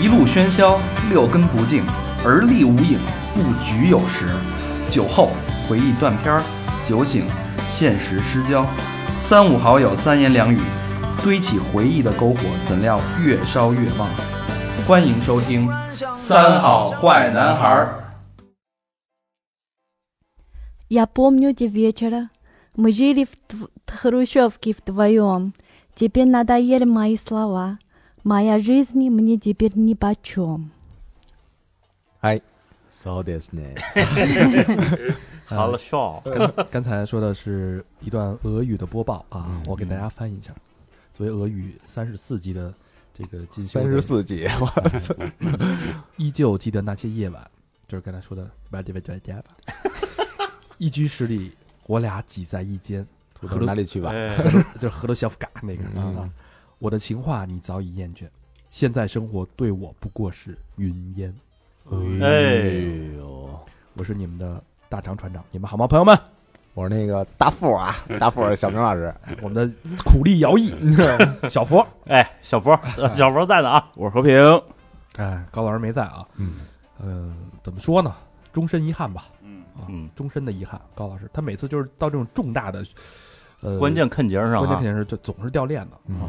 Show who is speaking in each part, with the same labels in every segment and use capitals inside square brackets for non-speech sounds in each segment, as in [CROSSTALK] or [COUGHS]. Speaker 1: 一路喧嚣，六根不净，而立无影，不局有时。酒后回忆断片儿，酒醒现实失焦。三五好友三言两语，堆起回忆的篝火，怎料越烧越旺。欢迎收听《三好坏男孩》。
Speaker 2: Я помню те вечера. Мы жили в тв- т- хрущевке вдвоем. Теперь надоели мои слова. Моя жизнь мне теперь нипочем.
Speaker 3: 嗨，so this 呢？
Speaker 4: 好了笑，
Speaker 5: 刚刚才说的是一段俄语的播报
Speaker 3: 嗯
Speaker 5: 啊，我给大家翻译一下。作为俄语三十四级的这个进修
Speaker 3: 三
Speaker 5: 的
Speaker 3: 十，四集，我
Speaker 5: 依旧记得那些夜晚，就是刚才说的 [LAUGHS] 一居室里，我俩挤在一间， [LAUGHS]
Speaker 3: 土豆哪里去吧？
Speaker 4: 哎，
Speaker 5: 就是赫鲁晓夫嘎那个
Speaker 3: 嗯
Speaker 5: 啊。我的情话你早已厌倦，现在生活对我不过是云烟。
Speaker 3: 哎呦，
Speaker 5: 我是你们的大长船长，你们好吗，朋友们？
Speaker 3: 我是那个大富 [LAUGHS] 啊，大富小明老师，
Speaker 5: 我们的苦力摇曳，
Speaker 3: [LAUGHS]
Speaker 5: 小佛，
Speaker 4: [LAUGHS] 哎，小佛，呃小佛在呢啊，我是和平，
Speaker 5: 哎，高老师没在啊。
Speaker 3: 嗯，
Speaker 5: 呃，怎么说呢？终身遗憾吧。嗯
Speaker 4: 嗯
Speaker 5: 终身的遗憾。高老师，他每次就是到这种重大的，呃，
Speaker 4: 关键坑节上
Speaker 5: 关键
Speaker 4: 啊嗯
Speaker 5: 肯，定是就总是掉链子啊。
Speaker 3: 嗯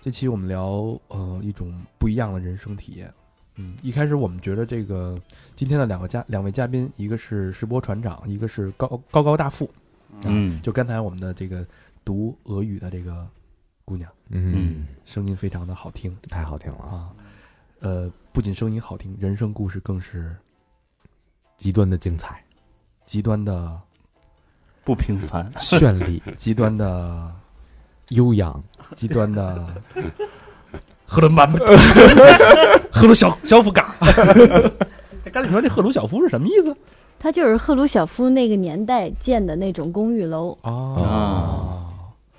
Speaker 5: 这期我们聊呃一种不一样的人生体验。嗯，一开始我们觉得这个今天的两个嘉两位嘉宾，一个是石波船长，一个是高高高大富，
Speaker 4: 嗯
Speaker 5: 就刚才我们的这个读俄语的这个姑娘，
Speaker 3: 嗯，
Speaker 5: 声音非常的好听。
Speaker 3: 太好听了啊！
Speaker 5: 啊，呃，不仅声音好听，人生故事更是
Speaker 3: 极端的精彩，
Speaker 5: 极端的、
Speaker 4: 不平凡，
Speaker 3: 绚丽，
Speaker 5: 极端的、
Speaker 3: 悠扬，
Speaker 5: 极端 [LAUGHS] 的。赫鲁 [LAUGHS] 曼，赫鲁晓晓夫嘎。 [LAUGHS] 哎刚才你说那赫鲁晓夫是什么意思？
Speaker 2: 他就是赫鲁晓夫那个年代建的那种公寓楼，
Speaker 3: 啊
Speaker 5: 哦，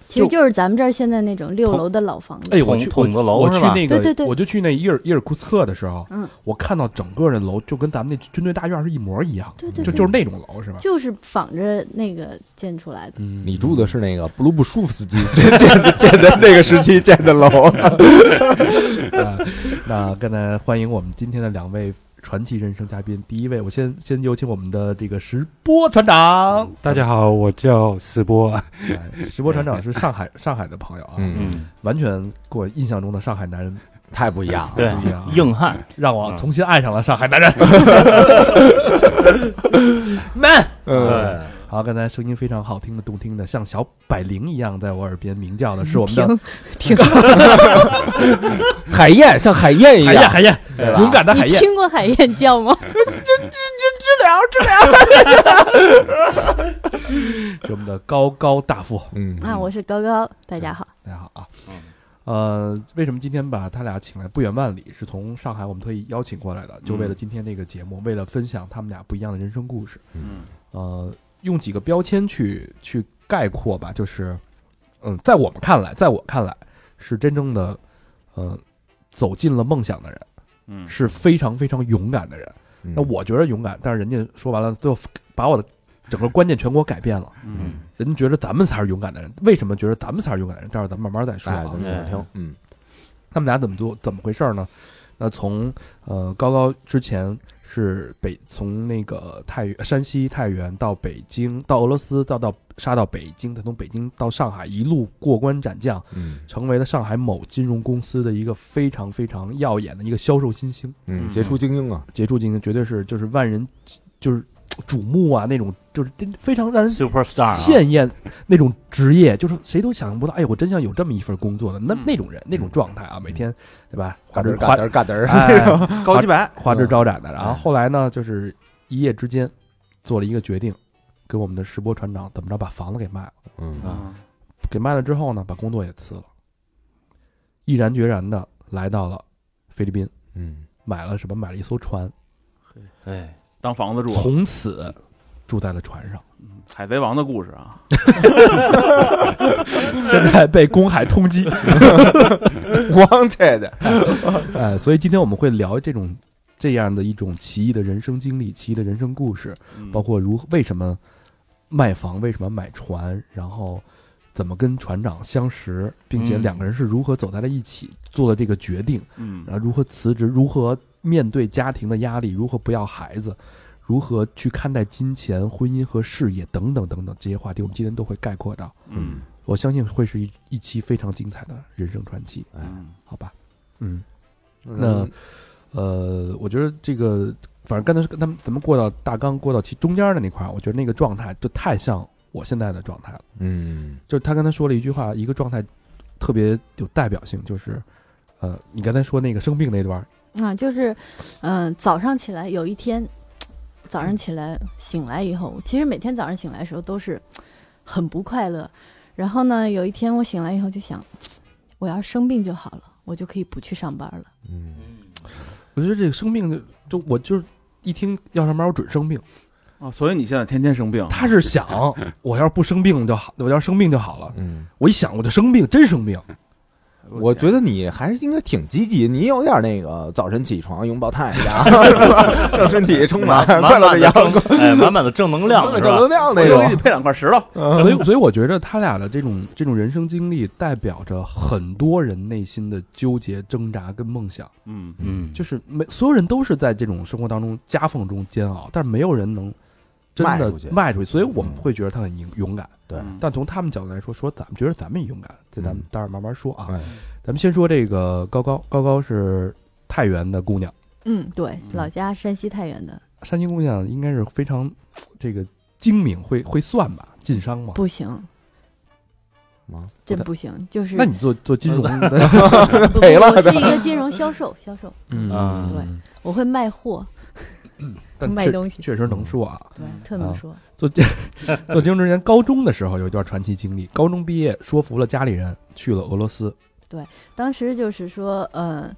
Speaker 2: 其实就是咱们这儿现在那种六楼的老房子。
Speaker 5: 哎，我去
Speaker 4: 筒筒子楼
Speaker 5: 我我去
Speaker 4: 是吧
Speaker 5: 那个，
Speaker 2: 对对对
Speaker 5: 我就去那伊尔伊尔库茨克的时候，
Speaker 2: 嗯，
Speaker 5: 我看到整个的楼就跟咱们那军队大院是一模一样，
Speaker 2: 对对
Speaker 5: 就
Speaker 2: 对
Speaker 5: 就是那种楼是吧？
Speaker 2: 就是仿着那个建出来的，
Speaker 5: 嗯
Speaker 3: 你住的是那个布鲁布舒夫 [LAUGHS] 斯基建的建的那个时期建的楼，
Speaker 5: 啊，那刚才欢迎我们今天的两位传奇人生嘉宾，第一位，我先先有请我们的这个石波船长。
Speaker 6: 大家好，我叫石波。
Speaker 5: 哎 [LAUGHS] 石波船长是上海上海的朋友啊，
Speaker 3: 嗯，
Speaker 4: 嗯，
Speaker 5: 完全跟我印象中的上海男人
Speaker 3: [LAUGHS] 太不一样了， [LAUGHS]
Speaker 4: 对
Speaker 5: 不一样，
Speaker 4: 硬汉，
Speaker 5: 让我
Speaker 4: 嗯
Speaker 5: 重新爱上了上海男人。man， [LAUGHS]
Speaker 3: 嗯，
Speaker 5: 好，刚才声音非常好听的、动听的，像小百灵一样在我耳边鸣叫的是我们的
Speaker 2: 挺
Speaker 3: 海燕像海燕一
Speaker 5: 海燕，
Speaker 3: 样，
Speaker 5: 海燕，
Speaker 3: 哎对吧
Speaker 5: 勇敢的海
Speaker 2: 你
Speaker 5: 燕。
Speaker 2: 听过海燕叫 [LAUGHS] 吗？ [LAUGHS]
Speaker 5: 是我们的高高大富，
Speaker 3: 嗯，
Speaker 2: 啊，我是高高，大家好。
Speaker 5: 大家好啊。呃，为什么今天把他俩请来？不远万里是从上海，我们特意邀请过来
Speaker 3: 嗯
Speaker 5: 的，就为了今天这个节目，为了分享他们俩不一样的人生故事。
Speaker 3: 嗯，
Speaker 5: 呃，用几个标签去去概括吧，就是，嗯，在我们看来，在我看来，是真正的，呃，走进了梦想的人，
Speaker 4: 嗯
Speaker 5: 是非常非常勇敢的人。
Speaker 3: 嗯
Speaker 5: 那我觉得勇敢，但是人家说完了，最后把我的整个观念全给我改变了。
Speaker 4: 嗯，
Speaker 5: 人家觉得咱们才是勇敢的人，为什么觉得咱们才是勇敢的人？待会儿咱们慢慢再说、
Speaker 3: 哎，
Speaker 5: 啊。
Speaker 3: 咱们一会儿听，嗯
Speaker 5: 他们俩怎么做？怎么回事儿呢？那从呃高高之前是北从那个太原山西太原到北京，到俄罗斯，到到杀到北京，再从北京到上海，一路过关斩将，
Speaker 3: 嗯
Speaker 5: 成为了上海某金融公司的一个非常非常耀眼的一个销售新星，
Speaker 3: 嗯，杰出精英啊，
Speaker 5: 杰出精英，绝对是就是万人就是瞩目啊那种，就是真非常让人
Speaker 4: super star 啊，
Speaker 5: 鲜艳那种职业，就是谁都想象不到。哎呦，我真想有这么一份工作的那
Speaker 4: 嗯
Speaker 5: 那种人，那种状态啊，每天对吧？花
Speaker 3: 嘎
Speaker 5: 枝
Speaker 3: 嘚
Speaker 5: 花
Speaker 3: 嘎嘚嘎嘚，
Speaker 5: 哎 [LAUGHS] 高级
Speaker 3: 白，
Speaker 5: 花枝招展的。然后
Speaker 3: 嗯
Speaker 5: 后来呢，就是一夜之间做了一个决定，跟我们的石波船长怎么着把房子给卖了，
Speaker 3: [LAUGHS] 嗯，
Speaker 4: 嗯
Speaker 5: 给卖了之后呢，把工作也辞了，毅然决然的来到了菲律宾，
Speaker 3: 嗯，
Speaker 5: 买了什么？买了一艘船，
Speaker 4: 哎，
Speaker 7: 当房子住，嗯
Speaker 5: 从此住在了船上，
Speaker 7: 海贼王的故事啊，
Speaker 5: 现在被公海通缉。
Speaker 3: wanted，
Speaker 5: 哎，所以今天我们会聊这种这样的一种奇异的人生经历、奇异的人生
Speaker 7: 嗯
Speaker 4: 嗯
Speaker 5: 故事，包括如何为什么卖房、为什么买船，然后怎么跟船长相识，并且
Speaker 4: 嗯
Speaker 5: 两个人是如何走在了一起，做了这个决定，
Speaker 7: 嗯
Speaker 5: 然后如何辞职，如何面对家庭的压力，如何不要孩子，如何去看待金钱、婚姻和事业等等等等这些话题，我们今天都会概括到。
Speaker 7: 嗯
Speaker 5: 我相信会是一一期非常精彩的人生传奇，
Speaker 7: 嗯
Speaker 5: 好吧？嗯，那呃，我觉得这个，反正刚才是跟他们咱们过到大纲过到其中间的那块儿，我觉得那个状态就太像我现在的状态了。
Speaker 3: 嗯
Speaker 5: 就是他刚才说了一句话，一个状态特别有代表性，就是呃，你刚才说那个生病那段儿，
Speaker 2: 啊，就是，嗯、早上起来有一天，早上起来醒来以后，其实每天早上醒来的时候都是很不快乐。然后呢，有一天我醒来以后就想，我要是生病就好了，我就可以不去上班了。
Speaker 3: 嗯，
Speaker 5: 我觉得这个生病就就我就是一听要上班我准生病，
Speaker 7: 啊，所以你现在天天生病，
Speaker 5: 他是想我要是不生病就好， [LAUGHS] 我要是生病就好了。
Speaker 3: 嗯，
Speaker 5: 我一想我就生病，真生病。
Speaker 3: 我觉得你还是应该挺积极，你有点那个早晨起床拥抱太阳，是吧让身体充满
Speaker 4: 满
Speaker 3: [LAUGHS] 快乐的阳光，
Speaker 4: 光，哎，满满的正能量，
Speaker 3: 正
Speaker 4: 是吧？
Speaker 3: 能量
Speaker 7: 我
Speaker 3: 那
Speaker 7: 就给你
Speaker 3: 种。
Speaker 7: 配两块石头。
Speaker 5: 所以，所以我觉得他俩的这种这种人生经历，代表着很多人内心的纠结、挣扎跟梦想。
Speaker 7: 嗯
Speaker 4: 嗯，
Speaker 5: 就是每所有人都是在这种生活当中夹缝中煎熬，但是没有人能真
Speaker 3: 迈
Speaker 5: 的
Speaker 3: 出去
Speaker 5: 迈出去，所以我们
Speaker 3: 嗯
Speaker 5: 会觉得他很勇勇敢。
Speaker 3: 对
Speaker 7: 嗯
Speaker 5: 但从他们角度来说，说咱们觉得咱们也勇敢，这咱们待会儿慢慢说啊。
Speaker 3: 嗯哎
Speaker 5: 咱们先说这个高高，高高是太原的姑娘，
Speaker 2: 嗯，对，
Speaker 7: 嗯
Speaker 2: 老家山西太原的，
Speaker 5: 山西姑娘应该是非常这个精明，会会算吧，晋商嘛。
Speaker 2: 不行，
Speaker 3: 啊
Speaker 2: 真不行，就是
Speaker 5: 那你做做金
Speaker 2: [LAUGHS]
Speaker 5: 融的，
Speaker 2: 不
Speaker 3: 赔了
Speaker 2: 我是一个金融销售，销售，
Speaker 4: 嗯
Speaker 2: 对，我会卖货，
Speaker 5: 但
Speaker 2: 卖
Speaker 5: 确
Speaker 2: 东西
Speaker 5: 确实能说啊。
Speaker 2: 对，特能
Speaker 5: 啊
Speaker 2: 说。
Speaker 5: 做金融之前，高中的时候有一段传奇经历。高中毕业，说服了家里人去了俄罗斯。
Speaker 2: 当时就是说，呃，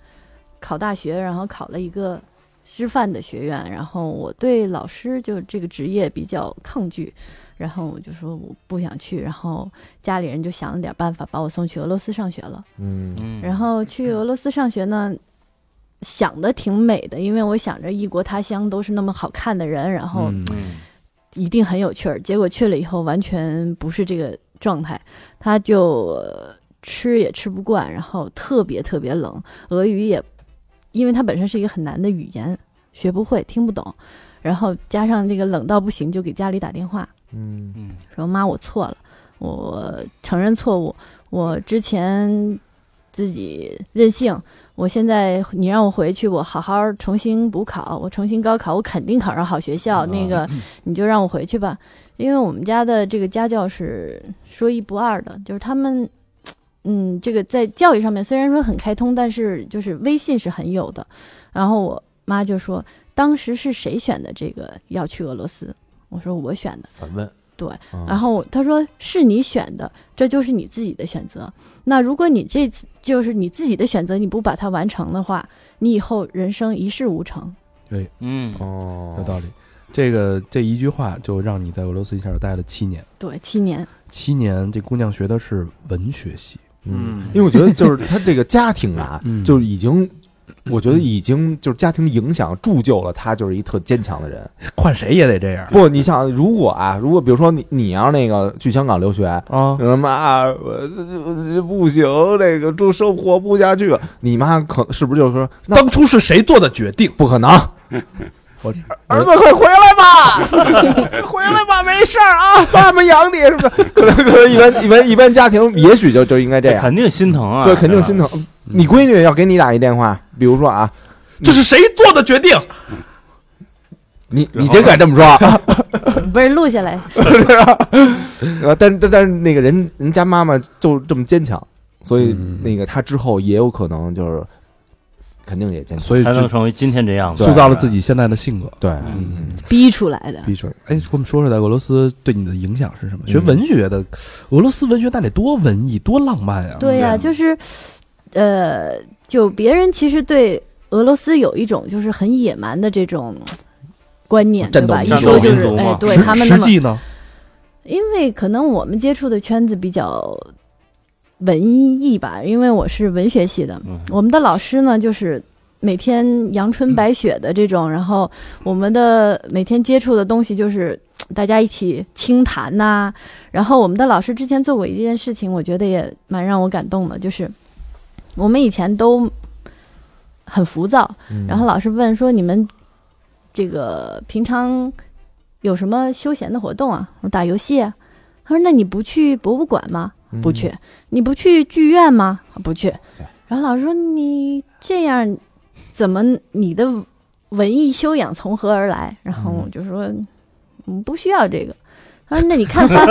Speaker 2: 考大学，然后考了一个师范的学院，然后我对老师就这个职业比较抗拒，然后我就说我不想去，然后家里人就想了点办法，把我送去俄罗斯上学了。
Speaker 3: 嗯
Speaker 4: 嗯
Speaker 2: 然后去俄罗斯上学呢，想的挺美的，因为我想着异国他乡都是那么好看的人，然后
Speaker 5: 嗯
Speaker 4: 嗯
Speaker 2: 一定很有趣儿。结果去了以后，完全不是这个状态，他就、呃吃也吃不惯，然后特别特别冷，俄语也，因为它本身是一个很难的语言，学不会，听不懂，然后加上这个冷到不行，就给家里打电话，
Speaker 3: 嗯
Speaker 4: 嗯
Speaker 2: 说妈，我错了，我承认错误，我之前自己任性，我现在你让我回去，我好好重新补考，我重新高考，我肯定考上好学校。那个
Speaker 4: 嗯
Speaker 2: 你就让我回去吧，因为我们家的这个家教是说一不二的，就是他们。嗯，这个在教育上面虽然说很开通，但是就是威信是很有的。然后我妈就说，当时是谁选的这个要去俄罗斯？我说我选的。
Speaker 3: 反问
Speaker 2: 对，
Speaker 3: 嗯
Speaker 2: 然后他说是你选的，这就是你自己的选择。那如果你这次就是你自己的选择，你不把它完成的话，你以后人生一事无成。
Speaker 4: 嗯，
Speaker 3: 哦
Speaker 5: 有道理。这个这一句话就让你在俄罗斯一下就待了七年。
Speaker 2: 对，七年，
Speaker 5: 七年，这姑娘学的是文学系，，
Speaker 3: 嗯，因为我觉得就是他这个家庭啊
Speaker 5: 嗯
Speaker 3: 就已经，我觉得已经就是家庭的影响铸就了他就是一特坚强的人。
Speaker 5: 换谁也得这样
Speaker 3: 不，你想，如果啊，如果比如说你你要那个去香港留学。
Speaker 5: 啊！
Speaker 3: 什么啊？我这这不行，这个就生活不下去了。你妈可是不是就是说，那
Speaker 5: 当初是谁做的决定？
Speaker 3: 不可 [LAUGHS] 能，
Speaker 5: 我
Speaker 3: 儿子快回来吧， [LAUGHS] 回来吧，没事儿啊，爸爸养你什么的。可能可能一般一般一般家庭，也许就就应该这样，
Speaker 4: 肯定心疼啊，
Speaker 3: 对，肯定心
Speaker 4: 疼。
Speaker 3: 疼。你闺女要给你打一电话，比如说啊，
Speaker 5: 这是谁做的决定？
Speaker 3: 你你真敢这么说？啊
Speaker 2: 不是录下来，
Speaker 3: [LAUGHS] 呃但但但是那个人人家妈妈就这么坚强，所以
Speaker 5: 嗯
Speaker 3: 那个他之后也有可能就是肯定也坚强。
Speaker 5: 所以
Speaker 4: 才能
Speaker 5: 就
Speaker 4: 成为今天这样子。
Speaker 5: 塑造了自己现在的性格。
Speaker 3: 对，
Speaker 4: 嗯
Speaker 2: 逼出来的。
Speaker 5: 必须。哎，给我们说说在俄罗斯对你的影响是什么？
Speaker 3: 嗯
Speaker 5: 学文学的，俄罗斯文学那得多文艺，多浪漫
Speaker 4: 啊
Speaker 5: 啊嗯呀！
Speaker 2: 对呀、
Speaker 7: 对
Speaker 2: 就是，呃，就别人其实对俄罗斯有一种就是很野蛮的这种观念，对
Speaker 3: 战斗
Speaker 2: 吧？一
Speaker 4: 战
Speaker 2: 说
Speaker 4: 斗
Speaker 2: 就
Speaker 4: 民
Speaker 2: 是
Speaker 4: 族
Speaker 2: 哎
Speaker 4: 嘛，
Speaker 2: 对
Speaker 5: 实
Speaker 2: 他们那
Speaker 5: 实
Speaker 2: 么
Speaker 5: 际呢？
Speaker 2: 因为可能我们接触的圈子比较文艺吧，因为我是文学系的，
Speaker 4: 嗯
Speaker 2: 我们的老师呢就是。每天阳春白雪的这种，然后我们的每天接触的东西就是大家一起清谈呐、然后我们的老师之前做过一件事情，我觉得也蛮让我感动的，就是我们以前都很浮躁，然
Speaker 5: 嗯
Speaker 2: 后老师问说：“你们这个平常有什么休闲的活动啊？”我说：“打游戏、啊。”他说：“那你不去博物馆吗？”
Speaker 5: 嗯
Speaker 2: 不去。你不去剧院吗？不去。然后老师说：“你这样怎么你的文艺修养从何而来？”然后我就说：“嗯，不需要这个。”他说：“那你看
Speaker 5: [LAUGHS]
Speaker 2: 芭，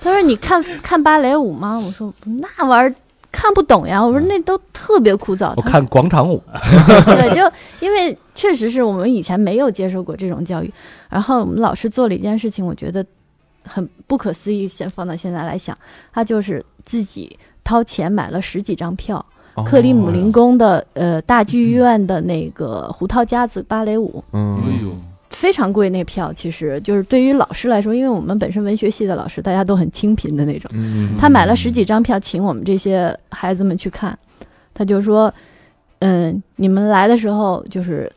Speaker 2: 他说你看看芭蕾舞吗？”我说：“那玩意儿看不懂呀。”我说：“那都特别枯燥。”
Speaker 5: 嗯
Speaker 2: 他
Speaker 5: 我
Speaker 2: 说
Speaker 5: 看广场舞，
Speaker 2: 对，就因为确实是我们以前没有接受过这种教育，然后我们老师做了一件事情，我觉得很不可思议。现放到现在来想，他就是自己掏钱买了十几张票，
Speaker 5: 哦
Speaker 2: 克里姆林宫的呃大剧院的那个胡桃夹子芭蕾舞，
Speaker 3: 嗯，
Speaker 7: 呦，
Speaker 2: 非常贵那票，其实就是对于老师来说，因为我们本身文学系的老师，大家都很清贫的那种。
Speaker 5: 哎
Speaker 3: 嗯
Speaker 2: 他买了十几张票，请我们这些孩子们去看。他就说：“嗯，你们来的时候就是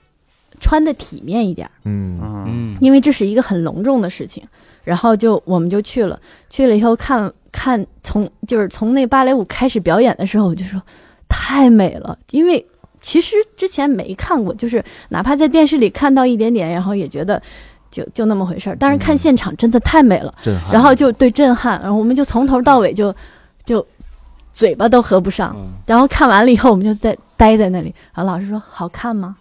Speaker 2: 穿的体面一点儿，
Speaker 3: 嗯
Speaker 7: 嗯，
Speaker 4: 嗯，
Speaker 2: 因为这是一个很隆重的事情。”然后就我们就去了，去了以后看看从就是从那芭蕾舞开始表演的时候，我就说太美了，因为其实之前没看过，就是哪怕在电视里看到一点点，然后也觉得就就那么回事儿，但是看现场真的太美了。
Speaker 3: 嗯震撼。
Speaker 2: 然后就对震撼，然后我们就从头到尾就就嘴巴都合不上。
Speaker 4: 嗯
Speaker 2: 然后看完了以后，我们就在待在那里。然后老师说：“好看吗？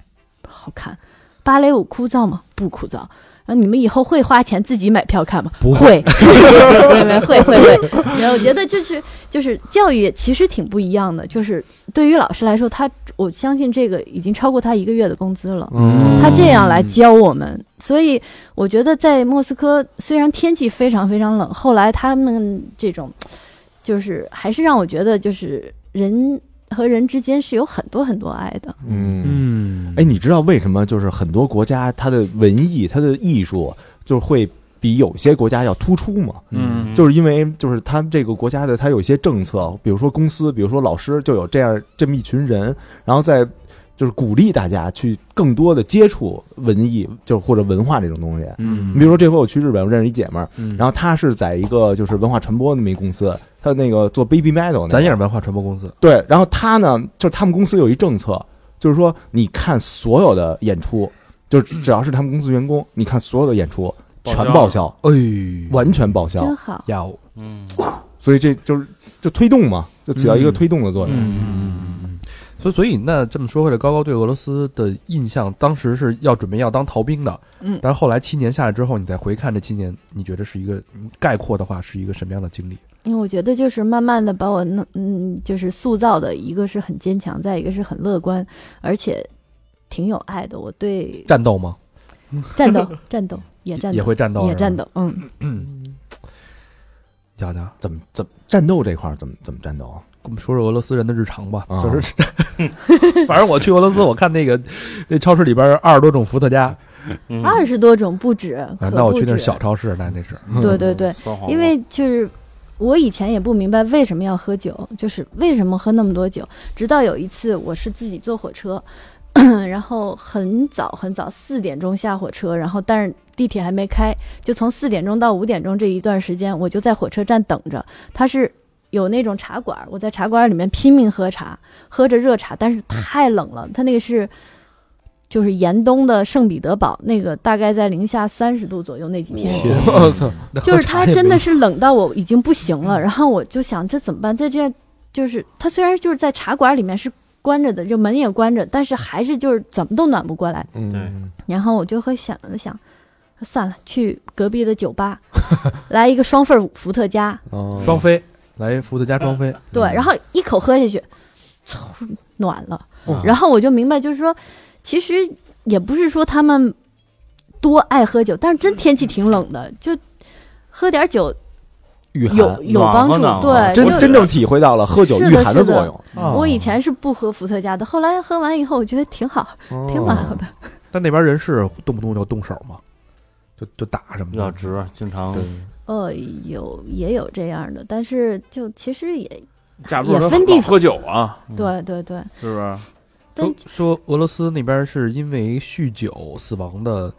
Speaker 2: 好看。芭蕾舞枯燥吗？不枯燥。”然后你们以后会花钱自己买票看吗？不会，没有没有会会会。然后我觉得这是就是教育也其实挺不一样的，就是对于老师来说，他我相信这个已经超过他一个月的工资了。
Speaker 3: 嗯
Speaker 2: 他这样来教我们，所以我觉得在莫斯科虽然天气非常非常冷，后来他们这种，就是还是让我觉得就是人和人之间是有很多很多爱的。
Speaker 3: 嗯。
Speaker 5: 嗯，
Speaker 3: 哎，，你知道为什么就是很多国家它的文艺、它的艺术就是会比有些国家要突出吗？
Speaker 7: 嗯
Speaker 3: 就是因为就是它这个国家的它有一些政策，比如说公司，比如说老师，就有这样这么一群人，然后再就是鼓励大家去更多的接触文艺，就是或者文化这种东西。你
Speaker 5: 嗯
Speaker 3: 比如说这回我去日本，我认识一姐们儿，
Speaker 5: 嗯
Speaker 3: 然后她是在一个就是文化传播那么一公司，她那个做 baby metal，那个
Speaker 5: 咱也是文化传播公司，
Speaker 3: 对，然后他呢，就是他们公司有一政策，就是说你看所有的演出，就只只要是他们公司员工，你看所有的演出全报销，
Speaker 5: 哎，
Speaker 3: 完全报销
Speaker 2: 真。好，
Speaker 5: 要
Speaker 4: 嗯
Speaker 3: 所以这就是就推动嘛，就起到一个推动的作用。
Speaker 5: 嗯，所以所以那这么说回来，高高对俄罗斯的印象，当时是要准备要当逃兵的，
Speaker 2: 嗯
Speaker 5: 但是后来七年下来之后，你再回看这七年，你觉得是一个嗯概括的话，是一个什么样的经历？
Speaker 2: 因为我觉得就是慢慢的把我弄，嗯，就是塑造的一个是很坚强，再一个是很乐观，而且挺有爱的。我对
Speaker 5: 战斗吗？
Speaker 2: 战
Speaker 5: [LAUGHS]
Speaker 2: 斗战斗也战斗
Speaker 5: 也会战斗，
Speaker 2: 也战
Speaker 5: 斗。
Speaker 2: 斗，嗯，
Speaker 5: 讲讲，
Speaker 3: 怎么怎么战斗这块儿怎么怎么战斗啊？
Speaker 5: 跟我们说说俄罗斯人的日常吧，
Speaker 3: 啊
Speaker 5: 就是，反正我去俄罗斯，我看那个那超市里边二十多种伏特加，
Speaker 4: 嗯
Speaker 2: 二十多种不止，可
Speaker 5: 啊那我
Speaker 2: 不
Speaker 5: 去那
Speaker 2: 止
Speaker 5: 是小超市，那那是，
Speaker 2: 对对对，
Speaker 4: 双黄瓜
Speaker 2: 因为就是我以前也不明白为什么要喝酒，就是为什么喝那么多酒。直到有一次，我是自己坐火车， [COUGHS] 然后很早很早四点钟下火车，然后但是地铁还没开，就从四点钟到五点钟这一段时间，我就在火车站等着。它是有那种茶馆儿，我在茶馆儿里面拼命喝茶，喝着热茶，但是太冷了。它那个是就是严冬的圣彼得堡，那个大概在零下三十度左右那几天，
Speaker 5: [LAUGHS] 天
Speaker 3: 我操！
Speaker 5: [LAUGHS] 那喝
Speaker 2: 就是
Speaker 5: 茶
Speaker 2: 它
Speaker 5: 也
Speaker 2: 真
Speaker 5: 没
Speaker 2: 的是冷到我已经不行了，然后我就想这怎么办？在这样，就是它虽然就是在茶馆里面是关着的，就门也关着，但是还是就是怎么都暖不过来。
Speaker 3: 嗯，
Speaker 2: 然后我就会想了想，算了，去隔壁的酒吧来一个双份伏特加，
Speaker 3: 哦
Speaker 5: 双飞，来伏特加双飞，
Speaker 2: 对，
Speaker 3: 嗯
Speaker 2: 然后一口喝下去，嗖暖了。
Speaker 4: 嗯
Speaker 2: 然后我就明白，就是说，其实也不是说他们多爱喝酒，但是真天气挺冷的，就喝点酒
Speaker 3: 御寒啊
Speaker 2: 有有
Speaker 4: 暖
Speaker 2: 帮
Speaker 4: 和
Speaker 2: 助
Speaker 4: 暖，和
Speaker 2: 对，
Speaker 3: 真
Speaker 2: 就
Speaker 3: 真正体会到了喝酒
Speaker 2: 是的
Speaker 3: 御寒
Speaker 2: 是的
Speaker 3: 作用，
Speaker 7: 哦
Speaker 5: 啊
Speaker 2: 我以前是不喝伏特加的，后来喝完以后，我觉得挺好，
Speaker 7: 哦
Speaker 2: 挺暖和的。
Speaker 5: 但那边人是动不动就动手嘛，就就打什么
Speaker 4: 比
Speaker 5: 的，
Speaker 4: 较直，经常
Speaker 5: 对，
Speaker 2: 呃，有也有这样的，但是就其实也
Speaker 7: 架不住
Speaker 2: 也
Speaker 7: 他
Speaker 2: 分地
Speaker 7: 老
Speaker 2: 方
Speaker 7: 喝酒啊，
Speaker 4: 嗯
Speaker 2: 对对对，
Speaker 7: 是不是？
Speaker 2: 但
Speaker 5: 说说俄罗斯那边是因为酗酒死亡的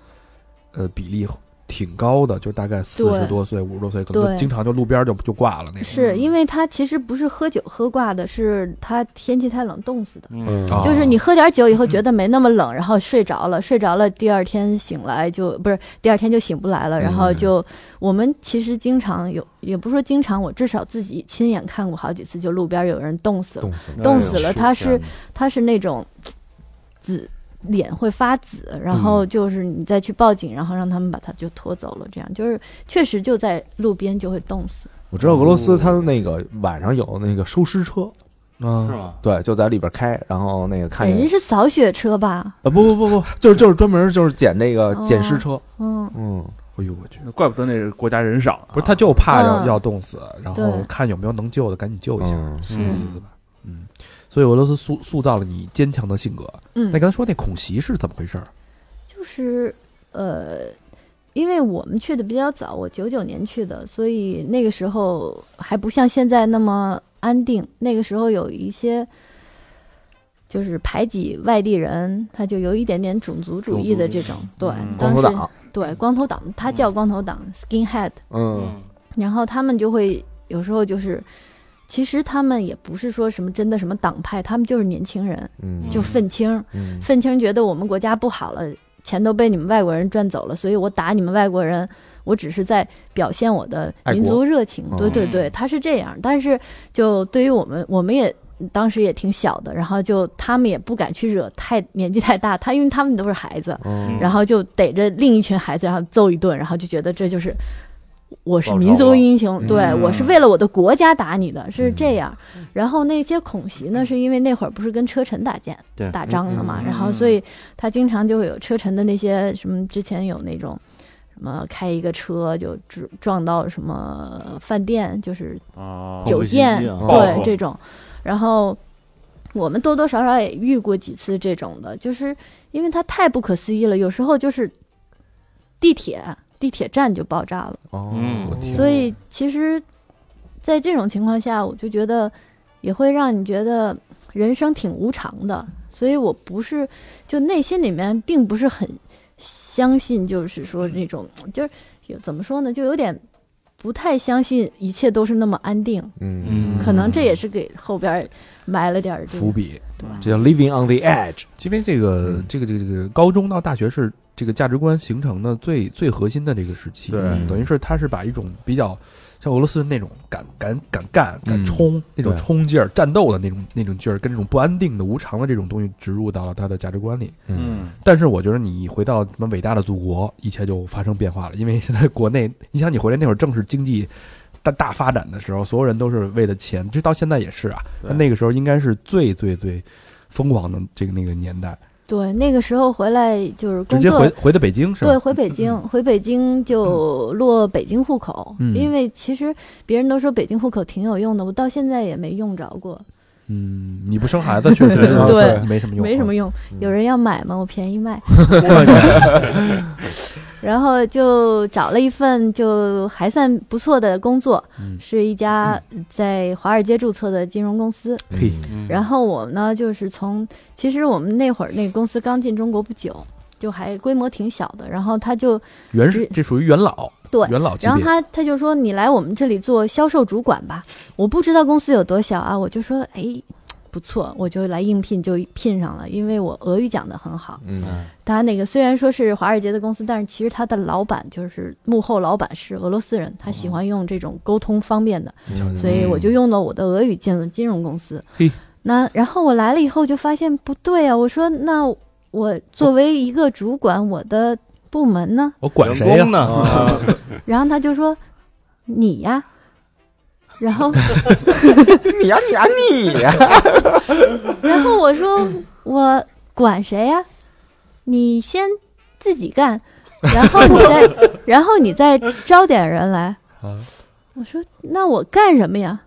Speaker 5: 呃比例挺高的，就大概四十
Speaker 2: 对
Speaker 5: 多岁、五十多岁，可能就
Speaker 2: 对
Speaker 5: 经常就路边就就挂了那种。
Speaker 7: 嗯
Speaker 2: 是因为他其实不是喝酒喝挂的，是他天气太冷冻死的。
Speaker 4: 嗯，
Speaker 7: 哦
Speaker 5: 啊
Speaker 2: 就是你喝点酒以后觉得没那么冷，然后睡着
Speaker 7: [LAUGHS]
Speaker 2: 了，睡着了，第二天醒来就不是第二天就醒不来
Speaker 7: 嗯
Speaker 2: 了，然后就、我们其实经常有，也不是说经常，我至少自己亲眼看过好几次，就路边有人冻死了，
Speaker 3: 冻死了。
Speaker 2: 冻死了，他是
Speaker 4: 天哪
Speaker 2: 他是那种紫脸会发紫，然后就是你再去报警，然后让他们把他就拖走了，这样就是确实就在路边就会冻死。
Speaker 3: 我知道俄罗斯它那个晚上有那个收尸车，
Speaker 5: 啊
Speaker 4: 是，吗？
Speaker 3: 对，就在里边开，然后那个看
Speaker 2: 人
Speaker 3: 见
Speaker 2: 家是扫雪车吧？
Speaker 3: 啊，不不不不，就是就是专门就是捡那个
Speaker 2: 哦
Speaker 3: 捡尸车，
Speaker 2: 嗯，
Speaker 3: 嗯，
Speaker 5: 哎呦我去，
Speaker 7: 怪不得那国家人少，
Speaker 5: 不是他就怕
Speaker 2: 嗯
Speaker 5: 要、要冻死，然后
Speaker 2: 对
Speaker 5: 看有没有能救的，赶紧救一下，
Speaker 3: 嗯
Speaker 5: 是这意思吧？嗯，所以俄罗斯塑塑造了你坚强的性格。
Speaker 2: 嗯
Speaker 5: 那刚才说那恐袭是怎么回事儿？
Speaker 2: 就是呃，因为我们去的比较早，我九九年去的，所以那个时候还不像现在那么安定。那个时候有一些就是排挤外地人，他就有一点点种族主义的这种，对，
Speaker 7: 嗯
Speaker 3: 光
Speaker 2: 当
Speaker 3: 头
Speaker 2: 时
Speaker 3: 党，
Speaker 2: 对光头党，他叫光头党 （skinhead），
Speaker 3: 嗯
Speaker 4: 嗯，
Speaker 2: 然后他们就会有时候就是。其实他们也不是说什么真的什么党派，他们就是年轻人，
Speaker 3: 嗯，
Speaker 2: 就愤青，
Speaker 3: 嗯
Speaker 2: 愤青觉得我们国家不好了，钱都被你们外国人赚走了，所以我打你们外国人，我只是在表现我的民族热情
Speaker 3: 爱。国
Speaker 2: 对对
Speaker 4: 嗯
Speaker 2: 对，他是这样。但是就对于我们，我们也当时也挺小的，然后就他们也不敢去惹太年纪太大，他因为他们都是孩子，
Speaker 3: 嗯
Speaker 2: 然后就逮着另一群孩子，然后揍一顿，然后就觉得这就是我是
Speaker 4: 报仇
Speaker 2: 民族英雄，
Speaker 3: 嗯
Speaker 2: 对、我是为了我的国家打你的，是
Speaker 3: 嗯
Speaker 2: 这样。然后那些恐袭呢，是因为那会儿不是跟车臣打架
Speaker 4: 对
Speaker 2: 打仗了嘛，
Speaker 7: 嗯嗯
Speaker 2: 然后所以他经常就会有车臣的那些什么，之前有那种。什么开一个车就撞撞到什么饭店，就是
Speaker 7: 啊
Speaker 2: 酒店，
Speaker 4: 嗯哦报复
Speaker 2: 对这种，然后我们多多少少也遇过几次这种的，就是因为它太不可思议了，有时候就是地铁地铁站就爆炸了，
Speaker 3: 哦
Speaker 4: 嗯
Speaker 3: 我天
Speaker 2: 所以其实，在这种情况下，我就觉得也会让你觉得人生挺无常的，所以我不是就内心里面并不是很相信，就是说那种就是有怎么说呢，就有点不太相信一切都是那么安定。
Speaker 3: 嗯，
Speaker 2: 可能这也是给后边儿埋了点儿这个
Speaker 5: 伏。笔，
Speaker 3: 这叫 living on the edge，
Speaker 5: 因为这个这个这个这个高中到大学是这个价值观形成的最最核心的这个时期，
Speaker 7: 对
Speaker 5: 嗯等于是他是把一种比较像俄罗斯那种敢敢敢干、敢冲、那种
Speaker 3: 对
Speaker 5: 冲劲儿、战斗的那种那种劲儿，跟这种不安定的、无常的这种东西植入到了他的价值观里。
Speaker 7: 嗯，
Speaker 5: 但是我觉得你回到什么伟大的祖国，一切就发生变化了。因为现在国内， [LAUGHS] 你想你回来那会儿正是经济大大发展的时候，所有人都是为了钱，这到现在也是啊。
Speaker 7: 对
Speaker 5: 但那个时候应该是最最最疯狂的这个那个年代，
Speaker 2: 对，那个时候回来就是
Speaker 5: 直
Speaker 2: 工
Speaker 5: 接回
Speaker 2: 作，
Speaker 5: 回的北京是
Speaker 2: 对，
Speaker 5: 吧？
Speaker 2: 回北京，回北京就落北京户口，
Speaker 5: 嗯
Speaker 2: 因为其实别人都说北京户口挺有用的，我到现在也没用着过，
Speaker 5: 嗯，你不生孩子确实
Speaker 2: 对
Speaker 4: [LAUGHS]
Speaker 5: 对没什么用，啊哦嗯
Speaker 2: 没什么用。有人要买吗？我便宜
Speaker 5: [LAUGHS]
Speaker 2: 卖。然后就找了一份就还算不错的工作，
Speaker 5: 嗯
Speaker 2: 是一家在华尔街注册的金融公司。
Speaker 5: 嘿，
Speaker 4: 嗯
Speaker 2: 然后我呢，就是从其实我们那会儿那个公司刚进中国不久，就还规模挺小的。然后他就
Speaker 5: 原始这属于元老，
Speaker 2: 对
Speaker 5: 元老级
Speaker 2: 然后
Speaker 5: 别。
Speaker 2: 他他就说：“你来我们这里做销售主管吧。”我不知道公司有多小啊，我就说：“哎，不错，我就来应聘，就聘上了。因为我俄语讲得很好。
Speaker 3: 嗯
Speaker 2: 他那个虽然说是华尔街的公司，但是其实他的老板就是幕后老板是俄罗斯人，他喜欢用这种沟通方面的。
Speaker 3: 嗯
Speaker 2: 所以我就用了我的俄语进了金融公司。
Speaker 5: 嘿
Speaker 2: 那然后我来了以后就发现不对啊，我说那我作为一个主管，我的部门呢？
Speaker 5: 我管谁
Speaker 4: 员
Speaker 5: 呀
Speaker 4: 工？呢？
Speaker 2: 然后他就说你呀，然后
Speaker 3: 你呀你呀你呀，
Speaker 2: 然后我说我管谁呀？你先自己干，然后你再然后你再招点人来。
Speaker 5: 啊
Speaker 2: 我说那我干什么呀？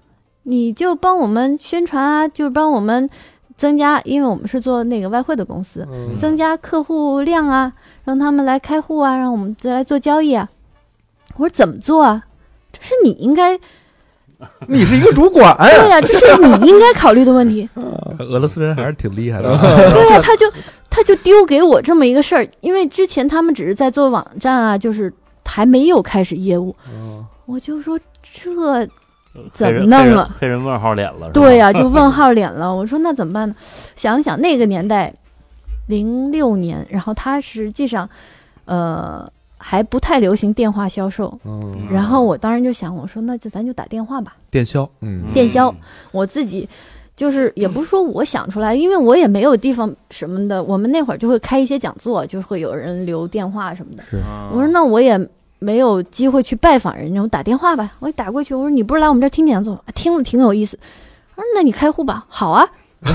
Speaker 2: 你就帮我们宣传啊，就帮我们增加，因为我们是做那个外汇的公司，
Speaker 3: 嗯
Speaker 2: 增加客户量啊，让他们来开户啊，让我们再来做交易啊。我说怎么做啊？这是你应该
Speaker 3: 你是一个主管，哎
Speaker 2: 对呀、这是你应该考虑的问题。
Speaker 5: 俄罗斯人还是挺厉害
Speaker 4: 嗯
Speaker 5: 的。
Speaker 2: 对呀、他就他就丢给我这么一个事儿，因为之前他们只是在做网站啊，就是还没有开始业务，
Speaker 3: 嗯
Speaker 2: 我就说这
Speaker 4: 黑
Speaker 2: 怎么
Speaker 4: 人
Speaker 2: 弄
Speaker 4: 黑人
Speaker 2: 了
Speaker 4: 黑人问号脸了，是吧
Speaker 2: 对呀、就问号脸了。我说那怎么办呢？想一想那个年代，零六年，然后它实际上，呃，还不太流行电话销售。
Speaker 3: 嗯
Speaker 2: 然后我当时就想，我说那就咱就打电话吧。
Speaker 5: 电销，
Speaker 3: 嗯
Speaker 2: 电销我自己就是也不是说我想出来，因为我也没有地方什么的。我们那会儿就会开一些讲座，就会有人留电话什么的。
Speaker 4: 嗯，
Speaker 2: 我说那我也没有机会去拜访人家，我打电话吧。我打过去，我说你不是来我们这儿听讲座吗，啊听了挺有意思。他说那你开户吧，好啊。然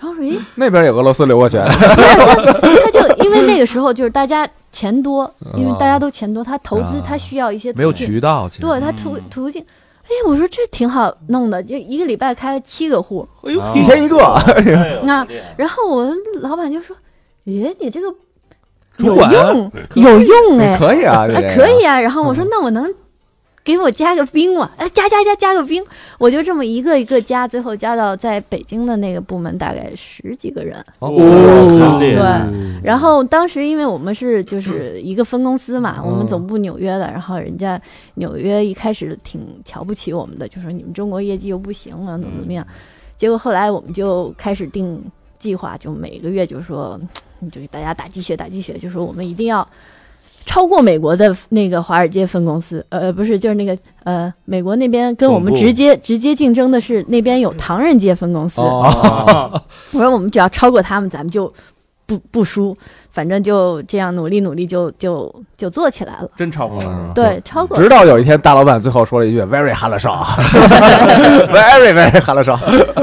Speaker 2: 后说，诶，
Speaker 3: 那边也俄罗斯留过去，
Speaker 2: 他就因为那个时候就是大家钱多，因为大家都钱多，他投资
Speaker 5: 啊
Speaker 2: 他需要一些
Speaker 5: 没有
Speaker 2: 途径
Speaker 5: 渠道，其实
Speaker 2: 对他途
Speaker 4: 嗯
Speaker 2: 途径。哎，我说这挺好弄的，就一个礼拜开了七个户，
Speaker 3: 哎
Speaker 4: 呦
Speaker 3: 一天一个，
Speaker 2: 那然后我老板就说：“爷，你这个
Speaker 5: 主
Speaker 2: 有
Speaker 5: 管
Speaker 2: 用，有用哎，
Speaker 3: 可以啊，这
Speaker 2: 哎
Speaker 3: 个
Speaker 2: 可以啊。”然后我说：“那我能给我加个兵吗？哎，加加加加个兵！”我就这么一个一个加，最后加到在北京的那个部门大概十几个人。
Speaker 4: 哦，真厉
Speaker 2: 对
Speaker 4: 害，
Speaker 2: 然后当时因为我们是就是一个分公司嘛，
Speaker 4: 嗯
Speaker 2: 我们总部纽约的，然后人家纽约一开始挺瞧不起我们的，就说你们中国业绩又不行了，怎么怎么
Speaker 4: 嗯
Speaker 2: 样。结果后来我们就开始定计划，就每个月就说，嗯就给大家打鸡血打鸡血，就说我们一定要超过美国的那个华尔街分公司，呃，不是，就是那个呃，美国那边跟我们
Speaker 4: 总部
Speaker 2: 直接直接竞争的是那边有唐人街分公司，
Speaker 4: 哦
Speaker 2: 我说我们只要超过他们，咱们就不不输，反正就这样努力努力就，就就做起来了。
Speaker 7: 真超
Speaker 1: 嗯
Speaker 7: 过
Speaker 3: 啊
Speaker 7: 了。
Speaker 2: 对，超过
Speaker 3: 嗯 [LAUGHS] 直到有一天，大老板最后说了一句 “very 哈拉少
Speaker 2: [LAUGHS]
Speaker 3: ”，very very 哈拉少，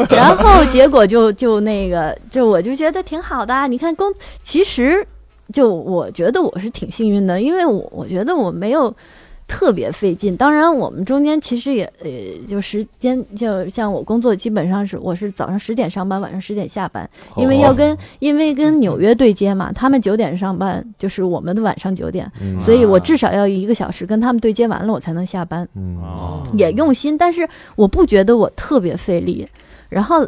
Speaker 2: 然后结果就就那个，就我就觉得挺好的啊、你看公，其实就我觉得我是挺幸运的，因为我我觉得我没有特别费劲。当然，我们中间其实也呃，就时间就像我工作，基本上是我是早上十点上班，晚上十点下班，因为要跟因为跟纽约对接嘛，他们九点上班，就是我们的晚上九点，
Speaker 3: 嗯
Speaker 2: 所以我至少要一个小时跟他们对接完了，我才能下班。
Speaker 3: 嗯
Speaker 5: 啊
Speaker 4: 哦
Speaker 2: 也用心，但是我不觉得我特别费力。然后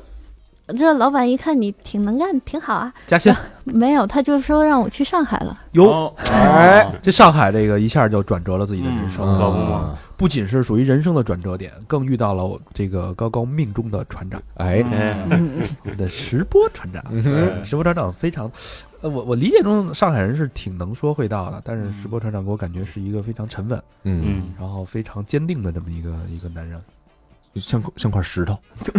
Speaker 2: 这老板一看你挺能干，挺好啊，
Speaker 5: 加薪。
Speaker 2: 没有他就说让我去上海了。
Speaker 5: 哟，
Speaker 7: 哦
Speaker 3: 哎，
Speaker 5: 这上海这个一下就转折了自己的人生，
Speaker 4: 嗯嗯
Speaker 5: 啊
Speaker 4: 可不嘛
Speaker 5: 不仅是属于人生的转折点，更遇到了我这个高高命中的船长，
Speaker 3: 哎，
Speaker 4: 哎
Speaker 2: 嗯，
Speaker 5: 我们的石波船长。
Speaker 3: 嗯哼
Speaker 5: 石波船长非常，呃，我我理解中上海人是挺能说会道的，但是石波船长给我感觉是一个非常沉稳，
Speaker 3: 嗯，
Speaker 4: 嗯，
Speaker 5: 然后非常坚定的这么一个一个男人。
Speaker 3: 像像块石头， [LAUGHS]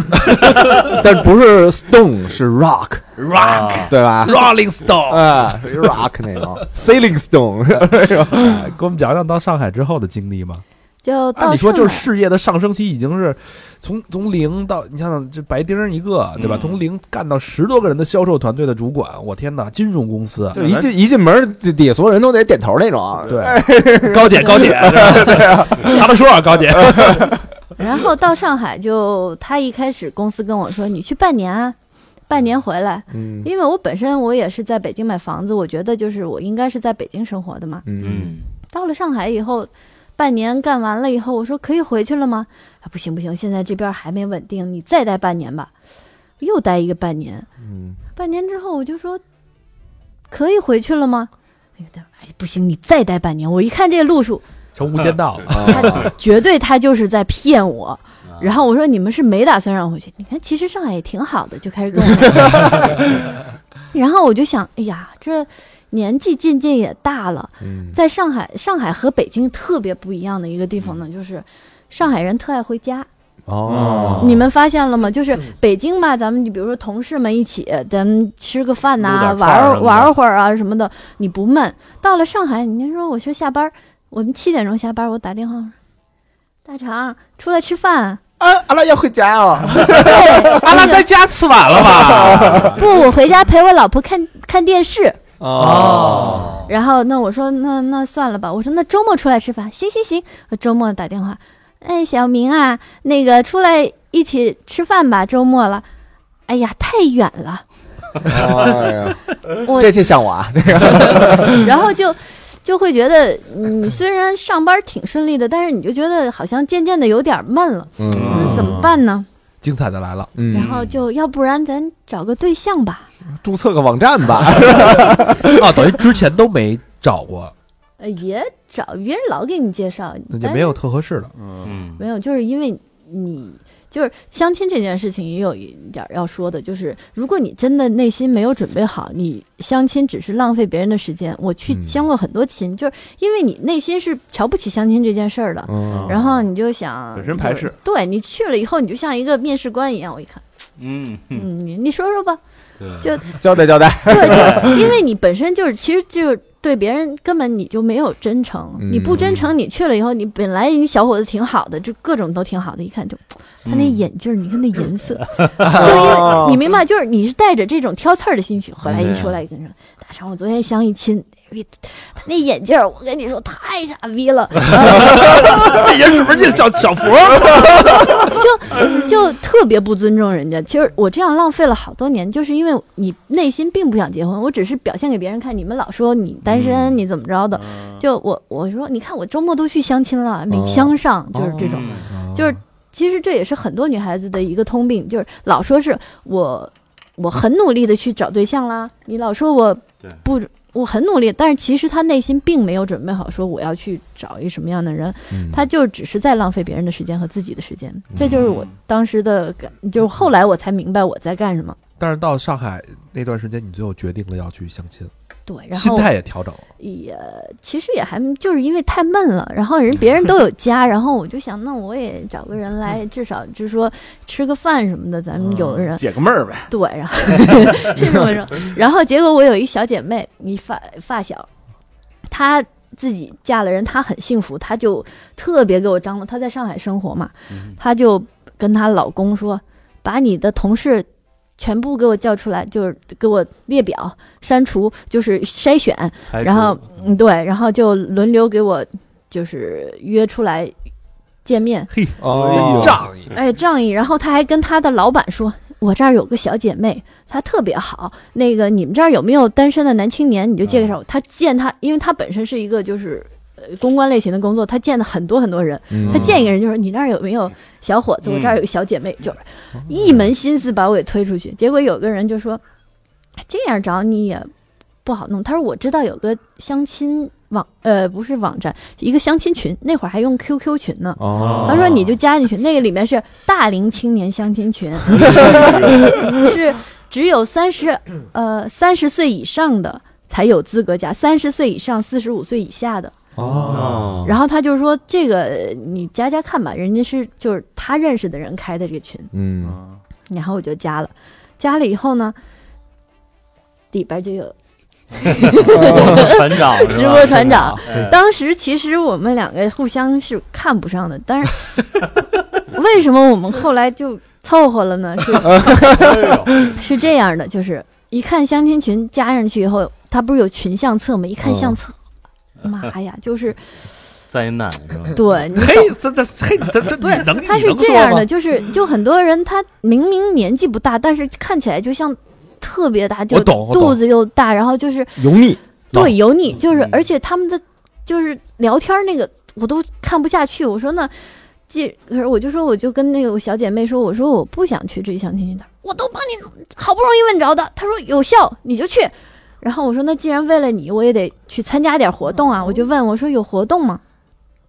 Speaker 3: 但不是 stone 是 rock，
Speaker 4: rock
Speaker 3: 对吧？
Speaker 5: Rolling
Speaker 4: 哦
Speaker 5: Stone，
Speaker 3: 哎，rock 那个 sailing stone，
Speaker 5: 哎给我们讲讲到上海之后的经历吧。
Speaker 2: 就
Speaker 5: 按
Speaker 2: 到
Speaker 5: 理啊说
Speaker 2: 上
Speaker 5: 就是
Speaker 2: 海
Speaker 5: 事业的上升期已经是从从零到你想想这白丁儿一个对吧？
Speaker 4: 嗯
Speaker 5: 从零干到十多个人的销售团队的主管，我天哪！金融公司
Speaker 3: 就一进一进门，底底下所有人都得点头那种。啊哎
Speaker 5: 对，高姐高姐， [LAUGHS] 他们说啊，高姐，
Speaker 2: [LAUGHS] 然后到上海就他一开始公司跟我说你去半年啊，半年回来，
Speaker 3: 嗯
Speaker 2: 因为我本身我也是在北京买房子，我觉得就是我应该是在北京生活的嘛。
Speaker 3: 嗯，
Speaker 4: 嗯，
Speaker 2: 到了上海以后，半年干完了以后，我说可以回去了吗？啊，不行不行，现在这边还没稳定，你再待半年吧。又待一个半年，
Speaker 3: 嗯
Speaker 2: 半年之后我就说可以回去了吗？哎呦，哎不行，你再待半年。我一看这路数，
Speaker 5: 成无间
Speaker 2: [LAUGHS]
Speaker 5: 道
Speaker 3: 嗯
Speaker 5: 了。
Speaker 3: 哦
Speaker 2: 他绝对他就是在骗我。然后我说你们是没打算让我回去？你看，其实上海也挺好的，就开始跟我。 [LAUGHS] 然后我就想，哎呀，这年纪渐渐也大了，
Speaker 3: 嗯
Speaker 2: 在上海，上海和北京特别不一样的一个地方
Speaker 4: 嗯
Speaker 2: 呢，就是上海人特爱回家。
Speaker 4: 嗯
Speaker 3: 哦，
Speaker 2: 你们发现了吗？就是北京吧，咱们就比如说同事们一起，咱们吃个饭呐、
Speaker 4: 撸点
Speaker 2: 玩
Speaker 4: 串儿
Speaker 2: 儿
Speaker 4: 什么的
Speaker 2: 玩会儿啊什么的，你不闷。到了上海，你就说我说下班儿，我们七点钟下班儿，我打电话我说大肠出来吃
Speaker 4: [LAUGHS]
Speaker 2: 饭。
Speaker 3: 啊，阿拉要回家哦。
Speaker 2: 对，
Speaker 4: 阿拉啊在家吃完了
Speaker 2: [LAUGHS]
Speaker 4: 吧？
Speaker 2: 不，我回家陪我老婆看看电视。
Speaker 3: 哦，
Speaker 2: 然后那我说那那算了吧，我说那周末出来吃饭，行行行，我周末打电话，哎，小明啊，那个出来一起吃饭吧，周末了。哎呀，太远了，
Speaker 3: 哎呀
Speaker 2: 我
Speaker 3: 这这像我啊，这
Speaker 2: 然后就就会觉得你虽然上班挺顺利的，但是你就觉得好像渐渐的有点闷了，
Speaker 4: 嗯
Speaker 2: 怎么办呢？
Speaker 5: 精彩的来了，
Speaker 3: 嗯
Speaker 2: 然后就要不然咱找个对象吧，
Speaker 3: 注册个网站吧。
Speaker 5: 啊，等于之前都没找过
Speaker 2: 呃，也找别人老给你介绍，
Speaker 5: 那就
Speaker 2: 但
Speaker 5: 没有特合适的。
Speaker 7: 嗯，
Speaker 4: 嗯
Speaker 2: 没有，就是因为你就是相亲这件事情也有一点儿要说的，就是如果你真的内心没有准备好，你相亲只是浪费别人的时间。我去
Speaker 3: 嗯
Speaker 2: 相过很多亲，就是因为你内心是瞧不起相亲这件事儿的，
Speaker 3: 嗯
Speaker 2: 然后你就想
Speaker 7: 本身排
Speaker 2: 就是
Speaker 7: 斥，
Speaker 2: 对你去了以后，你就像一个面试官一样，我一看，
Speaker 4: 嗯，
Speaker 2: 嗯，你你说说吧，就
Speaker 3: 交代交代，
Speaker 2: 对，就因为你本身就是，其实就是对别人根本你就没有真诚，
Speaker 3: 嗯
Speaker 2: 你不真诚，你去了以后，你本来你小伙子挺好的，就各种都挺好的，一看就他那眼镜儿，你看那颜色，就因为你明白，就是你是带着这种挑刺儿的心去，回来一出来跟人大成，我昨天相一亲。他那眼镜儿，我跟你说太傻逼了，
Speaker 7: [LAUGHS] 那人是不是就小小佛？
Speaker 5: 哎
Speaker 2: 就 [LAUGHS] 特别不尊重人家。其实我这样浪费了好多年，就是因为你内心并不想结婚，我只是表现给别人看。你们老说你单身，你怎么着的？
Speaker 4: 嗯
Speaker 2: 就我我说，你看我周末都去相亲了，没相上，就是这
Speaker 4: 哦
Speaker 2: 种。哎
Speaker 5: 啊
Speaker 2: 就是其实这也是很多女孩子的一个通病，就是老说是我我很努力的去找对象啦，你老说我
Speaker 4: 对
Speaker 2: 不。我很努力，但是其实她内心并没有准备好，说我要去找一个什么样的人，
Speaker 5: 嗯
Speaker 2: 他就只是在浪费别人的时间和自己的时间，这就是我当时的感，就是后来我才明白我在干什么。
Speaker 5: 但是到上海那段时间，你最后决定了要去相亲，
Speaker 2: 对，然
Speaker 5: 心
Speaker 2: 后
Speaker 5: 态也调整了。
Speaker 2: 也其实也还就是因为太闷了，然后人别人都有家，然后我就想，那我也找个人来，至少就是说吃个饭什么的，咱们有个人、
Speaker 5: 嗯
Speaker 7: 解个闷儿呗，
Speaker 2: 对，
Speaker 5: [LAUGHS]
Speaker 2: 然后是这么说。然后结果我有一小姐妹，一发发小，她自己嫁了人，她很幸福，她就特别给我张罗。她在上海生活嘛，
Speaker 4: 嗯
Speaker 2: 她就跟她老公说：“把你的同事全部给我叫出来，就是给我列表删除，就是筛选，
Speaker 4: 排除
Speaker 2: 然后嗯对，然后就轮流给我就是约出来见面。”
Speaker 4: 哎
Speaker 5: 嗯
Speaker 3: 哦，
Speaker 7: 仗义，
Speaker 2: 哎，仗义。然后他还跟他的老板说：“我这儿有个小姐妹，她特别好。那个你们这儿有没有单身的男青年？你就介绍我。他见他，因为他本身是一个就是呃公关类型的工作，他见了很多很多人。
Speaker 3: 嗯
Speaker 2: 他见一个人就说：你那儿有没有小伙子？我这儿有个小姐妹，就是
Speaker 3: 嗯
Speaker 2: 一门心思把我给推出去。结果有个人就说：这样找你也不好弄。他说我知道有个相亲网，呃，不是网站，一个相亲群，那会儿还用 QQ 群呢。
Speaker 3: 哦
Speaker 2: 他说你就加进去，那个里面是大龄青年相亲
Speaker 3: [LAUGHS]
Speaker 2: 群，是只有三十呃三十岁以上的才有资格加，三十岁以上、四十五岁以下的。
Speaker 5: 嗯
Speaker 4: 哦，
Speaker 2: 然后他就说这个你加加看吧，人家是就是他认识的人开的这个群，
Speaker 3: 嗯，
Speaker 2: 然后我就加了，加了以后呢，里边就有
Speaker 4: 船长是吧
Speaker 2: 直播船长，
Speaker 4: 哎
Speaker 2: 当时其实我们两个互相是看不上的，但是为什么我们后来就凑合了呢？是是这样的，就是一看相亲群加上去以后，它不是有群相册吗？一看相册，妈呀，就是
Speaker 4: 灾难是吧？
Speaker 2: 对你
Speaker 5: 嗯
Speaker 7: 嘿，这这嘿，这这
Speaker 2: 不是
Speaker 7: 你能
Speaker 2: 他
Speaker 7: 你
Speaker 2: 是
Speaker 7: 能
Speaker 2: 这
Speaker 7: 说
Speaker 2: 样
Speaker 7: 吗
Speaker 2: 的，就是就很多人他明明年纪不大，但是看起来就像特别大，就
Speaker 5: 我懂我懂
Speaker 2: 肚子又大，然后就是
Speaker 3: 油腻，
Speaker 2: 对，油腻，就是
Speaker 4: 嗯
Speaker 2: 而且他们的就是聊天儿那个我都看不下去。我说那，既可是我就说我就跟那个小姐妹说，我说我不想去这相亲群的，我都帮你好不容易问着的。她说有效你就去。然后我说那既然为了你，我也得去参加点活动啊。我就问我说有活动吗？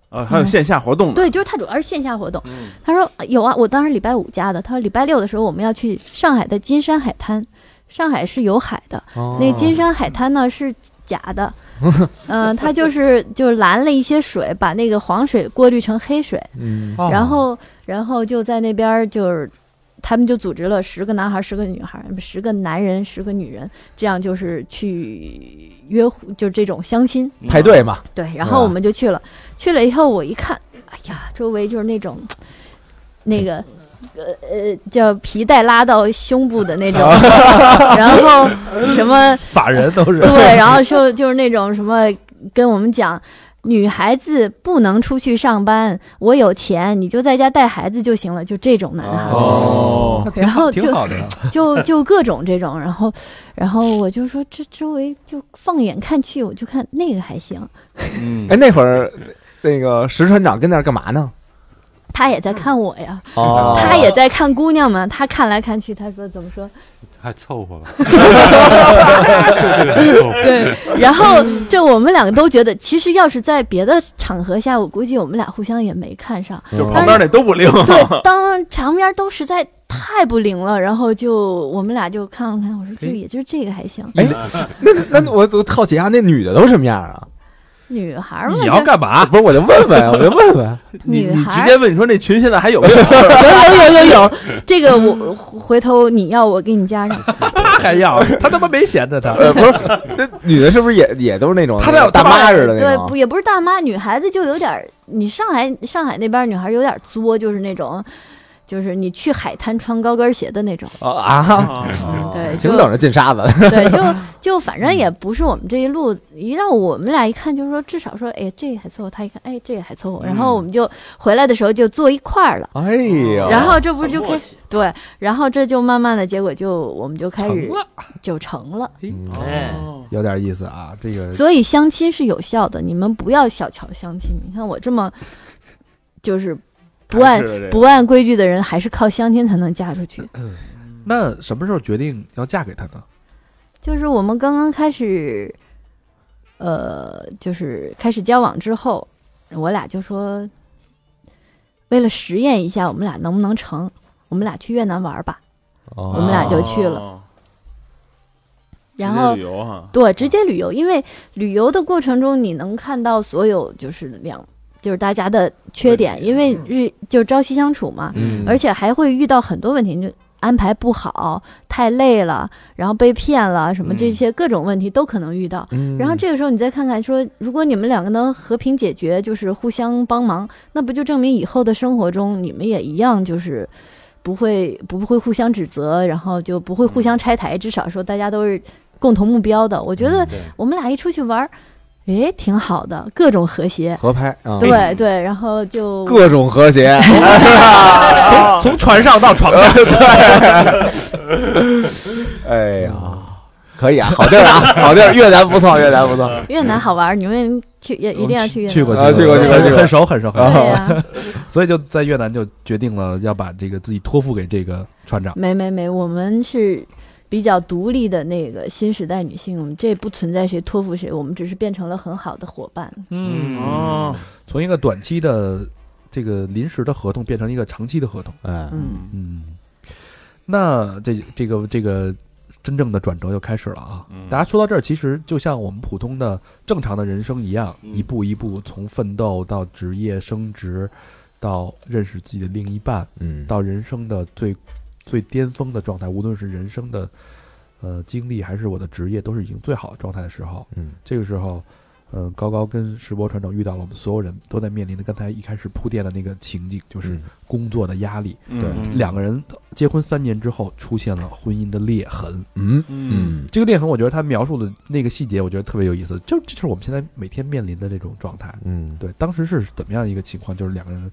Speaker 7: 啊，还有线下活
Speaker 3: 嗯
Speaker 7: 动呢，
Speaker 2: 对，就是他主要是线下活动。他说有啊，我当时礼拜五加的。他说礼拜六的时候我们要去上海的金山海滩，上海是有海的，那金山海滩呢是假的。嗯、它就是就是拦了一些水，把那个黄水过滤成黑水，
Speaker 3: 嗯
Speaker 5: 哦
Speaker 2: 然后然后就在那边儿就是，他们就组织了十个男孩儿、十个女孩儿、十个男人、十个女人，这样就是去约会，就这种相亲。
Speaker 3: 排队嘛，
Speaker 2: 对，然
Speaker 5: 啊
Speaker 2: 后我们就去了，去了以后我一看，哎呀，周围就是那种，那个，呃呃，叫皮带拉到胸部的那
Speaker 5: [LAUGHS]
Speaker 2: 种，然后什么
Speaker 5: 法人都是
Speaker 2: 对，然后说就是那种什么跟我们讲。女孩子不能出去上班，我有钱，你就在家带孩子就行了，就这种男孩，
Speaker 7: 哦，
Speaker 2: 然后就
Speaker 5: [LAUGHS] 挺好的呀，
Speaker 2: 就就各种这种，然后，然后我就说这周围就放眼看去，我就看那个还行，
Speaker 7: 嗯
Speaker 3: 哎哎，，那会儿那个石船长跟那儿干嘛呢？
Speaker 2: 他也在看我呀，
Speaker 3: 哦
Speaker 2: 他也在看姑娘们，他看来看去，他说怎么说？
Speaker 6: 太凑合了，就这个很凑合。
Speaker 2: 对，然后就我们两个都觉得，其实要是在别的场合下，我估计我们俩互相也嗯没看上。
Speaker 7: 就旁边那都不灵。
Speaker 2: 对，当旁边都实在太不灵了，然后就我们俩就看了看，我说就也就这个还行，
Speaker 3: 哎，那那我我好奇啊，那女的都什么样啊？
Speaker 2: 女孩儿嘛，
Speaker 7: 你要
Speaker 2: 就
Speaker 7: 干嘛？
Speaker 3: 不是，我就问问，我就问问。
Speaker 7: 你
Speaker 2: 女
Speaker 7: 你
Speaker 2: 孩
Speaker 7: 直
Speaker 2: 儿
Speaker 7: 接问，你说那群现在还有
Speaker 5: [LAUGHS]
Speaker 7: 没有？
Speaker 2: 有有有有有，这个我回头你要我给你加上，
Speaker 5: 他还 [LAUGHS] 要他他妈没闲着他，
Speaker 3: 呃，不是，那女的是不是也也都是那种
Speaker 7: 她俩
Speaker 3: 大妈似的那
Speaker 2: 对，不
Speaker 3: 种？
Speaker 2: 也不是大妈，女孩子就有点儿，你上海上海那边女孩有点作，就是那种，就是你去海滩穿高跟鞋的那种，
Speaker 3: 啊啊！
Speaker 4: 哦
Speaker 2: 嗯，对，
Speaker 3: 请
Speaker 2: 就
Speaker 3: 等着进沙子。 [LAUGHS]
Speaker 2: 对，就就反
Speaker 3: 嗯
Speaker 2: 正也不是我们这一路，一让我们俩一看，就是说至少说，哎，这个还凑合，他一看，哎，这个还凑
Speaker 3: 嗯
Speaker 2: 合，然后我们就回来的时候就坐一块儿了。
Speaker 3: 哎呦，
Speaker 2: 然后这不就
Speaker 7: 很默
Speaker 2: 开始对，然后这就慢慢的结果就我们就开始就成了，
Speaker 4: 哎，
Speaker 6: 哦
Speaker 5: 有点意思啊。这个
Speaker 2: 所以相亲是有效的，你们不要小瞧相亲。你看我这么就是不按不按规矩的人，还是靠相亲才能嫁出去。
Speaker 5: [LAUGHS] 那什么时候决定要嫁给他呢？
Speaker 2: [LAUGHS] 就是我们刚刚开始，呃，就是开始交往之后，我俩就说，为了实验一下我们俩能不能成，我们俩去越南玩吧。我
Speaker 3: 我
Speaker 2: 们俩就去了
Speaker 7: 哦。
Speaker 2: 然
Speaker 7: 直接
Speaker 2: 后
Speaker 7: 旅游哈，
Speaker 2: 对，直接旅游，因为旅游的过程中你能看到所有就是两就是大家的缺点，因为日就朝夕相处嘛，
Speaker 3: 嗯
Speaker 2: 而且还会遇到很多问题，你就安排不好，太累了，然后被骗了，什么这些各种问题都可能遇到。
Speaker 3: 嗯
Speaker 2: 然后这个时候你再看看说，如果你们两个能和平解决，就是互相帮忙，那不就证明以后的生活中你们也一样，就是不会不会互相指责，然后就不会互相拆台，至少说大家都是共同目标的。我觉得
Speaker 4: 对
Speaker 2: 我们俩一出去玩儿，诶，挺好的，各种和谐。
Speaker 3: 合拍啊，
Speaker 2: 对对，然后就
Speaker 3: 各种和谐。
Speaker 5: 从从船上到床上，
Speaker 3: 哎呀，可以啊，好地儿啊，好地儿，越南不错，越南不错。
Speaker 2: 越南好玩儿，你们去也一定要去越南。
Speaker 5: 去过
Speaker 3: 啊去过去过去过
Speaker 5: 很熟很熟很熟，
Speaker 2: 对呀，
Speaker 5: 所以就在越南就决定了要把这个自己托付给这个船长。
Speaker 2: 没没没，我们是比较独立的那个新时代女性，我们这不存在谁托付谁，我们只是变成了很好的伙伴。
Speaker 4: 嗯
Speaker 7: 哦，
Speaker 5: 从一个短期的这个临时的合同变成一个长期的合同。
Speaker 3: 嗯，
Speaker 2: 嗯，
Speaker 5: 嗯，那这这个这个真正的转折就开始了啊！
Speaker 7: 嗯
Speaker 5: 大家说到这儿，其实就像我们普通的正常的人生一样，
Speaker 4: 嗯
Speaker 5: 一步一步从奋斗到职业升职，到认识自己的另一半，
Speaker 3: 嗯，
Speaker 5: 到人生的最最巅峰的状态，无论是人生的呃经历，还是我的职业，都是已经最好的状态的时候。
Speaker 3: 嗯，
Speaker 5: 这个时候，呃，高高跟石波船长遇到了我们所有人都在面临的刚才一开始铺垫的那个情景，就是
Speaker 3: 嗯
Speaker 5: 工作的压力。
Speaker 7: 嗯
Speaker 5: 两个人结婚三年之后出现了婚姻的裂痕，
Speaker 3: 嗯
Speaker 7: 嗯
Speaker 3: 嗯
Speaker 5: 这个裂痕我觉得他描述的那个细节，我觉得特别有意思，就这就是我们现在每天面临的这种状态。
Speaker 3: 嗯，
Speaker 5: 对，当时是怎么样一个情况？就是两个人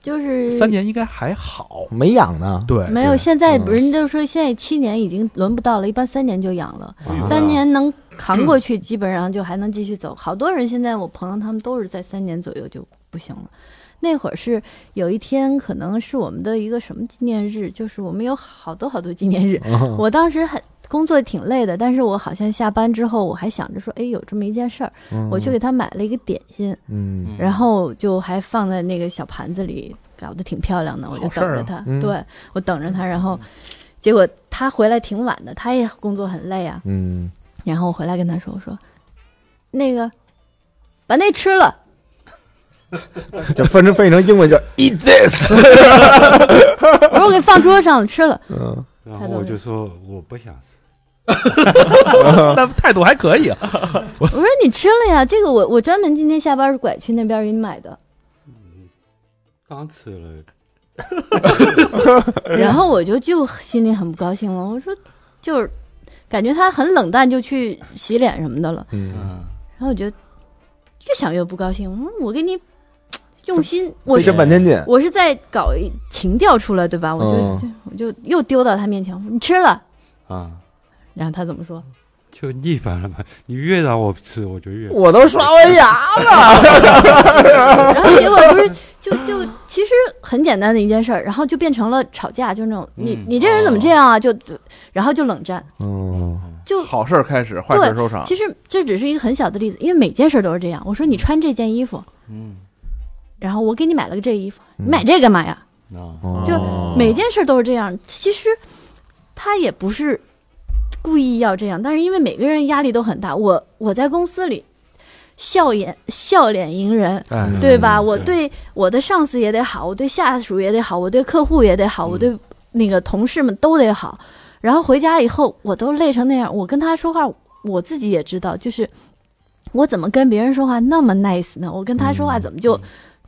Speaker 2: 就是
Speaker 5: 三年应该还好，
Speaker 3: 没养呢。
Speaker 5: 对，
Speaker 2: 嗯没有，
Speaker 5: 对
Speaker 2: 现在
Speaker 3: 嗯
Speaker 2: 不是人家说现在七年已经轮不到了，一般三年就养了，
Speaker 5: 嗯
Speaker 3: 啊
Speaker 2: 三年能扛过去，基本上就还能继续走。好多人现在我朋友他们都是在三年左右就不行了。那会儿是有一天，可能是我们的一个什么纪念日，就是我们有好多好多纪念日。
Speaker 5: 嗯
Speaker 2: 我当时还工作挺累的，但是我好像下班之后，我还想着说，哎，有这么一件事儿，
Speaker 5: 嗯
Speaker 2: 我去给他买了一个点心，
Speaker 3: 嗯
Speaker 2: 然后就还放在那个小盘子里，搞得挺漂亮的，我就
Speaker 5: 好事
Speaker 2: 等
Speaker 5: 儿啊
Speaker 2: 着他，
Speaker 3: 嗯
Speaker 2: 对我等着他，然后结果他回来挺晚的，他也工作很累啊，
Speaker 3: 嗯，
Speaker 2: 然后我回来跟他说，我说那个把那吃了，
Speaker 5: [LAUGHS]
Speaker 3: 就翻成翻译成英文就是 eat this。
Speaker 2: 我说我给放桌上了，吃了，
Speaker 3: 嗯，
Speaker 6: 然后我就说我不想吃，
Speaker 5: [LAUGHS] 那态度还可以啊。
Speaker 2: [LAUGHS] 我说你吃了呀，这个我我专门今天下班拐去那边给你买的，
Speaker 6: 嗯刚吃了，
Speaker 2: [LAUGHS] 然后我就就心里很不高兴了，我说就是感觉他很冷淡，就去洗脸什么的了。
Speaker 4: 嗯
Speaker 2: 然后我就越想越不高兴，我说我给你用心，我
Speaker 3: 费
Speaker 2: 是
Speaker 3: 这半天劲。
Speaker 2: 我是在搞一情调出来，对吧？我就、
Speaker 5: 嗯
Speaker 2: 就我就又丢到他面前，我说你吃了，
Speaker 4: 啊，
Speaker 2: 然后他怎么说？ [LAUGHS]
Speaker 6: 就逆反了嘛。你越让我吃，我就越
Speaker 3: 我都刷完牙了。
Speaker 2: 然后结果不是就就其实很简单的一件事儿，然后就变成了吵架，就是那种你
Speaker 4: 嗯
Speaker 2: 你这人怎么这样啊？就就然后就冷战，
Speaker 3: 嗯，
Speaker 2: 就
Speaker 7: 好事儿开始，坏事儿
Speaker 3: 啊
Speaker 7: 收场。
Speaker 2: 其实这只是一个很小的例子，因为每件事都是这样。我说你穿这件衣服，
Speaker 4: 嗯
Speaker 2: 然后我给你买了个这个衣服，
Speaker 3: 嗯
Speaker 2: 你买这干嘛呀？
Speaker 4: 啊，
Speaker 3: 哦
Speaker 2: 就
Speaker 7: 哎
Speaker 2: 每件事都是这样。其实他也不是故意要这样，但是因为每个人压力都很大。我我在公司里笑颜笑脸迎人，
Speaker 5: 哎，
Speaker 2: 对吧？我对我的上司也得好，我对下属也得好，我对客户也得好，我对那个同事们都得好。然后回家以后，我都累成那样，我跟他说话，我自己也知道，就是我怎么跟别人说话那么 nice 呢？我跟他说话怎么
Speaker 4: 嗯
Speaker 2: 就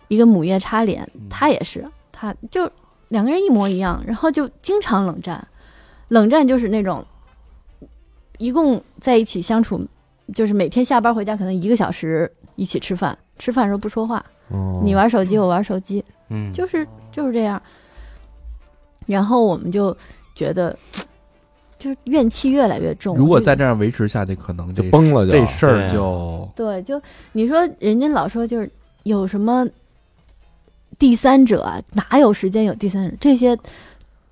Speaker 2: 一个母夜叉脸？他也是，他就两个人一模一样，然后就经常冷战，冷战就是那种一共在一起相处，就是每天下班回家可能一个小时一起吃饭，吃饭的时候不说话，
Speaker 5: 嗯
Speaker 2: 你玩手机，我玩手机，
Speaker 4: 嗯，
Speaker 2: 就是就是这样。然后我们就觉得，就是怨气越来越重。
Speaker 5: 如果
Speaker 2: 就
Speaker 5: 再这样维持下去，可能
Speaker 3: 就
Speaker 5: 这
Speaker 3: 崩了就，
Speaker 5: 这事
Speaker 4: 对
Speaker 5: 儿
Speaker 4: 啊
Speaker 5: 就
Speaker 2: 对，就你说人家老说就是有什么第三者啊，哪有时间有第三者？这些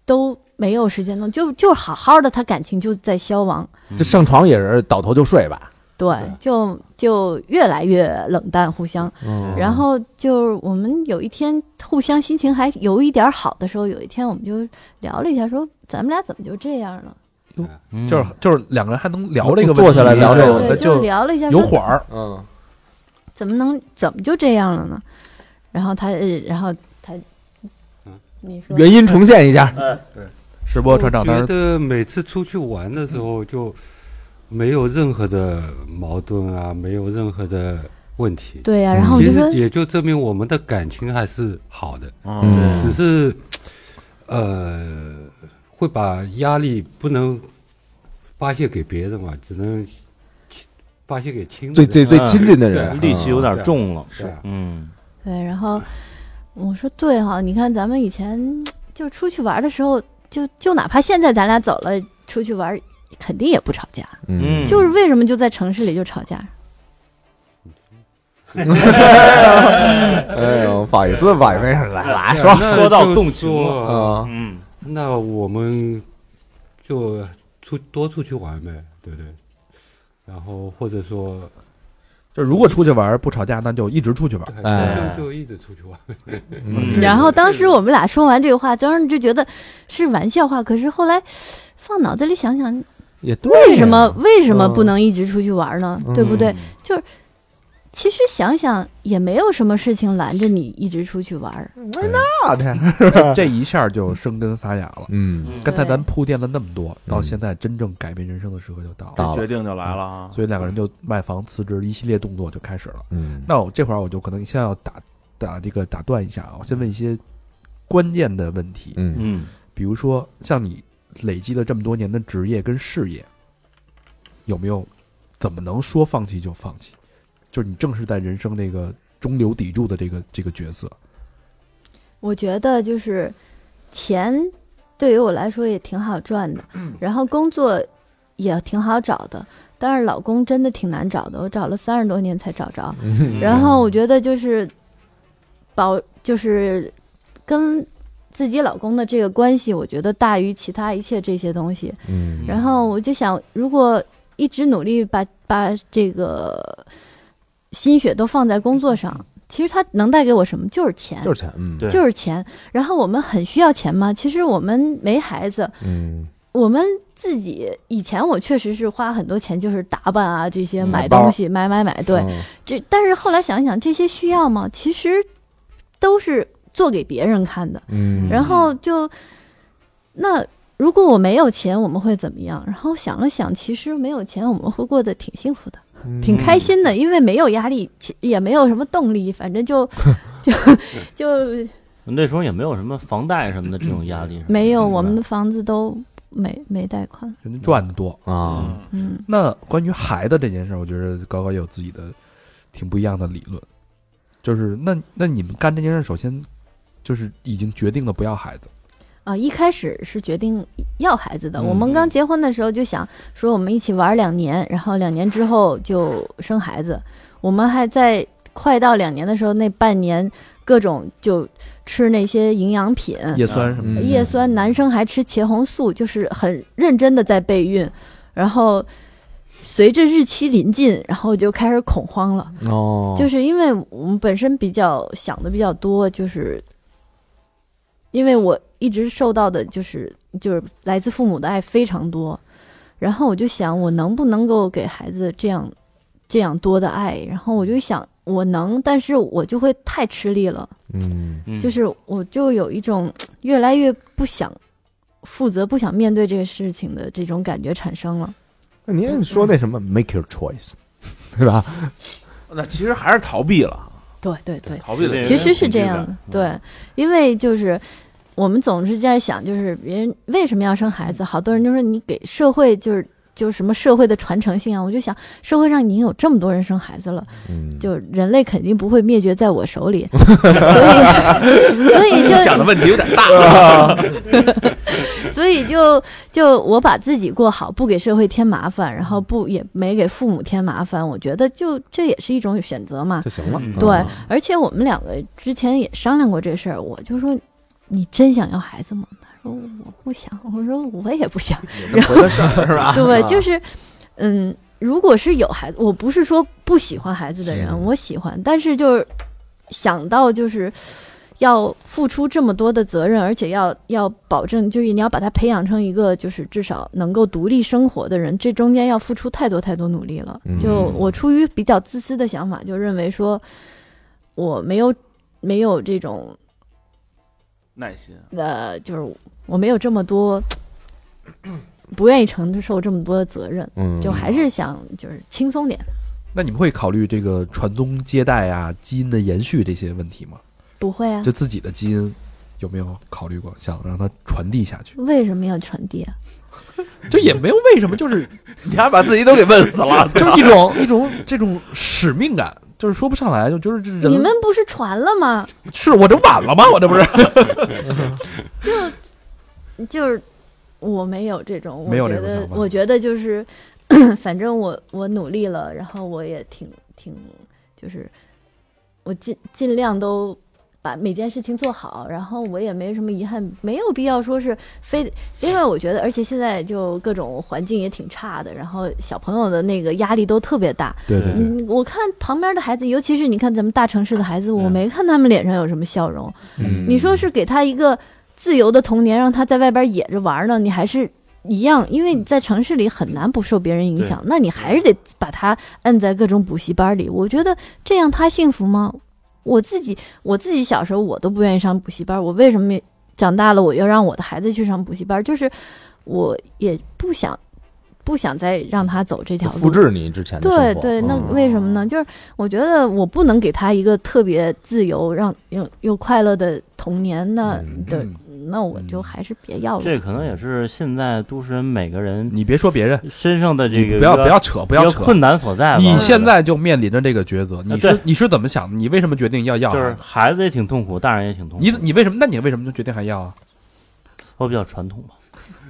Speaker 2: 都没有时间弄，就就好好的，他感情就在消亡。
Speaker 4: 嗯
Speaker 3: 就上床也是倒头就睡吧。
Speaker 2: 对，就就越来越冷淡，互相。
Speaker 3: 嗯
Speaker 2: 然后就是我们有一天互相心情还有一点儿好的时候，有一天我们就聊了一下，说咱们俩怎么就这样了？
Speaker 4: 嗯
Speaker 5: 就是就是两个人还能聊这个问题，
Speaker 3: 坐下来聊这个
Speaker 5: 对
Speaker 2: 对，就
Speaker 5: 呃就
Speaker 2: 聊了一下，
Speaker 5: 有
Speaker 2: 说
Speaker 5: 火儿，
Speaker 3: 嗯，
Speaker 2: 怎么能怎么就这样了呢？然后他，呃然后他，你说
Speaker 3: 原因重现一下，
Speaker 5: 直播船长当
Speaker 6: 觉
Speaker 5: 时
Speaker 6: 得每次出去玩的时候就没有任何的矛盾啊，没有任何的问题。
Speaker 2: 对呀、然后我
Speaker 6: 其
Speaker 2: 就
Speaker 6: 实
Speaker 2: 说，
Speaker 6: 也就证明我们的感情还是好的，
Speaker 3: 嗯
Speaker 6: 只是呃会把压力不能发泄给别人嘛，只能亲发泄给亲
Speaker 3: 最
Speaker 6: 人。
Speaker 3: 最最亲近的人，
Speaker 4: 戾气
Speaker 3: 嗯
Speaker 4: 有
Speaker 6: 大
Speaker 4: 点重了，
Speaker 6: 是啊
Speaker 4: 嗯
Speaker 2: 对，然后我说对哈、你看咱们以前就出去玩的时候，就就哪怕现在咱俩走了出去玩，肯定也不吵架，
Speaker 3: 嗯，
Speaker 4: 嗯
Speaker 2: 就是为什么就在城市里就吵架？
Speaker 7: 嗯
Speaker 3: 哎呦，不好意思，不好意思，没事，来来说，
Speaker 6: 那
Speaker 4: 说到
Speaker 6: 就
Speaker 4: 动情了
Speaker 6: 说
Speaker 3: 嗯，
Speaker 4: 嗯，
Speaker 6: 那我们就出多出去玩呗，对不对？然后或者说，
Speaker 5: 就如果出去玩儿不吵架，那就一直出去玩儿。
Speaker 3: [LAUGHS]
Speaker 6: 对
Speaker 3: 哎
Speaker 6: 就就一直出去玩。
Speaker 4: 嗯
Speaker 2: 然后当时我们俩说完这个话，当时就觉得是玩笑话，可是后来放脑子里想想，
Speaker 3: 也对呀，
Speaker 2: 为什么为什么不能一直出去玩呢？对不对？？其实想想也没有什么事情拦着你一直出去玩儿。
Speaker 3: 那他？
Speaker 5: 这一下就生根发芽了。
Speaker 3: 嗯，
Speaker 4: 嗯
Speaker 5: 刚才
Speaker 2: 对
Speaker 5: 咱铺垫了那么多，到
Speaker 3: 嗯
Speaker 5: 现在真正改变人生的时刻就到
Speaker 3: 到了
Speaker 5: 了，嗯
Speaker 7: 决定就来了啊！
Speaker 5: 所以两个人就卖房、辞职，一系列动作就开始了。
Speaker 3: 嗯，
Speaker 5: 那我这会儿我就可能先要打打这个打断一下啊，我先问一些关键的问题，
Speaker 3: 嗯
Speaker 4: 嗯，
Speaker 5: 比如说像你累积了这么多年的职业跟事业，有没有怎么能说放弃就放弃？就是你正是在人生这个中流砥柱的这个这个角色，
Speaker 2: 我觉得就是钱对于我来说也挺好赚的，然后工作也挺好找的，但是老公真的挺难找的，我找了三十多年才找着。
Speaker 4: 嗯
Speaker 2: 然后我觉得就是保就是跟自己老公的这个关系，我觉得大于其他一切这些东西。
Speaker 3: 嗯
Speaker 2: 然后我就想，如果一直努力把把这个心血都放在工作上，其实它能带给我什么？就是钱，
Speaker 3: 嗯就是钱，嗯，
Speaker 4: 对
Speaker 2: 就是钱。然后我们很需要钱吗？其实我们没孩子，
Speaker 3: 嗯，
Speaker 2: 我们自己以前我确实是花很多钱，就是打扮啊这些，
Speaker 3: 嗯
Speaker 2: 买
Speaker 3: 包
Speaker 2: 东西，买买买，对。
Speaker 3: 嗯，
Speaker 2: 这但是后来想一想，这些需要吗？其实都是做给别人看的。
Speaker 3: 嗯，
Speaker 2: 然后就，那如果我没有钱，我们会怎么样？然后想了想，其实没有钱我们会过得挺幸福的，挺开心的，因为没有压力，其也没有什么动力，反正就就就
Speaker 4: 嗯那时候也没有什么房贷什么的这种压力，是吧
Speaker 2: 没有，我们的房子都没没贷款，
Speaker 3: 嗯
Speaker 5: 人家赚的多。
Speaker 3: 啊，
Speaker 2: 嗯。
Speaker 5: 那关于孩子这件事儿，我觉得高高也有自己的挺不一样的理论，就是那那你们干这件事，首先就是已经决定了不要孩子，
Speaker 2: 啊，一开始是决定要孩子的。我们
Speaker 4: 嗯
Speaker 2: 刚结婚的时候就想说，我们一起玩两年，然后两年之后就生孩子。我们还在快到两年的时候，那半年各种就吃那些营养品，
Speaker 5: 叶酸什么的，
Speaker 3: 嗯
Speaker 2: 叶酸，男生还吃茄红素，就是很认真的在备孕，然后随着日期临近，然后就开始恐慌了，
Speaker 3: 哦，
Speaker 2: 就是因为我们本身比较想的比较多，就是因为我一直受到的就是就是来自父母的爱非常多，然后我就想我能不能够给孩子这样这样多的爱，然后我就想我能，但是我就会太吃力了。
Speaker 3: 嗯
Speaker 4: 嗯
Speaker 2: 就是我就有一种越来越不想负责、不想面对这个事情的这种感觉产生了。
Speaker 3: 那您说那什么 make your choice，对 [LAUGHS] 吧？
Speaker 7: 那其实还是逃避了，
Speaker 2: 对对对，
Speaker 7: 逃避了
Speaker 4: 对
Speaker 7: 这
Speaker 2: 其
Speaker 7: 个。
Speaker 2: 实哎是这样的，
Speaker 4: 嗯
Speaker 2: 对，因为就是我们总是在想，就是别人为什么要生孩子？好多人就说你给社会就是。就是什么社会的传承性啊，我就想社会上已经有这么多人生孩子了，
Speaker 3: 嗯，
Speaker 2: 就人类肯定不会灭绝在我手里，所以 [LAUGHS] 所以就
Speaker 7: 想的问题有点大，
Speaker 2: [LAUGHS] 所以就就我把自己过好，不给社会添麻烦，然后不也没给父母添麻烦，我觉得就这也是一种选择嘛。
Speaker 3: 就行了。
Speaker 4: 嗯
Speaker 2: 对，而且我们两个之前也商量过这事儿，我就说你真想要孩子吗？他说我不想，我说我也不想，
Speaker 3: 回的事儿是吧？
Speaker 2: 对，就是嗯。如果是有孩子，我不是说不喜欢孩子的人，我喜欢，但是就是想到就是要付出这么多的责任，而且要要保证，就是你要把他培养成一个就是至少能够独立生活的人，这中间要付出太多太多努力了。
Speaker 3: 嗯
Speaker 2: 就我出于比较自私的想法，就认为说我没有没有这种
Speaker 7: 耐心。
Speaker 2: 呃，就是我没有这么多 [COUGHS] 不愿意承受这么多的责任。
Speaker 3: 嗯，
Speaker 2: 就还是想就是轻松点，
Speaker 5: 那你们会考虑这个传宗接代啊、基因的延续这些问题吗？
Speaker 2: 不会啊
Speaker 5: 就？自己的基因有没有考虑过，想让它传递下去？
Speaker 2: 为什么要传递啊？
Speaker 5: 就也没有为什么，就是，
Speaker 7: 你还把自己都给问死了
Speaker 5: 就是一种一种这种使命感，就是说不上来，就就是这人
Speaker 2: 你们不是传了吗？
Speaker 5: 是我这晚了吗？我这不是
Speaker 2: 就就是我没有这种，我
Speaker 5: 没有
Speaker 2: 觉
Speaker 5: 这种
Speaker 2: 得
Speaker 5: 想法
Speaker 2: 我觉得就是 [COUGHS] 反正我我努力了，然后我也挺挺就是我尽尽量都。把每件事情做好，然后我也没什么遗憾，没有必要说是非得，因为我觉得，而且现在就各种环境也挺差的，然后小朋友的那个压力都特别大，
Speaker 5: 对对对，
Speaker 2: 嗯，我看旁边的孩子，尤其是你看咱们大城市的孩子，我
Speaker 4: 嗯
Speaker 2: 没看他们脸上有什么笑容。
Speaker 3: 嗯
Speaker 2: 你说是给他一个自由的童年，让他在外边野着玩呢，你还是一样，因为你在城市里很难不受别人影响，那你还是得把他摁在各种补习班里。我觉得这样他幸福吗？我自己我自己小时候我都不愿意上补习班，我为什么长大了我要让我的孩子去上补习班？就是我也不想不想再让他走这条路
Speaker 3: 复。制你之前的生
Speaker 2: 对
Speaker 3: 活
Speaker 2: 对，那
Speaker 3: 嗯
Speaker 2: 为什么呢？就是我觉得我不能给他一个特别自由、让又又快乐的童年，那
Speaker 3: 嗯
Speaker 2: 对
Speaker 5: 嗯，
Speaker 2: 那我就还是别要了。
Speaker 4: 这可能也是现在都市人每个人
Speaker 5: 你别说别人，
Speaker 4: 身上的这
Speaker 5: 你
Speaker 4: 个
Speaker 5: 不要
Speaker 4: 一个
Speaker 5: 不要扯，不
Speaker 4: 一
Speaker 5: 要
Speaker 4: 个
Speaker 5: 扯。啊
Speaker 4: 困难所在吧。
Speaker 5: 你现在就面临着这个抉择，你
Speaker 4: 啊对
Speaker 5: 是你是怎么想的？你为什么决定要要
Speaker 4: 就
Speaker 5: 孩
Speaker 4: 是
Speaker 5: 子？
Speaker 4: 孩子也挺痛苦，大人也挺痛苦。
Speaker 5: 你你为什么？那你为什么就决定还要啊？
Speaker 4: 我比较传统吧，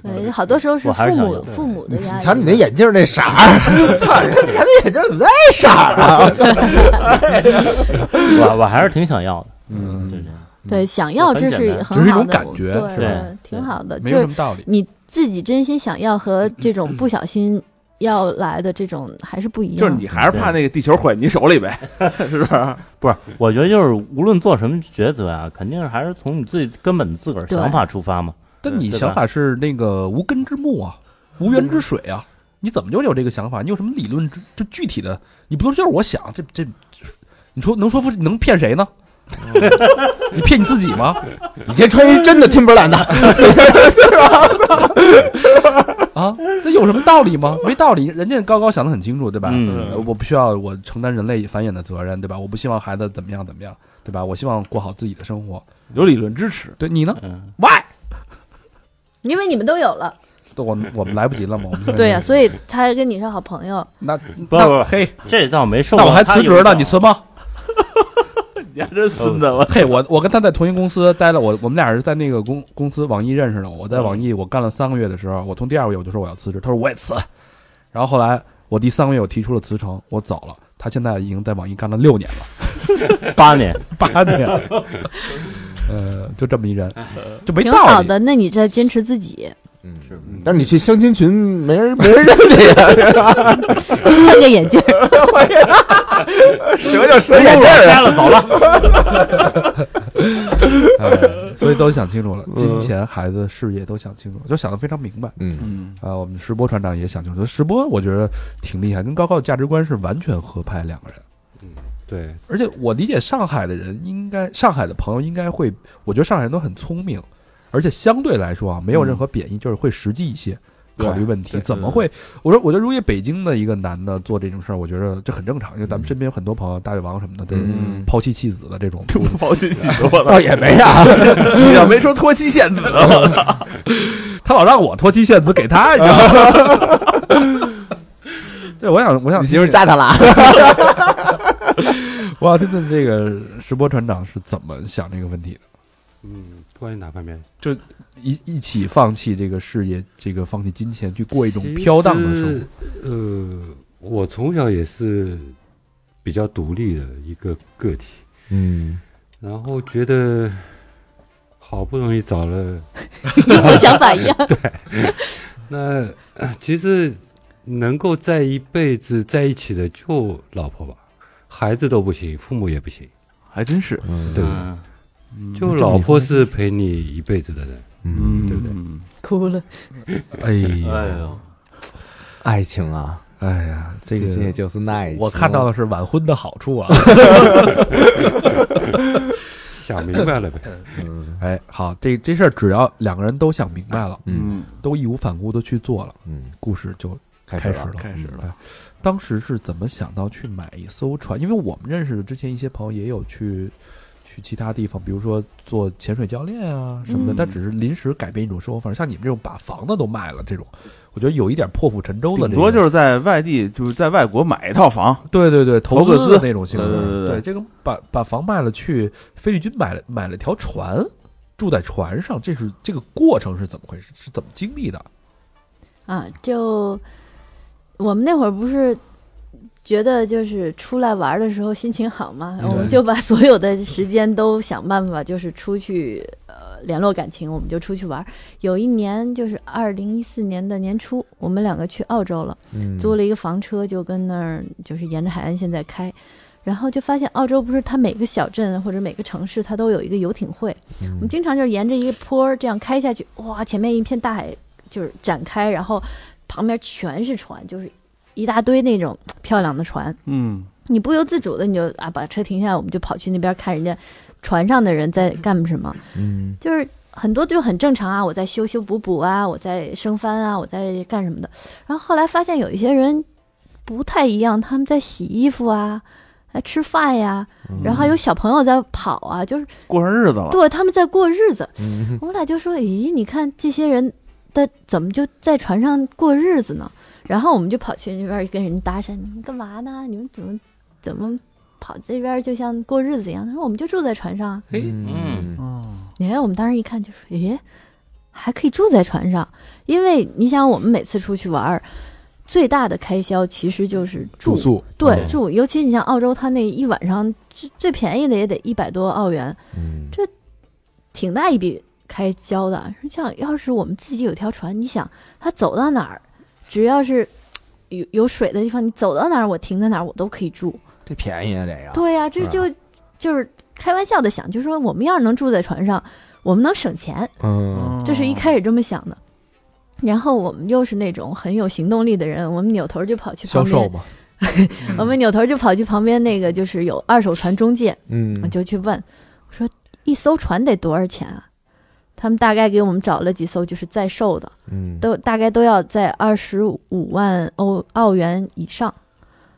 Speaker 2: 呃，好多时候是
Speaker 4: 我还是
Speaker 2: 父
Speaker 4: 想
Speaker 2: 母
Speaker 4: 要
Speaker 2: 父母啊的
Speaker 3: 你
Speaker 2: 压
Speaker 3: 瞧
Speaker 2: 力
Speaker 3: 你。那眼镜儿那色儿，操你瞧那眼镜儿怎么那色儿啊？
Speaker 4: 我我还是挺想要的，
Speaker 5: 嗯
Speaker 4: 就这样。
Speaker 2: 对，想要这
Speaker 4: 很简单
Speaker 2: 很
Speaker 5: 只是一
Speaker 2: 好
Speaker 5: 种
Speaker 2: 的，
Speaker 5: 感觉
Speaker 2: 对
Speaker 4: 吧
Speaker 5: 是
Speaker 2: 对，挺
Speaker 4: 对
Speaker 2: 好的。
Speaker 5: 没有
Speaker 2: 就
Speaker 5: 什
Speaker 2: 是
Speaker 5: 么道理。
Speaker 2: 你自己真心想要和这种不小心要来的这种还是不一样。
Speaker 7: 就是你还是怕那个地球毁你手里呗，是不是？
Speaker 4: 我觉得就是无论做什么抉择啊，肯定还是从你自己根本自个儿
Speaker 2: 对
Speaker 4: 想法出发嘛。
Speaker 5: 但你
Speaker 4: 对吧
Speaker 5: 想法是那个无根之木啊，无源之水啊，你怎么就有这个想法？你有什么理论之？就具体的，你不能就是我想这这，你说能说服能骗谁呢？ [LAUGHS] 你骗你自己吗？
Speaker 3: 你先穿一真的 Timberland 的，
Speaker 5: [LAUGHS] 啊，这有什么道理吗？没道理，人家高高想得很清楚，对吧？
Speaker 4: 嗯
Speaker 5: 呃我不需要我承担人类繁衍的责任，对吧？我不希望孩子怎么样怎么样，对吧？我希望过好自己的生活。
Speaker 7: 有理论支持，
Speaker 5: 对你呢
Speaker 4: 嗯，
Speaker 5: ？Why？
Speaker 2: 因为你们都有了，
Speaker 5: 我们我们来不及了吗？我们现在
Speaker 2: 对呀，所以他跟你是好朋友。
Speaker 5: 那
Speaker 4: 不
Speaker 5: 嗯那
Speaker 4: 不
Speaker 5: 嘿，
Speaker 4: 这倒没受
Speaker 5: 那
Speaker 4: 过
Speaker 5: 我还
Speaker 4: 他
Speaker 5: 辞职
Speaker 4: 影
Speaker 5: 呢，
Speaker 4: 响
Speaker 5: 你辞吗？
Speaker 7: 你还真孙子，我
Speaker 5: [LAUGHS] 嘿，我我跟他在同一公司待了，我我们俩是在那个公公司网易认识的。我在网易我干了三个月的时候，我从第二个月我就说我要辞职，他说我也辞。然后后来我第三个月我提出了辞呈，我走了。他现在已经在网易干了六年了，
Speaker 4: 八
Speaker 5: [LAUGHS]
Speaker 4: 年，
Speaker 5: 八年，呃，就这么一人，就没
Speaker 2: 挺
Speaker 5: 道
Speaker 2: 好
Speaker 5: 理。
Speaker 2: 的。那你在坚持自己，
Speaker 3: 嗯，
Speaker 6: 是
Speaker 3: 但是你去相亲群，没人没人认你呀，
Speaker 2: 戴个眼镜儿，
Speaker 3: 蛇就蛇眼镜
Speaker 4: 删了走了。
Speaker 5: 哎所以都想清楚了，金钱、孩子、事业都想清楚了，就想的非常明白。
Speaker 3: 嗯，
Speaker 7: 嗯，
Speaker 5: 啊，我们石波船长也想清楚，石波我觉得挺厉害，跟高高的价值观是完全合拍两个人。
Speaker 6: 对，
Speaker 5: 而且我理解上海的人应该，上海的朋友应该会，我觉得上海人都很聪明，而且相对来说啊，没有任何贬义，就是会实际一些。考虑问题
Speaker 7: 对。
Speaker 5: 怎么会？我说，我觉得如果北京的一个男的做这种事儿，我觉得这很正常，因为咱们身边有很多朋友，大胃王什么的，就是
Speaker 3: 嗯
Speaker 5: 抛妻弃子的这种嗯
Speaker 7: 跑进洗多了，
Speaker 3: 倒也没 [LAUGHS] 啊，
Speaker 7: 你要没说脱妻献子，
Speaker 5: 他老让我脱妻献子给他，你知道吗？ [LAUGHS] 对，我想，我想
Speaker 3: 你媳妇扎他了，啊
Speaker 5: 我要听听这个石波船长是怎么想这个问题的，
Speaker 6: 嗯，关于哪方面？
Speaker 5: 一一起放弃这个事业，这个放弃金钱，去过一种飘荡的生活。
Speaker 6: 活。呃，我从小也是比较独立的一个个体，
Speaker 3: 嗯，
Speaker 6: 然后觉得好不容易找了，
Speaker 2: 跟我想法一样。
Speaker 6: 那、 [COUGHS] 呃其实能够在一辈子在一起的就老婆吧，孩子都不行，父母也不行，
Speaker 7: 还真是，
Speaker 6: 对不对？
Speaker 7: 嗯
Speaker 6: 就老婆是陪你一辈子的人，
Speaker 7: 嗯，
Speaker 6: 对不对
Speaker 7: 嗯
Speaker 2: [LAUGHS] 哭了，
Speaker 5: 哎
Speaker 4: 哎
Speaker 5: 呀，
Speaker 4: 呦，
Speaker 3: [LAUGHS] 爱情啊，
Speaker 5: 哎呀，这
Speaker 3: 这些
Speaker 5: 个
Speaker 3: 就是耐
Speaker 5: 我看到的是晚婚的好处啊。
Speaker 6: 想明白了呗。
Speaker 3: 嗯
Speaker 5: 哎，好，这这事儿只要两个人都想明白了，
Speaker 3: 嗯
Speaker 7: 嗯，
Speaker 5: 都义无反顾的去做了，
Speaker 3: 嗯，
Speaker 5: 故事就
Speaker 3: 开
Speaker 5: 开
Speaker 3: 始
Speaker 5: 始
Speaker 3: 了，。
Speaker 5: 了
Speaker 7: 开始了
Speaker 5: 哎。当时是怎么想到去买一艘船？因为我们认识的之前一些朋友也有去去其他地方，比如说做潜水教练啊什么的，
Speaker 2: 嗯
Speaker 5: 但只是临时改变一种生活方式。像你们这种把房子都卖了这种，我觉得有一点破釜沉舟的
Speaker 7: 顶
Speaker 5: 这种。
Speaker 7: 多就是在外地，就是在外国买一套房，
Speaker 5: 对对对，投
Speaker 7: 投个
Speaker 5: 的
Speaker 7: 资
Speaker 5: 那种性质。
Speaker 7: 对对对对
Speaker 5: 这个把把房卖了去菲律宾买了买了条船，住在船上，这是这个过程是怎么回事？是怎么经历的？
Speaker 2: 啊，就我们那会儿不是觉得就是出来玩儿的时候心情好嘛，
Speaker 5: 嗯
Speaker 2: 我们
Speaker 5: 对
Speaker 2: 就把所有的时间都想办法就是出去呃联络感情，我们就出去玩儿。有一年就是二零一四年的年初，我们两个去澳洲了，
Speaker 3: 嗯
Speaker 2: 租了一个房车，就跟那儿就是沿着海岸线在开。然后就发现澳洲不是它每个小镇或者每个城市它都有一个游艇会，我们经常就是沿着一个坡儿这样开下去，哇，前面一片大海就是展开，然后旁边全是船，就是一大堆那种漂亮的船。
Speaker 7: 嗯，
Speaker 2: 你不由自主的你就啊把车停下来，我们就跑去那边看人家船上的人在干什么，
Speaker 3: 嗯
Speaker 2: 就是很多就很正常啊，我在修修补补啊，我在升帆啊，我在干什么的。然后后来发现有一些人不太一样，他们在洗衣服啊，还吃饭呀、然后还有小朋友在跑啊，就是
Speaker 7: 过上日子了，
Speaker 2: 对他们在过日子。
Speaker 3: 嗯
Speaker 2: 我俩就说：“咦，你看这些人的怎么就在船上过日子呢？”然后我们就跑去那边跟人搭讪：“你们干嘛呢？你们怎么怎么跑这边就像过日子一样？”他说：“我们就住在船上啊。
Speaker 7: 嘿
Speaker 4: 哎
Speaker 3: 嗯
Speaker 7: 嗯，”
Speaker 2: 哎，我们当时一看就说：“咦，还可以住在船上？因为你想，我们每次出去玩儿，最大的开销其实就是住。
Speaker 5: 住宿
Speaker 2: 对，
Speaker 3: 嗯
Speaker 2: 住，尤其你像澳洲，它那一晚上最最便宜的也得一百多澳元，
Speaker 3: 嗯
Speaker 2: 挺大一笔开销的。像要是我们自己有条船，你想他走到哪儿，只要是有有水的地方，你走到哪儿，我停在哪儿，我都可以住。
Speaker 3: 这便宜啊，这个
Speaker 2: 对呀、这
Speaker 3: 是
Speaker 2: 就就是开玩笑的想，就说我们要是能住在船上，我们能省钱，
Speaker 3: 嗯
Speaker 2: 这是一开始这么想的。然后我们又是那种很有行动力的人，我们扭头就跑去
Speaker 5: 销
Speaker 2: 旁
Speaker 5: 售
Speaker 2: 边，
Speaker 5: 嘛，
Speaker 2: 我们扭头就跑去旁边那个就是有二手船中介，我
Speaker 3: 嗯
Speaker 2: 就去问，我说一艘船得多少钱啊？他们大概给我们找了几艘就是在售的，
Speaker 3: 嗯
Speaker 2: 都大概都要在二十五万欧澳元以上，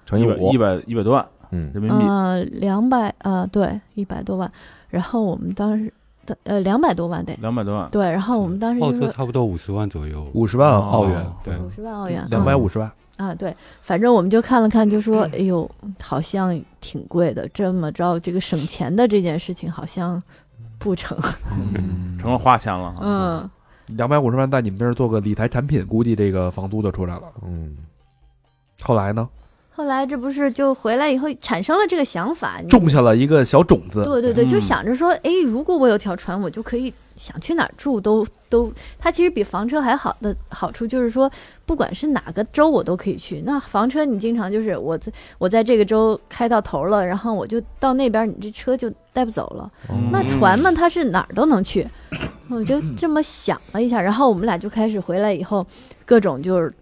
Speaker 3: 乘以
Speaker 7: 一百
Speaker 3: 五
Speaker 7: 一，百一百多万
Speaker 3: 嗯
Speaker 7: 人民币，
Speaker 2: 呃，两百呃，对，一百多万。然后我们当时的呃两百多万得，
Speaker 7: 两百多万，
Speaker 2: 对，然后我们当时
Speaker 7: 哦
Speaker 6: 澳
Speaker 2: 就
Speaker 6: 洲
Speaker 2: 说
Speaker 6: 差不多五十万
Speaker 5: [LAUGHS]
Speaker 6: 左右，
Speaker 5: 五十万澳元，
Speaker 6: 对，
Speaker 2: 五十万澳元，
Speaker 5: 两百五十万，
Speaker 2: 啊，对，反正我们就看了看，就说，哎呦，好像挺贵的。这么着，这个省钱的这件事情好像不成。
Speaker 7: 嗯成了花钱了，
Speaker 2: [LAUGHS] 嗯，
Speaker 5: 两百五十万在你们那儿做个理财产品，估计这个房租就出来了。
Speaker 3: 嗯
Speaker 5: 后来呢？
Speaker 2: 后来这不是就回来以后产生了这个想法，你
Speaker 5: 嗯种下了一个小种子。
Speaker 2: 对对对，就
Speaker 7: 嗯
Speaker 2: 想着说，哎，如果我有条船，我就可以想去哪儿住都都。它其实比房车还好的好处就是说，不管是哪个州我都可以去。那房车你经常就是我在我在这个州开到头了，然后我就到那边，你这车就带不走了。
Speaker 3: 嗯
Speaker 2: 那船嘛，它是哪儿都能去。我就这么想了一下，然后我们俩就开始回来以后，各种就是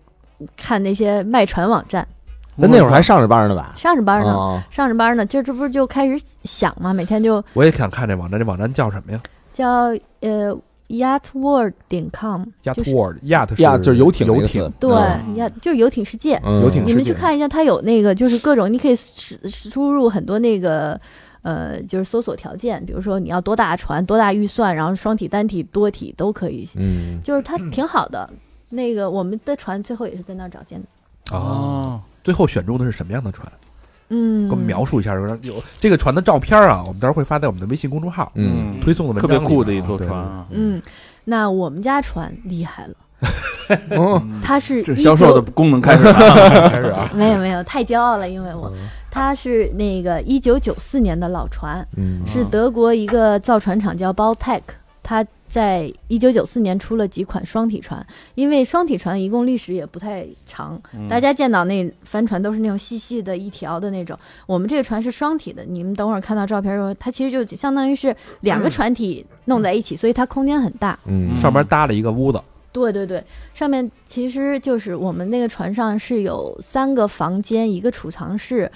Speaker 2: 看那些卖船网站，
Speaker 3: 那那会儿还上着班呢吧？
Speaker 2: 上着班呢，
Speaker 3: 啊，
Speaker 2: 上着班呢，这这不是就开始想嘛，每天就。
Speaker 5: 我也想看这网站，这网站叫什么呀
Speaker 2: 叫呃 yachtworld 点 com，
Speaker 5: ？Yacht
Speaker 2: 就是
Speaker 5: World Yacht
Speaker 3: 呀，就是游艇那
Speaker 5: 游
Speaker 3: 个
Speaker 5: 艇
Speaker 3: 词，，
Speaker 2: 对
Speaker 3: 嗯，
Speaker 2: 呀、就是游艇世界。
Speaker 3: 嗯
Speaker 5: 游艇
Speaker 2: 你们
Speaker 5: 世界
Speaker 2: 去看一下，它有那个就是各种，你可以输输入很多那个呃，就是搜索条件，比如说你要多大船、多大预算，然后双体、单体、多体都可以，
Speaker 3: 嗯，
Speaker 2: 就是它挺好的。那个我们的船最后也是在那儿找见的，
Speaker 7: 哦
Speaker 6: 嗯
Speaker 5: 啊。，最后选中的是什么样的船？
Speaker 2: 嗯，
Speaker 5: 给我们描述一下，有人有这个船的照片啊，我们到时候会发在我们的微信公众号
Speaker 3: 嗯，
Speaker 5: 推送的文
Speaker 7: 特
Speaker 5: 章
Speaker 7: 别
Speaker 5: 里
Speaker 7: 酷的
Speaker 5: 面
Speaker 7: 一
Speaker 5: 啊
Speaker 7: 艘
Speaker 5: 对
Speaker 7: 船啊，
Speaker 2: 嗯，那我们家船厉害了，
Speaker 3: 哦，
Speaker 2: 它是
Speaker 7: 嗯这
Speaker 2: 19
Speaker 7: 销售的功能开始了，
Speaker 5: 开始啊，
Speaker 2: 没有没有太骄傲了，因为我它是那个一九九四年的老船，
Speaker 3: 嗯
Speaker 2: 是德国一个造船厂叫 Baltec，它在一九九四年出了几款双体船，因为双体船一共历史也不太长，大家见到那帆船都是那种细细的一条的那种，我们这个船是双体的，你们等会儿看到照片的时候，它其实就相当于是两个船体弄在一起，所以它空间很大。
Speaker 3: 嗯
Speaker 5: 上面搭了一个屋子，
Speaker 2: 对对对，上面其实就是我们那个船上是有三个房间，一个储藏室，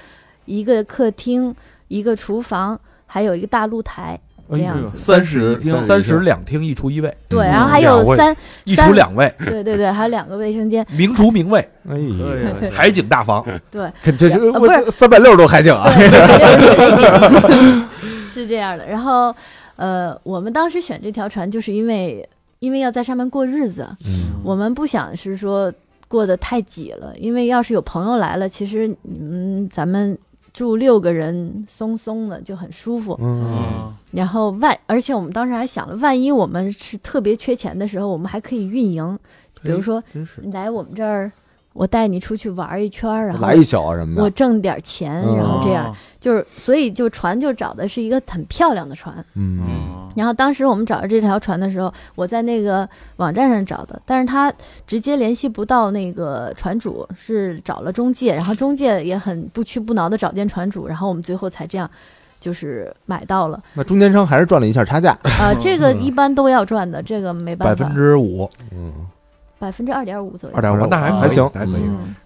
Speaker 2: 一个客厅，一个厨房，还有一个大露台这样
Speaker 5: 哎
Speaker 2: 子。
Speaker 7: 三室一厅，
Speaker 5: 三室两厅一厨一卫，
Speaker 2: 对，
Speaker 3: 嗯
Speaker 2: 然后还
Speaker 5: 两
Speaker 2: 有
Speaker 5: 位
Speaker 2: 三，
Speaker 5: 一厨两卫，
Speaker 2: 对对对，还有两个卫生
Speaker 5: [LAUGHS]
Speaker 2: 间。
Speaker 5: 明厨明卫，
Speaker 3: 哎
Speaker 1: 嗯
Speaker 3: 呀，
Speaker 5: 海景大房，
Speaker 2: 对，
Speaker 3: 这这是
Speaker 2: 呃不是
Speaker 3: 我三百六十度海景啊，
Speaker 2: [LAUGHS] 是这样的。然后，呃，我们当时选这条船，就是因为因为要在上面过日子，
Speaker 3: 嗯
Speaker 2: 我们不想是说过得太挤了，因为要是有朋友来了，其实嗯，咱们住六个人松松的就很舒服。
Speaker 3: 嗯，
Speaker 2: 然后万，而且我们当时还想了，万一我们是特别缺钱的时候，我们还可以运营，比如说
Speaker 5: 真是
Speaker 2: 你来我们这儿，我带你出去玩一圈儿，然后
Speaker 3: 来一宿啊什么
Speaker 2: 我
Speaker 3: 的，
Speaker 2: 挣点钱，
Speaker 3: 嗯
Speaker 2: 然后这
Speaker 7: 哦
Speaker 2: 样、就是，所以就船就找的是一个很漂亮的船。
Speaker 3: 嗯
Speaker 7: 嗯，
Speaker 2: 然后当时我们找着这条船的时候，我在那个网站上找的，但是他直接联系不到那个船主，是找了中介，然后中介也很不屈不挠的找见船主，然后我们最后才这样。就是买到了
Speaker 3: 那中间商还是赚了一下差价，
Speaker 2: 啊、这个一般都要赚的，这个没办
Speaker 5: 百
Speaker 2: 法
Speaker 5: 分，之五，
Speaker 3: 嗯，
Speaker 2: 百分之二点五左右，
Speaker 5: 二点五，那还
Speaker 3: 还行
Speaker 5: 还可以。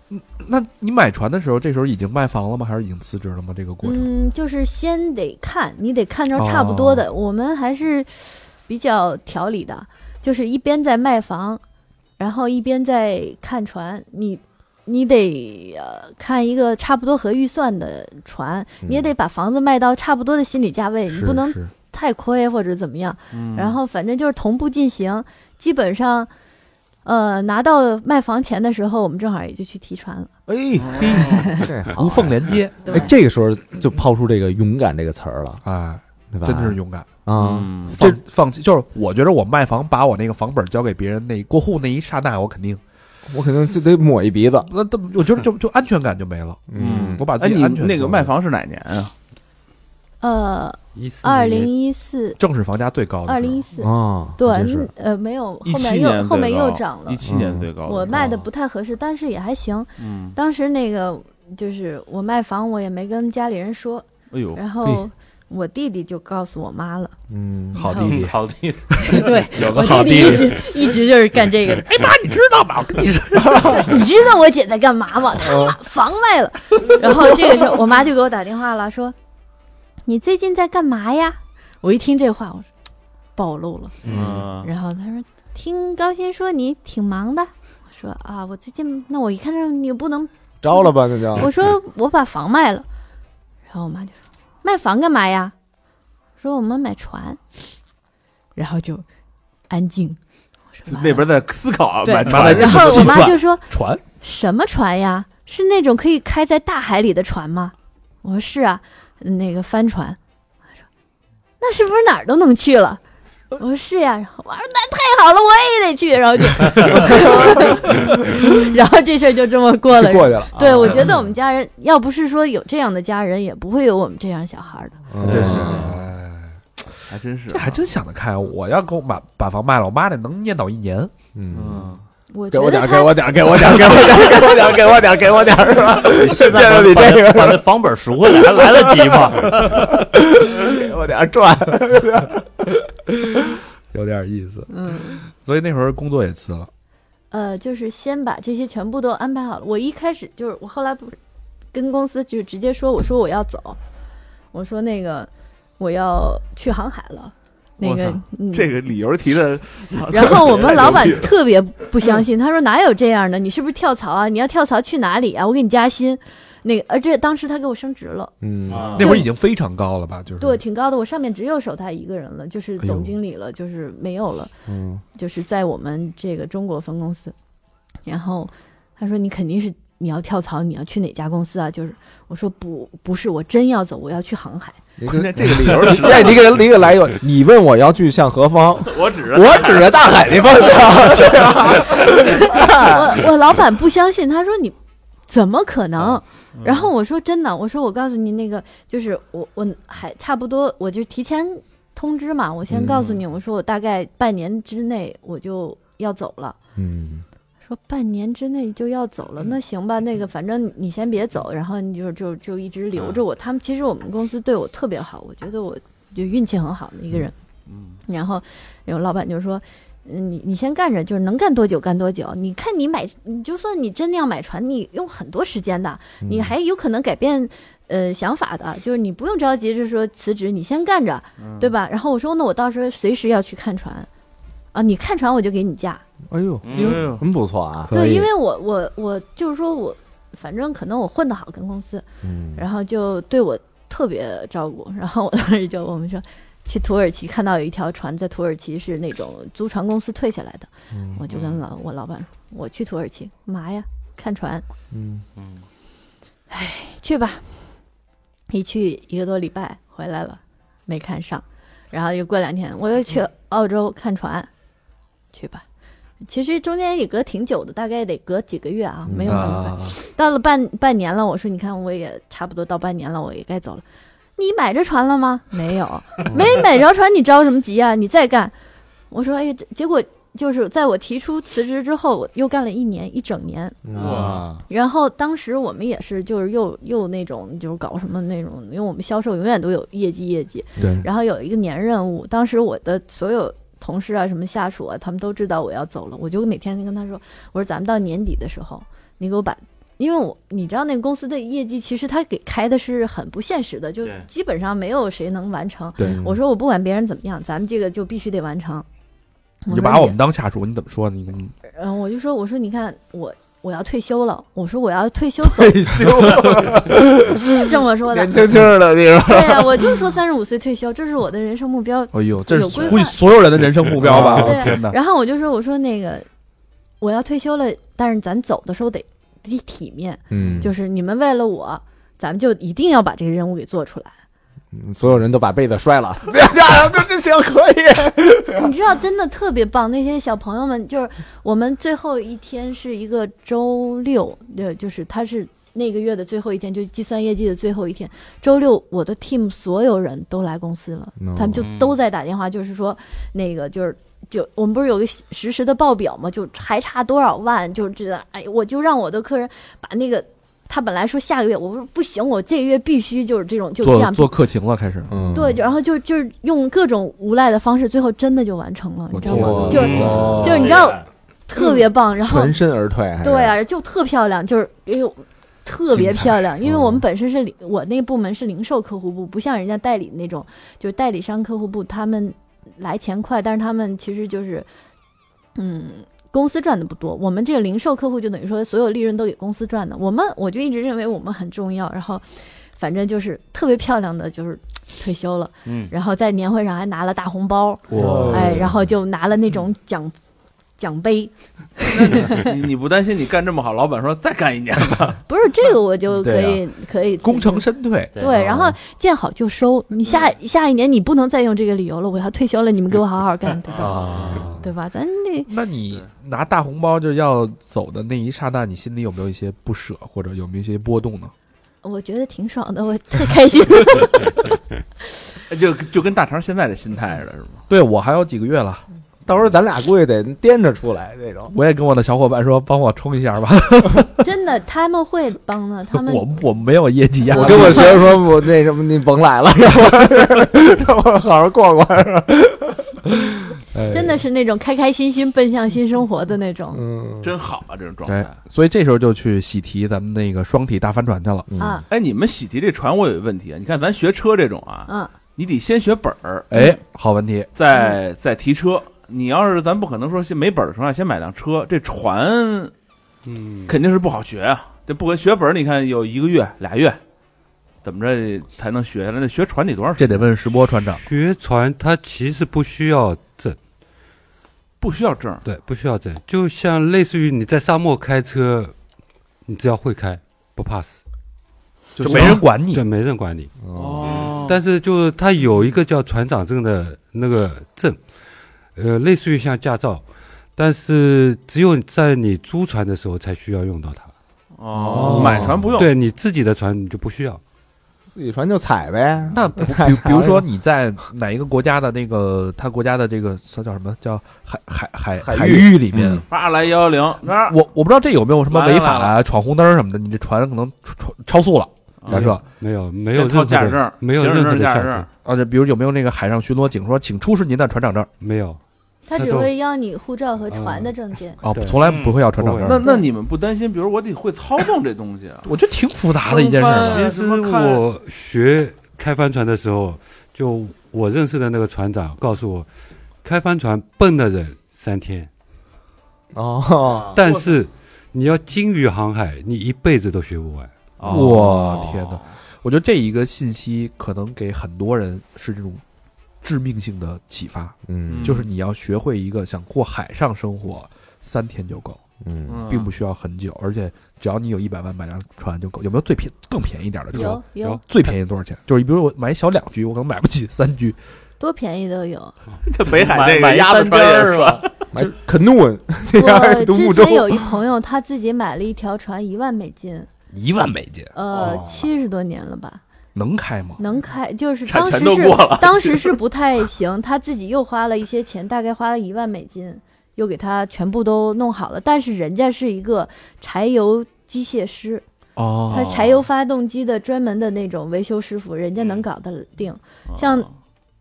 Speaker 2: 嗯
Speaker 5: 那你买船的时候，这时候已经卖房了吗？还是已经辞职了吗？这个过程？哦
Speaker 2: 嗯，就是先得看，你得看着差不多的。我们还是比较条理的，就是一边在卖房，然后一边在看船。你你得呃看一个差不多合预算的船，你也
Speaker 3: 嗯
Speaker 2: 得把房子卖到差不多的心理价位，哎你
Speaker 5: 是
Speaker 2: 不能
Speaker 5: 是嗯
Speaker 2: 太亏或者怎么样。然后反正就是同步进行，基本上。呃，拿到卖房钱的时候，我们正好也就去提船了。
Speaker 3: 哎，这好
Speaker 5: 无缝连接，
Speaker 2: 哦 [LAUGHS] 对
Speaker 3: 哎，这个时候就抛出这个“勇敢”这个词儿了，
Speaker 5: 哎，
Speaker 3: 对吧？
Speaker 5: 真的是勇嗯敢。
Speaker 3: 啊，
Speaker 2: 嗯
Speaker 5: 这放弃就是，我觉得我卖房把我那个房本交给别人那过户那一刹那，我肯定
Speaker 3: 我肯定就得抹一鼻子，
Speaker 5: 那那我觉得就就安全感就没了。
Speaker 3: 嗯
Speaker 5: 我把
Speaker 7: 哎，
Speaker 5: 自己
Speaker 7: 你
Speaker 5: 安全
Speaker 7: 那个
Speaker 5: 放
Speaker 7: 卖
Speaker 5: 在
Speaker 7: 房是哪年啊？
Speaker 2: 呃，
Speaker 6: 一四
Speaker 2: 二零一四
Speaker 5: 正式房价最高的时候，哦
Speaker 2: 二零一四，
Speaker 3: 啊，
Speaker 2: 对，
Speaker 5: 真是
Speaker 2: 嗯呃，没有，
Speaker 7: 一
Speaker 2: 后
Speaker 7: 七
Speaker 2: 面
Speaker 7: 年最
Speaker 2: 又
Speaker 7: 高
Speaker 2: 后面又涨了
Speaker 7: 一。七年最高的，
Speaker 2: 我卖的不太合适，但是也还行。
Speaker 7: 嗯，
Speaker 2: 当时那个就是我卖房，我也没跟家里人说，
Speaker 7: 哎呦，
Speaker 2: 然后我弟弟就告诉我
Speaker 7: [LAUGHS]
Speaker 2: 妈了。
Speaker 3: 嗯，
Speaker 5: 好弟弟， [LAUGHS]
Speaker 4: 好弟弟，
Speaker 2: 对，
Speaker 4: 有
Speaker 2: 我
Speaker 4: 个好
Speaker 2: 弟弟
Speaker 4: 弟
Speaker 2: 一
Speaker 4: 弟，
Speaker 7: [LAUGHS]
Speaker 2: 直一直就是干这个的。
Speaker 5: 哎妈，你知道吧？我跟你说，
Speaker 2: 对你知道我姐在干嘛吗？她
Speaker 7: 嗯
Speaker 2: 把房卖了。然后这个时候，我妈就给我打电话了，说：“你最近在干嘛呀？”我一听这话，我说暴露了。
Speaker 7: 嗯，
Speaker 2: 然后他说：“听高鑫说你挺忙的。”我说：“啊，我最近……那我一看这你不能……
Speaker 3: 招了吧，那就
Speaker 2: 我说我把房卖了。”然后我妈就说：“卖房干嘛呀？”我说：“我们买船。”然后就安静。我说：“完了
Speaker 7: 那边在思考啊，
Speaker 2: 对
Speaker 7: 买
Speaker 5: 完了
Speaker 7: 船
Speaker 2: [LAUGHS] 然后我妈就说
Speaker 5: 船：“
Speaker 2: 什么船呀？是那种可以开在大海里的船吗？”我说：“是啊，那个帆船。”她说：“那是不是哪儿都能去了？”我说是呀，然后我说那太好了，我也得去，然后就， [LAUGHS] 然后这事儿就这么过了
Speaker 3: 就。过去了。
Speaker 2: 对，我觉得我们家人要不是说有这样的家人，也不会有我们这样小孩儿的。
Speaker 3: 嗯
Speaker 5: 真是，
Speaker 7: 嗯
Speaker 5: 哎
Speaker 7: 还真是啊
Speaker 5: 这还真想得开。我要给我把把房卖了，我妈得能念叨一年。
Speaker 3: 嗯，
Speaker 7: 嗯，
Speaker 2: 我
Speaker 3: 给
Speaker 2: 觉
Speaker 3: 我
Speaker 2: 得
Speaker 3: 点儿，
Speaker 2: 他
Speaker 3: 给我点儿，给我点儿，给我点儿，给我点儿，给我点儿，给我点儿，是吧？
Speaker 4: 现
Speaker 3: 变得比
Speaker 4: 把
Speaker 3: 这个
Speaker 4: 把那房本赎回来还来得及
Speaker 5: [LAUGHS]
Speaker 4: 吗？
Speaker 7: 啊
Speaker 3: 给我点儿赚。
Speaker 5: 有点意思。
Speaker 2: 嗯，
Speaker 5: 所以那会儿工作也辞了，
Speaker 2: 呃，就是先把这些全部都安排好了。我一开始就是我后来不是跟公司就直接说，我说我要走，我说那个我要去航海了，那
Speaker 7: 我
Speaker 2: 个
Speaker 7: 操
Speaker 2: 嗯
Speaker 7: 这个理由提的，
Speaker 2: [LAUGHS] 然后我们老板特别
Speaker 7: [LAUGHS]
Speaker 2: 不相信，他说哪有这样的？你是不是跳槽啊？你要跳槽去哪里啊？我给你加薪。那个，而且当时他给我升职了，
Speaker 3: 嗯
Speaker 4: 啊
Speaker 5: 那会儿已经非常高了吧？就
Speaker 7: 嗯
Speaker 5: 是
Speaker 2: 对，挺高的。我上面只有手太一个人了，就是
Speaker 5: 哎呦
Speaker 2: 总经理了，就是没有了，
Speaker 3: 嗯，
Speaker 2: 就是在我们这个中国分公司。然后他说你肯定是你要跳槽，你要去哪家公司啊？就是我说不不是，我真要走，我要去航海。
Speaker 7: 关键这个理由实
Speaker 3: [LAUGHS]
Speaker 7: 在
Speaker 3: 哎，你给你给来一个，你问我要去向何方，
Speaker 7: [LAUGHS] 我指着
Speaker 3: 我指着大海那方
Speaker 5: [LAUGHS]
Speaker 3: 向。
Speaker 5: 啊
Speaker 2: 我我老板不相信，他说你怎么可能？
Speaker 7: 嗯
Speaker 2: 然后我说真的，我说我告诉你那个，就是我我还差不多，我就提前通知嘛，我先告诉
Speaker 7: 嗯
Speaker 2: 你，我说我大概半年之内我就要走了。
Speaker 3: 嗯，
Speaker 2: 说半年之内就要走了，那行吧，那个反正你先别走，然后你就就就一直留着
Speaker 7: 嗯
Speaker 2: 我。他们其实我们公司对我特别好，我觉得我就运气很好的一个人。
Speaker 7: 嗯，
Speaker 2: 然后有老板就说：“嗯，你你先干着，就是能干多久干多久。你看你买，你就算你真的要买船，你用很多时间的，
Speaker 5: 嗯
Speaker 2: 你还有可能改变呃想法的，就是你不用着急，就是说辞职，你先干着，
Speaker 5: 嗯
Speaker 2: 对吧？”然后我说：“那我到时候随时要去看船。”啊，你看船我就给你假，
Speaker 3: 哎呦，
Speaker 7: [LAUGHS] 哎
Speaker 5: 嗯
Speaker 4: 嗯
Speaker 7: 呦，
Speaker 3: 很不错啊。
Speaker 5: 可
Speaker 2: 对，
Speaker 5: 以
Speaker 2: 因为我我我就是说我，反正可能我混得好跟公司，
Speaker 3: 嗯，
Speaker 2: 然后就对我特别照顾。 [LAUGHS] 然后我当时就我们说去土耳其看到有一条船在土耳其是那种租船公司退下来的，
Speaker 3: 嗯
Speaker 2: 我就跟老我老板说我去土耳其干嘛呀？看船
Speaker 3: 嗯
Speaker 4: 嗯
Speaker 2: 去吧。一去一个多礼拜回来了，没看上，然后又过两天我又
Speaker 3: 嗯
Speaker 2: 去澳洲看船，去吧。其实中间也隔挺久的，大概得隔几个月啊，没有那么快。
Speaker 5: 啊，
Speaker 2: 到了半半年了，我说你看我也差不多到半年了，我也该走了。你买着船了吗？没有，没买着船，你着什么急啊？你再干。我说，哎，这结果就是在我提出辞职之后，我又干了一年一整年。
Speaker 3: 嗯
Speaker 4: 哇，
Speaker 2: 然后当时我们也是，就是又又那种就是搞什么那种，因为我们销售永远都有业绩业绩。
Speaker 5: 对，
Speaker 2: 然后有一个年任务，当时我的所有同事啊、什么下属啊，他们都知道我要走了，我就每天跟他说，我说咱们到年底的时候，你给我把，因为我你知道那个公司的业绩其实他给开的是很不现实的，就
Speaker 4: 对
Speaker 2: 基本上没有谁能完成。
Speaker 5: 对
Speaker 2: 我说我不管别人怎么样，咱们这个就必须得完成。
Speaker 5: 你就把我们当下属，你怎么说？你嗯
Speaker 2: 说你，嗯，我就说，我说你看我。我要退休了，我说我要退
Speaker 5: [LAUGHS]
Speaker 2: 休 [LAUGHS] 走，
Speaker 3: 退休
Speaker 2: 是这么说的
Speaker 3: 年。轻轻的，你说
Speaker 2: 对呀、我就说三十五岁退休，这是我的人生目标。
Speaker 5: 哎呦，这
Speaker 2: 有规
Speaker 5: 是
Speaker 2: 划
Speaker 5: 估计所有人的人生目标吧？
Speaker 2: [LAUGHS] 对
Speaker 5: 我天哪！
Speaker 2: 然后我就说，我说那个我要退休了，但是咱走的时候得得体面，
Speaker 3: 嗯
Speaker 2: 就是你们为了我，咱们就一定要把这个任务给做出来。
Speaker 3: 所有人都把被子摔 [LAUGHS] 了。那这行可以。
Speaker 2: 你知道，真的特别棒。那些小朋友们，就是我们最后一天是一个周六，对，就是他是那个月的最后一天，就是计算业绩的最后一天。周六，我的 team 所有人都来公司了，
Speaker 3: No
Speaker 2: 他们就
Speaker 5: 嗯
Speaker 2: 都在打电话，就是说那个就是。就我们不是有个实时的报表嘛，就还差多少万，就这样，哎，我就让我的客人把那个，他本来说下个月，我说不行，我这个月必须就是这种，就这
Speaker 5: 做
Speaker 2: 样
Speaker 5: 做客情了，开始
Speaker 3: 嗯
Speaker 2: 对，就然后就就是用各种无赖的方式，最后真的就完成了，你知道吗？
Speaker 5: 我
Speaker 2: 就是
Speaker 5: 天啊
Speaker 3: 哦
Speaker 2: 就是你知道特别棒，然后
Speaker 3: 全身而退。还是
Speaker 2: 对，啊，就特漂亮，就是哎呦。特别漂亮，因为
Speaker 3: 哦
Speaker 2: 我们本身是零，我那部门是零售客户部，不像人家代理那种，就是代理商客户部，他们来钱快，但是他们其实就是，嗯，公司赚的不多。我们这个零售客户就等于说所有利润都给公司赚的。我们我就一直认为我们很重要，然后反正就是特别漂亮的，就是退休了，
Speaker 4: 嗯，
Speaker 2: 然后在年会
Speaker 3: 哦
Speaker 2: 上还拿了大红包，
Speaker 5: 哇
Speaker 2: 哎，然后就拿了那种奖奖杯，
Speaker 7: 你你不担心你干这么好，老板说再干一年吧？
Speaker 2: 不是这个我就可
Speaker 3: 对
Speaker 2: 以、可以
Speaker 3: 功成身退，
Speaker 4: 对
Speaker 2: 对，然后见好就收。你下下一年你不能再用这个理由了，我要退休了，你们给我好好干，对吧？
Speaker 5: 啊。
Speaker 2: 对吧？咱这
Speaker 5: 那你拿大红包就要走的那一刹那，你心里有没有一些不舍，或者有没有一些波动呢？
Speaker 2: 我觉得挺爽的，我特开心。
Speaker 7: 就就跟大肠现在的心态似的，是吗？
Speaker 5: [LAUGHS] 对我还有几个月了，
Speaker 3: 到时候咱俩估计得颠着出来那种。
Speaker 5: 我也跟我的小伙伴说，帮我冲一下吧。
Speaker 2: 真的，他们会帮的，
Speaker 5: [LAUGHS]
Speaker 2: 他们
Speaker 5: 我我没有业绩压力，
Speaker 3: 我跟我媳妇说，我那什么，你甭 [LAUGHS] 来了，要不然让我好好逛逛。
Speaker 5: 哎
Speaker 2: 真的是那种开开心心奔向新生活的那种、
Speaker 3: 嗯，
Speaker 7: 真好啊，这种状
Speaker 5: 对
Speaker 7: 态。，
Speaker 5: 所以这时候就去喜提咱们那个双体大帆船去了。
Speaker 2: 啊。
Speaker 7: 哎，你们喜提这船，我有一个问题啊。你看咱学车这种啊，
Speaker 2: 嗯，
Speaker 7: 你得先学本儿，
Speaker 5: 哎，好问题，
Speaker 7: 再
Speaker 2: 嗯
Speaker 7: 再提车。你要是咱不可能说先没本儿的情况下先买辆车，这船
Speaker 6: 嗯，
Speaker 7: 肯定是不好学啊。这不跟学本儿，你看有一个月俩月，怎么着才能学下来？那学船得多长时间？
Speaker 5: 这得问石波船长。
Speaker 6: 学船它其实不需要证，
Speaker 7: 不需要证儿，
Speaker 6: 对，不需要证，就像类似于你在沙漠开车，你只要会开，不怕死，
Speaker 2: 嗯
Speaker 5: 就没人管你
Speaker 6: 对，。没人管你。
Speaker 7: 嗯哦但
Speaker 6: 但是就是它有一个叫船长证的那个证，呃，类似于像驾照，但是只有在你租船的时候才需要用到它。
Speaker 7: 哦
Speaker 5: 哦，
Speaker 7: 买船不用，
Speaker 6: 对你自己的船你就不需要。
Speaker 3: [LAUGHS] 自己船就踩呗。
Speaker 5: 那比
Speaker 3: [LAUGHS] 太
Speaker 5: 比如说
Speaker 3: 太
Speaker 5: 你在哪一个国家的那个他国家的这个它叫什么叫海海海
Speaker 3: 海域
Speaker 5: 域里面，
Speaker 3: 嗯
Speaker 7: 八来幺幺零那儿
Speaker 5: 我我不知道这有没有什么
Speaker 7: 来了嗯
Speaker 5: 违法
Speaker 7: 来
Speaker 5: 啊，闯红灯什么的，你这船可能超超速了。假设
Speaker 6: 没有，没有任
Speaker 7: 套
Speaker 6: 何
Speaker 7: 驾驶
Speaker 6: 的
Speaker 7: 证、
Speaker 6: 没有
Speaker 7: 行驶
Speaker 6: 任何
Speaker 7: 证、
Speaker 6: 的
Speaker 7: 啊驾
Speaker 6: 驾
Speaker 7: 驶
Speaker 6: 驶
Speaker 7: 证
Speaker 6: 证，，
Speaker 5: 啊，这比如有没有那个海上巡逻警说，请出示您的船长证
Speaker 6: 没有。
Speaker 2: 他
Speaker 6: 那
Speaker 2: 只
Speaker 6: 都
Speaker 2: 会要你护照和船的证件。
Speaker 5: 哦，
Speaker 6: 对
Speaker 5: 从来不会要船长证。
Speaker 6: 嗯
Speaker 7: 那那你们不担心？比如我得会操纵这东西啊，
Speaker 5: 我觉得挺复杂的一件事儿吧。啊
Speaker 7: 呃
Speaker 6: 其
Speaker 7: 什
Speaker 6: 实
Speaker 7: 么看
Speaker 6: 我学开帆船的时候，就我认识的那个船长告诉我，开帆船笨的人三天，
Speaker 7: 啊
Speaker 3: 哦，
Speaker 6: 但是你要精于航海，你一辈子都学不完。
Speaker 4: 哦
Speaker 5: 我天哪！我觉得这一个信息可能给很多人是这种致命性的启发，
Speaker 3: 嗯
Speaker 5: 就是你要学会一个想过海上生活，三天就够，
Speaker 3: 嗯，
Speaker 7: 嗯
Speaker 5: 并不需要很久，而且只要你有一百万买辆船就够。有没有最便更便宜一点的船
Speaker 2: 有？有
Speaker 6: 有
Speaker 5: 最便宜多少钱？就是比如我买一小两居，我可能买不起三居，
Speaker 2: 多便宜都有。
Speaker 7: 这北海这
Speaker 4: 买
Speaker 7: 个
Speaker 4: 买一
Speaker 7: 鸭子
Speaker 4: 三
Speaker 7: 船也
Speaker 4: 间
Speaker 7: 是
Speaker 4: 是吧？
Speaker 3: 买 canoe 那边
Speaker 2: 我
Speaker 3: 儿独木
Speaker 2: 之
Speaker 3: 舟，
Speaker 2: 前有一朋友，他自己买了一条船，一万美金，
Speaker 5: 一万美金
Speaker 2: 呃
Speaker 3: 哦，
Speaker 2: 七十多年了吧，
Speaker 5: 能开吗？
Speaker 2: 能开，就是
Speaker 7: 产
Speaker 2: 当时
Speaker 7: 权都
Speaker 2: 是
Speaker 7: 过了 [LAUGHS]
Speaker 2: 当时是不太行，他自己又花了一些钱，大概花了一万美金，又给他全部都弄好了。但是人家是一个柴油机械师，
Speaker 5: 哦
Speaker 2: 他是柴油发动机的专门的那种维修师傅，人家
Speaker 7: 嗯
Speaker 2: 能搞得定。
Speaker 7: 哦
Speaker 2: 像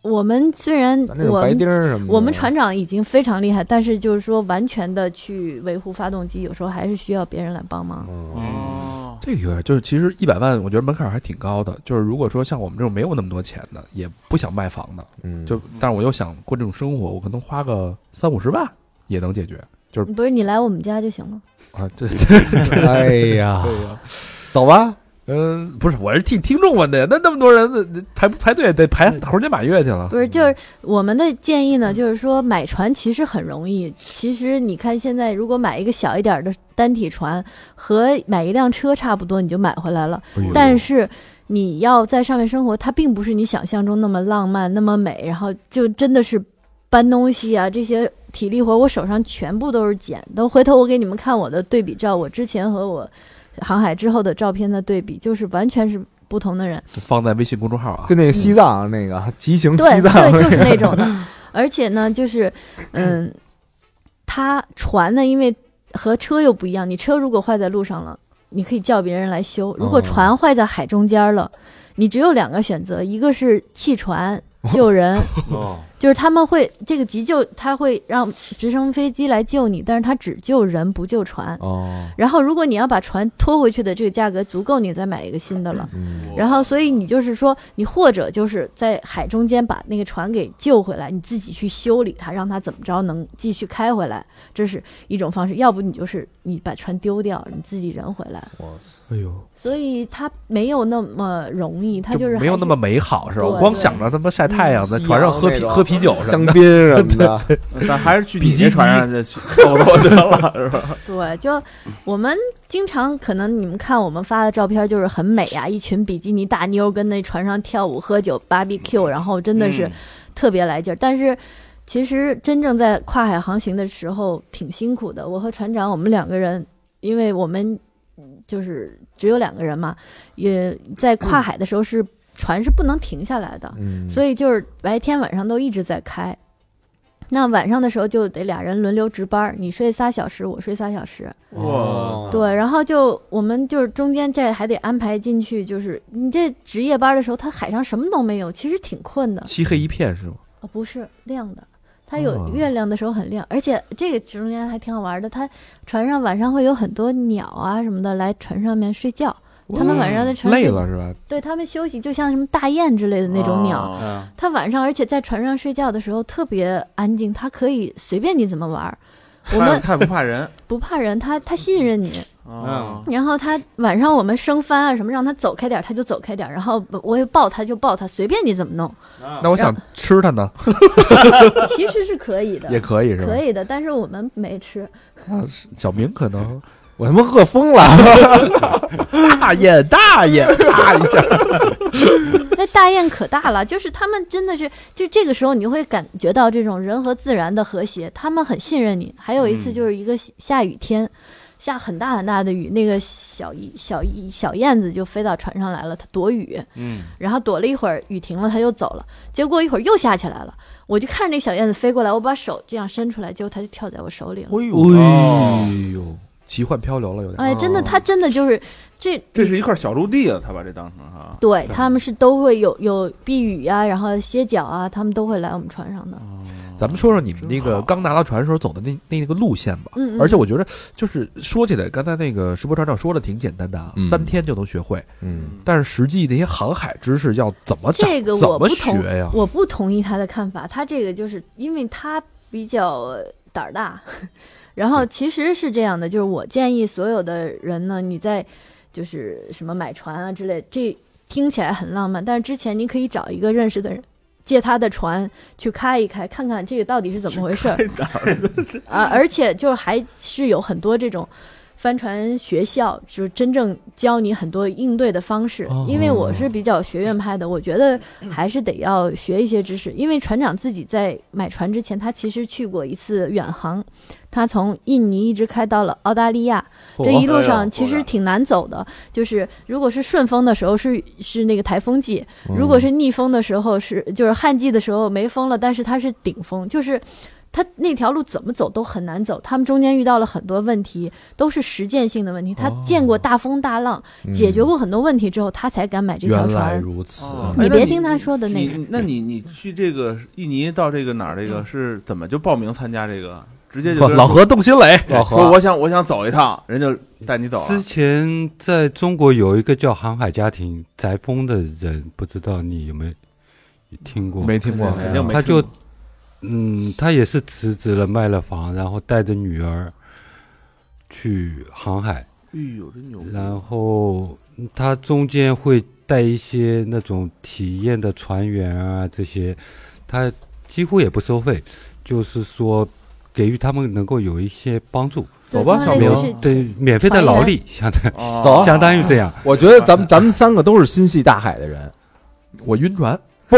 Speaker 2: 我们虽然
Speaker 3: 咱这种
Speaker 2: 我
Speaker 3: 白
Speaker 2: 们
Speaker 3: 丁儿嗯什么的，
Speaker 2: 我们船长已经非常厉害，但是就是说完全的去维护发动机，有时候还是需要别人来帮
Speaker 7: 嗯
Speaker 2: 忙。
Speaker 7: 哦，
Speaker 5: 这个有点就是，其实一百万，我觉得门槛还挺高的。就是如果说像我们这种没有那么多钱的，也不想卖房的，
Speaker 3: 嗯
Speaker 5: 就但是我又想过这种生活，我可能花个三五十万也能解决
Speaker 2: 不是你来我们家就行了，
Speaker 5: 啊。 [LAUGHS] 这
Speaker 3: 哎呀，
Speaker 5: 对呀，
Speaker 3: 走吧，
Speaker 5: 嗯，不是，我是替听众问的呀。那那么多人那那排排队得排猴年马月去了
Speaker 2: 不，是就是我们的建议呢，就是说买船其实很容易。其实你看现在如果买一个小一点的单体船和买一辆车差不多，你就买回来了。
Speaker 5: 哎呦
Speaker 2: 但是你要在上面生活，它并不是你想象中那么浪漫、那么美，然后就真的是搬东西啊这些体力活，我手上全部都是茧。等回头我给你们看我的对比照，我之前和我航海之后的照片的对比，就是完全是不同的人。
Speaker 5: 放在微信公众号啊，
Speaker 3: 跟那个西藏那个骑行
Speaker 2: 嗯对
Speaker 3: 西藏 [LAUGHS]
Speaker 2: 对，
Speaker 3: 那
Speaker 2: 就是
Speaker 3: 个，
Speaker 2: 那种的。而且呢，就是嗯，它船呢，因为和车又不一样，你车如果坏在路上了，你可以叫别人来修；如果
Speaker 3: 哦
Speaker 2: 船坏在海中间了，你只有两个选择，一个是弃船
Speaker 3: 哦
Speaker 2: 救
Speaker 3: [LAUGHS]
Speaker 2: 人。就是他们会这个急救，他会让直升飞机来救你，但是他只救人不救船。
Speaker 3: 哦，
Speaker 2: 然后，如果你要把船拖回去的这个价格足够，你再买一个新的了。
Speaker 3: 嗯
Speaker 2: 然后，所以你就是说，你或者就是在海中间把那个船给救回来，你自己去修理它，让它怎么着能继续开回来，这是一种方式。要不你就是你把船丢掉，你自己人回来。
Speaker 3: 我
Speaker 5: 哎呦，
Speaker 2: 所以它没没有那么容易，它
Speaker 5: 就是没有
Speaker 2: 还
Speaker 5: 那么美好是吧？
Speaker 2: 对
Speaker 5: 我光想着他妈晒太阳，在船上喝啤
Speaker 3: 夕阳那种
Speaker 5: 喝啤
Speaker 1: 啤酒什
Speaker 3: [LAUGHS] 香
Speaker 1: 么的，
Speaker 3: 槟什么的，
Speaker 7: 咱还是去你这船上去走走得了，是吧？
Speaker 2: 对，就我们经常可能你们看我们发的照片，就是很美啊，一群比基尼大妞跟那船上跳舞、喝酒、barbecue，然后真的
Speaker 5: 嗯
Speaker 2: 是特别来劲儿。但是其实真正在跨海航行的时候挺辛苦的。我和船长我们两个人，因为我们嗯就是只有两个人嘛，也在跨海的时候是船是不能停下来的，
Speaker 3: 嗯，
Speaker 2: 所以就是白天晚上都一直在开。那晚上的时候就得俩人轮流值班儿，你睡仨小时，我睡仨小时。
Speaker 7: [LAUGHS] 哇，
Speaker 2: 对，然后就我们就是中间这还得安排进去，就是你这值夜班的时候，它海上什么都没有，其实挺困的。
Speaker 5: 漆黑一片是吗？
Speaker 2: 哦，不是亮的，它
Speaker 5: 哦
Speaker 2: 有月亮的时候很亮，而且这个中间还挺好玩的。它船上晚上会有很多鸟啊什么的来船上面睡觉，他们晚上在船
Speaker 5: 哦累
Speaker 2: 上
Speaker 5: 了是吧？
Speaker 2: 对他们休息，就像什么大雁之类的那种鸟，
Speaker 7: 哦
Speaker 4: 嗯，
Speaker 2: 它晚上而且在船上睡觉的时候特别安静，它可以随便你怎么玩
Speaker 5: [LAUGHS]
Speaker 2: 儿，
Speaker 7: 它
Speaker 2: 我们
Speaker 7: 它不怕人，
Speaker 2: 不怕人，它它信任你。
Speaker 7: 嗯，
Speaker 2: 然后他晚上我们升帆啊什么，让他走开点儿，他就走开点儿。然后我也抱他就抱他，随便你怎么弄，
Speaker 5: 那我想吃它呢，
Speaker 2: 其实是可以的，
Speaker 5: 也可以是吧
Speaker 2: 可？以的。但是我们没吃，
Speaker 5: 啊，小明可能
Speaker 3: 我他妈饿疯了，大爷大爷，啪一下，
Speaker 2: 那大雁可大了，就是他们真的是，就这个时候你会感觉到这种人和自然的和谐，他们很信任你。还有一次
Speaker 4: 嗯
Speaker 2: 就是一个下雨天，下很大很大的雨，那个小一小一小燕子就飞到船上来了，它躲雨。
Speaker 4: 嗯，
Speaker 2: 然后躲了一会儿，雨停了，它又走了。结果一会儿又下起来了，我就看着那小燕子飞过来，我把手这样伸出来，结果它就跳在我手
Speaker 5: 哦
Speaker 2: 里了。
Speaker 5: 哎呦，奇幻漂流了有点。
Speaker 2: 哎，真的，它真的就是这，
Speaker 7: 这是一块小陆地啊，他把这当成啊，
Speaker 2: 对
Speaker 5: 嗯
Speaker 2: 他们是都会有有避雨啊，然后歇脚啊，他们都会来我们船上的。
Speaker 5: 哦咱们说说你们那
Speaker 7: 真
Speaker 5: 个
Speaker 7: 好
Speaker 5: 刚拿到船的时候走的那那个路线吧。
Speaker 2: 嗯，嗯
Speaker 5: 而且我觉得，就是说起来，刚才那个石波船长说的挺简单的啊
Speaker 3: 嗯，
Speaker 5: 三天就能学会。
Speaker 3: 嗯，
Speaker 5: 但是实际那些航海知识要怎么掌
Speaker 2: 这个
Speaker 5: 怎
Speaker 2: 我
Speaker 5: 么
Speaker 2: 不同
Speaker 5: 学呀？
Speaker 2: 我不同意他的看法，他这个就是因为他比较呃胆儿大， [LAUGHS] 然后其实是这样的，就是我建议所有的人呢，你在就是什么买船啊之类，这听起来很浪漫，但是之前你可以找一个认识的人。借他的船去开一开，看看这个到底是怎么回事儿啊！而且就是还是有很多这种帆船学校，就是真正教你很多应对的方式。
Speaker 5: 哦
Speaker 2: 因为我是比较学院派的，我觉得还是得要学一些知识。因为船长自己在买船之前，他其实去过一次远航，他从印尼一直开到了澳大利亚，这一路上其实挺难走的。就是如果是顺风的时候是是那个台风季，如果是逆风的时候是就是旱季的时候没风了，但是它是顶风，就是。它那条路怎么走都很难走，他们中间遇到了很多问题，都是实践性的问题。他见过大风大浪，解决过很多问题之后，他才敢买这条
Speaker 5: 嗯原来
Speaker 2: 船。
Speaker 5: 如此，
Speaker 7: 哦
Speaker 2: 你
Speaker 7: 哎那
Speaker 2: 别听他说的那个，嗯
Speaker 7: 你那你你去这个印尼到这个哪儿？这个是怎么就报名参加这个？直接就
Speaker 5: 不
Speaker 7: 跟
Speaker 5: 老何动心雷，
Speaker 3: 老
Speaker 7: 说
Speaker 6: 啊
Speaker 3: 何
Speaker 7: 我想我想走一趟，人就带你走啊
Speaker 6: 之
Speaker 7: 了。
Speaker 6: 前在中国有一个叫航海家庭宅风的人，不知道你有没有听过？
Speaker 5: 没听过，
Speaker 7: 肯定没
Speaker 6: 他
Speaker 7: 听过
Speaker 6: 就，嗯，他也是辞职了，卖了房，然后带着女儿去航海，
Speaker 7: 哎呦，真牛逼！
Speaker 6: 然后他中间会带一些那种体验的船员啊，这些他几乎也不收费，就是说给予他们能够有一些帮助，
Speaker 2: 对
Speaker 5: 走吧
Speaker 2: 他
Speaker 5: 小
Speaker 2: 类似
Speaker 7: 明
Speaker 2: 是
Speaker 6: 对，免费的劳力，相当
Speaker 7: 哦
Speaker 3: 走啊
Speaker 6: 相当于这样。
Speaker 3: 我觉得咱 [LAUGHS] 们咱们三个都是心系大海的人，
Speaker 5: 我晕船，
Speaker 3: 不，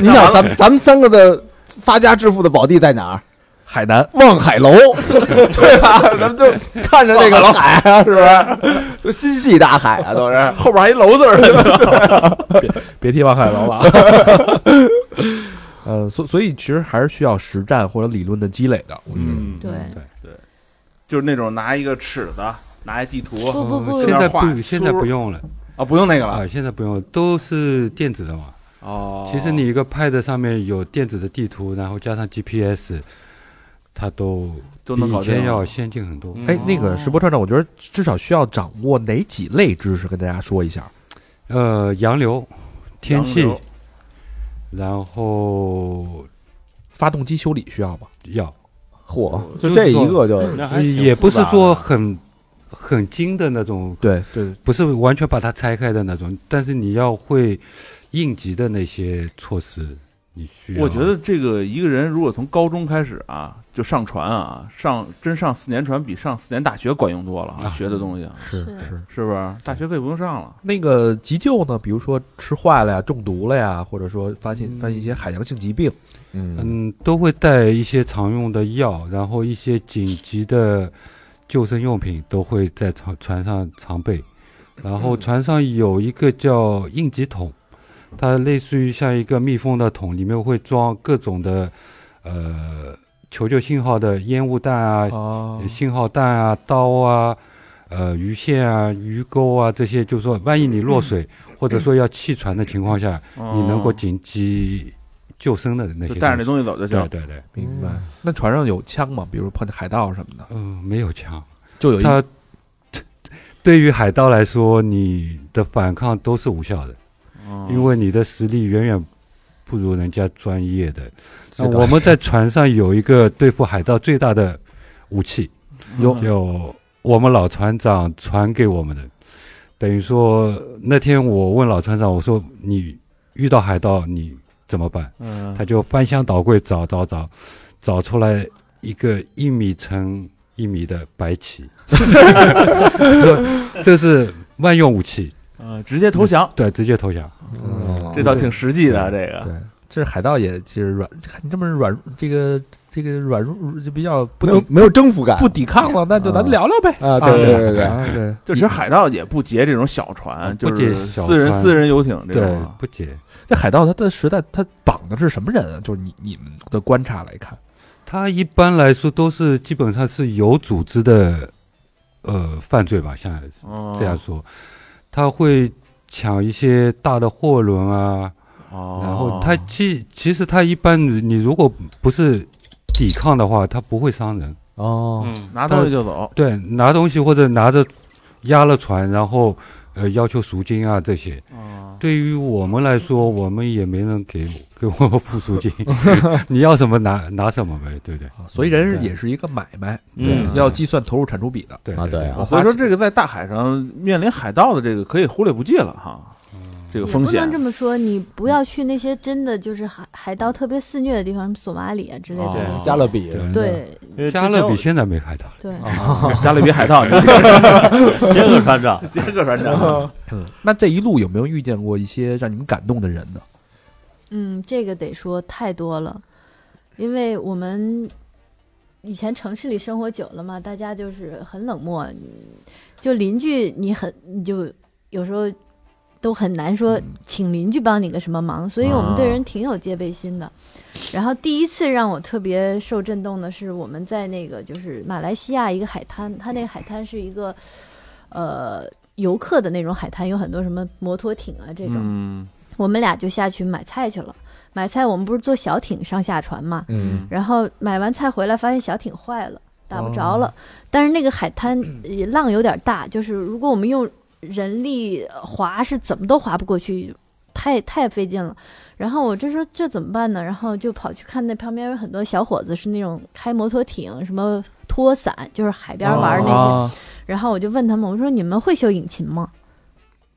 Speaker 3: 你想咱们咱们三个的发家致富的宝地在哪儿？
Speaker 5: 海南
Speaker 3: 望海 [LAUGHS] 楼，对吧？咱们就看着那个海啊，是不是？都心系大海啊，都是。
Speaker 7: 后边还一楼字儿，
Speaker 5: 别提望海楼了啊。呃，所所以其实还是需要实战或者理论的积累的。我觉得
Speaker 6: 嗯，
Speaker 2: 对
Speaker 7: 就是那种拿一个尺子，拿一地图
Speaker 2: 不不不
Speaker 6: 现在
Speaker 7: 画
Speaker 6: 不呃现在
Speaker 7: 书
Speaker 6: 不用了
Speaker 7: 啊，不用那个了
Speaker 6: 啊，现在不用，都是电子的嘛。
Speaker 7: 哦。
Speaker 6: 其实你一个 Pad 上面有电子的地图，然后加上 GPS，它都
Speaker 7: 都
Speaker 6: 比
Speaker 7: 能搞
Speaker 6: 以
Speaker 7: 定
Speaker 6: 前要先进很多。
Speaker 5: 哎，那个
Speaker 3: 哦
Speaker 5: 石波船长，我觉得至少需要掌握哪几类知识，跟大家说一下。
Speaker 6: 呃，洋流、天气
Speaker 7: 洋，流
Speaker 6: 然后
Speaker 5: 发动机修理需要吗？
Speaker 6: 要
Speaker 3: 嚯，就这一个就
Speaker 4: 嗯那还挺
Speaker 6: 也不是
Speaker 4: 复杂的
Speaker 6: 说很很精的那种，
Speaker 5: 对对，
Speaker 6: 不是完全把它拆开的那种，但是你要会应急的那些措施，你需要。
Speaker 7: 我觉得这个一个人如果从高中开始啊，就上船啊，上真上四年船比上四年大学管用多了啊，
Speaker 6: 啊
Speaker 7: 学的东西
Speaker 2: 是
Speaker 5: 是是。
Speaker 7: 是不是？大学可以不用上了。
Speaker 5: 那个急救呢？比如说吃坏了呀、中毒了呀，或者说发现发现一些海洋性疾病，
Speaker 3: 嗯，
Speaker 6: 嗯，都会带一些常用的药，然后一些紧急的救生用品都会在船船上常备。然
Speaker 7: 嗯
Speaker 6: 后船上有一个叫应急桶，它类似于像一个密封的桶，里面会装各种的呃求救信号的烟雾弹啊、
Speaker 5: 哦
Speaker 6: 信号弹啊、刀啊、呃鱼线啊、鱼钩啊这些，就是说万一你落水、或者说要弃船的情况下，你能够
Speaker 7: 嗯哦
Speaker 6: 紧急救生的那
Speaker 7: 就
Speaker 6: 些，
Speaker 7: 带着那东西走就
Speaker 6: 对
Speaker 7: 行。
Speaker 6: 对对，
Speaker 5: 明白。
Speaker 3: 嗯
Speaker 5: 那船上有枪吗？比如碰见海盗什么的，
Speaker 6: 嗯、没有枪。
Speaker 5: 就有一
Speaker 6: 他对于海盗来说，你的反抗都是无效的，
Speaker 7: 哦
Speaker 6: 因为你的实力远远不如人家专业的。那
Speaker 5: 是的
Speaker 6: 我们在船上有一个对付海盗最大的武器，
Speaker 5: 有
Speaker 7: 嗯
Speaker 6: 嗯就我们老船长传给我们的。等于说那天我问老船长，我说你遇到海盗你怎么办？
Speaker 7: 嗯
Speaker 6: 他就翻箱倒柜找找找，找出来一个一米乘一米的白旗， [LAUGHS] 这这是万用武器，
Speaker 7: 嗯，直接投降，
Speaker 6: 对，直接投降。
Speaker 3: 哦
Speaker 5: 嗯
Speaker 7: 这倒挺实际的啊。这个
Speaker 5: 对，这海盗也其实软，你这么软，这个这个软弱就比较不
Speaker 3: 没有
Speaker 5: 抵
Speaker 3: 没有征服感
Speaker 5: 不抵抗了，那就咱
Speaker 3: 嗯
Speaker 5: 聊聊呗。
Speaker 3: 啊，对对对对对，
Speaker 5: 啊对，
Speaker 7: 就其实海盗也不劫这种小船，
Speaker 6: 啊不
Speaker 7: 就
Speaker 6: 劫
Speaker 7: 是
Speaker 6: 小
Speaker 7: 私人
Speaker 6: 船
Speaker 7: 私人游艇这
Speaker 6: 对
Speaker 7: 种啊，
Speaker 6: 不解，
Speaker 5: 这海盗他他时代他绑的是什么人啊？就是你你们的观察来看，
Speaker 6: 他一般来说都是基本上是有组织的，呃，犯罪吧，像
Speaker 7: 哦
Speaker 6: 这样说，他会抢一些大的货轮啊，
Speaker 7: 哦，
Speaker 6: 然后他其其实他一般你你如果不是抵抗的话，他不会伤人。
Speaker 3: 哦，
Speaker 4: 嗯，
Speaker 7: 拿东西就走，
Speaker 6: 对，拿东西或者拿着压了船，然后呃要求赎金啊这些。
Speaker 7: 哦
Speaker 6: 对于我们来说，我们也没人给给我们付赎金，你要什么拿拿什么呗，对不对？
Speaker 5: 啊所以人
Speaker 3: 嗯
Speaker 6: 对
Speaker 5: 也是一个买卖，
Speaker 4: 嗯
Speaker 5: 要计算投入产出比的。
Speaker 6: 对
Speaker 3: 啊对
Speaker 6: 对
Speaker 3: 啊
Speaker 7: 所以说这个在大海上面临海盗的这个可以忽略不计了哈，这个
Speaker 2: 也
Speaker 7: 风
Speaker 2: 不能
Speaker 7: 险
Speaker 2: 这么说，你不要去那些真的就是海海盗特别肆虐的地方，索马里啊之类的
Speaker 7: 哦
Speaker 2: 那些。
Speaker 3: 加勒比，
Speaker 6: 对
Speaker 2: 对
Speaker 4: 因为
Speaker 6: 加
Speaker 4: 之前
Speaker 6: 勒
Speaker 4: 我啊
Speaker 6: 比现在没海盗了，
Speaker 2: 对，
Speaker 7: 加勒比海盗，你
Speaker 4: 杰克船长，哦
Speaker 7: 接个船长，
Speaker 5: 嗯，那这一路有没有遇见过一些让你们感动的人呢？
Speaker 2: 嗯，这个得说太多了，因为我们以前城市里生活久了嘛，大家就是很冷漠，你就邻居你很你就有时候都很难说请邻居帮你个什么忙，所以我们对人挺有戒备心的。然后第一次让我特别受震动的是，我们在那个就是马来西亚一个海滩，它那个海滩是一个呃游客的那种海滩，有很多什么摩托艇啊这种。
Speaker 7: 嗯，
Speaker 2: 我们俩就下去买菜去了。买菜我们不是坐小艇上下船嘛，
Speaker 3: 嗯，
Speaker 2: 然后买完菜回来发现小艇坏了，打不着了。但是那个海滩呃浪有点大，就是如果我们用人力呃划是怎么都划不过去，太太费劲了。然后我就说这怎么办呢？然后就跑去看那旁边有很多小伙子是那种开摩托艇，什么拖伞，就是海边玩那些。
Speaker 5: 啊，
Speaker 2: 然后我就问他们，我说你们会修引擎吗？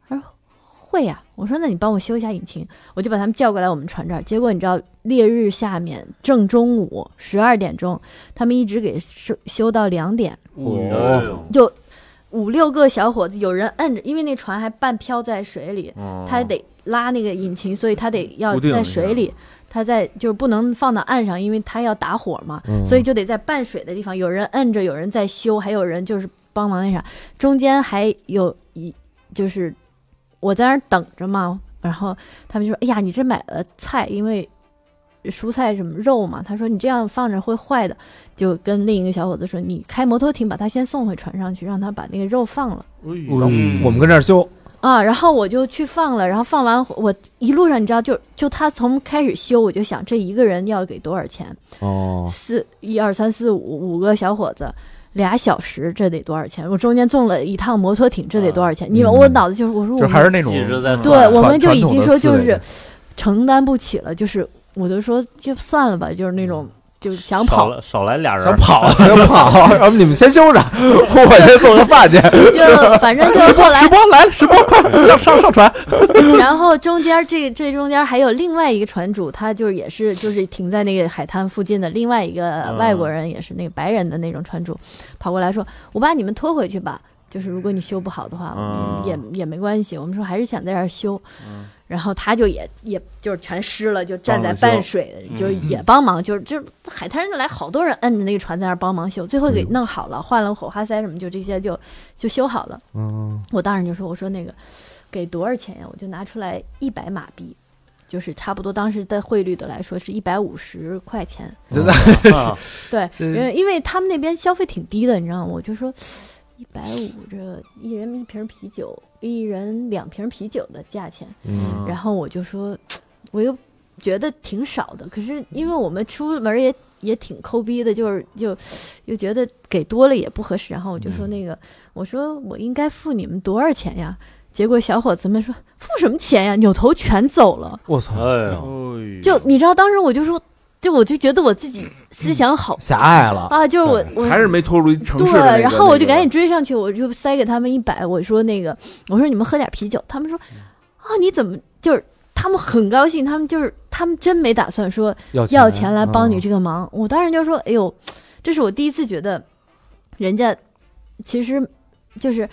Speaker 2: 他说会呀、我说那你帮我修一下引擎，我就把他们叫过来我们船这儿。结果你知道，烈日下面正中午十二点钟，他们一直给修修到两点，
Speaker 5: 哎
Speaker 4: 哦，
Speaker 2: 就五六个小伙子，有人摁着，因为那船还半漂在水里，他得拉那个引擎，所以他得要
Speaker 7: 哦固定一
Speaker 2: 在
Speaker 7: 下
Speaker 2: 水里。他在就是不能放到岸上，因为他要打火嘛，
Speaker 7: 嗯
Speaker 2: 所以就得在半水的地方，有人摁着，有人在修，还有人就是帮忙那啥。中间还有一就是我在那儿等着嘛，然后他们就说：“哎呀，你这买了菜，因为蔬菜什么肉嘛。”他说：“你这样放着会坏的。”就跟另一个小伙子说：“你开摩托艇把它先送回船上去，让他把那个肉放了。”
Speaker 6: 嗯
Speaker 3: 我们跟这儿修，
Speaker 2: 啊，然后我就去放了，然后放完我一路上你知道，就就他从开始修，我就想这一个人要给多少钱？
Speaker 3: 哦，
Speaker 2: 四一二三四五五个小伙子，俩小时这得多少钱？我中间坐了一趟摩托艇，这得多少钱？你们
Speaker 3: 嗯
Speaker 2: 我脑子就是我说我
Speaker 5: 啊就
Speaker 2: 们
Speaker 5: 还是那种
Speaker 4: 一直在
Speaker 2: 对
Speaker 4: 算
Speaker 2: 我
Speaker 5: 传
Speaker 2: 们就
Speaker 5: 传
Speaker 2: 已
Speaker 5: 统
Speaker 2: 经
Speaker 5: 的
Speaker 2: 说
Speaker 5: 思
Speaker 2: 就
Speaker 5: 维嗯
Speaker 2: 是承担不起了，就是我就说就算了吧，就是那种。就想
Speaker 4: 少
Speaker 2: 跑，
Speaker 4: 了少来俩人
Speaker 3: 想
Speaker 4: 儿， [LAUGHS]
Speaker 3: 跑，想 [LAUGHS] 跑，哎要不你们先休着，我先做个饭去。
Speaker 2: 就反正就后来
Speaker 3: 直播来了，直播快上上上传，
Speaker 7: [LAUGHS]
Speaker 2: 然后中间这这中间还有另外一个船主，他就是也是就是停在那个海滩附近的另外一个外国人，也是那个白人的那种船主，跑过来说：“我把你们拖回去吧，就是如果你修不好的话，
Speaker 7: 嗯
Speaker 2: 也也没关系。”我们说还是想在这儿修，然后他就也也就是全湿了，就站在
Speaker 7: 帮忙
Speaker 2: 半
Speaker 7: 修
Speaker 2: 水，
Speaker 7: 嗯
Speaker 2: 就是也帮忙，就是就是海滩上就来好多人摁着那个船在那儿帮忙修，最后给
Speaker 7: 嗯
Speaker 2: 弄好了，换了火花塞什么，就这些就就修好了。
Speaker 3: 嗯，
Speaker 2: 我当时就说：“我说那个给多少钱呀？”我就拿出来一百马币，就是差不多当时的汇率的来说是一百五十块钱。
Speaker 4: 啊
Speaker 2: 对，
Speaker 5: 这
Speaker 2: 因为因为他们那边消费挺低的，你知道吗？我就说一百五这一人一瓶啤酒，一人两瓶啤酒的价钱，
Speaker 3: 嗯
Speaker 2: 然后我就说，我又觉得挺少的，可是因为我们出门也也挺抠逼的，就是就又觉得给多了也不合适，然后我就说那个，我说我应该付你们多少钱呀？结果小伙子们说付什么钱呀，扭头全走了。
Speaker 5: 我操
Speaker 4: 哎，
Speaker 7: 嗯呦
Speaker 4: 呦，
Speaker 2: 就你知道，当时我就说，就我就觉得我自己思想好
Speaker 3: 狭隘了，
Speaker 2: 啊，就是我我
Speaker 7: 还是没拖出一城市
Speaker 2: 对
Speaker 7: 的那个
Speaker 2: 然后我
Speaker 7: 那
Speaker 2: 就
Speaker 7: 个
Speaker 2: 赶紧追上去，我就塞给他们一百，我说那个，我说你们喝点啤酒。他们说
Speaker 7: 嗯
Speaker 2: 啊，你怎么就是？他们很高兴，他们就是他们真没打算说
Speaker 3: 要
Speaker 2: 要钱来帮你
Speaker 3: 嗯
Speaker 2: 这个忙。我当时就说，哎呦，这是我第一次觉得，人家其实就是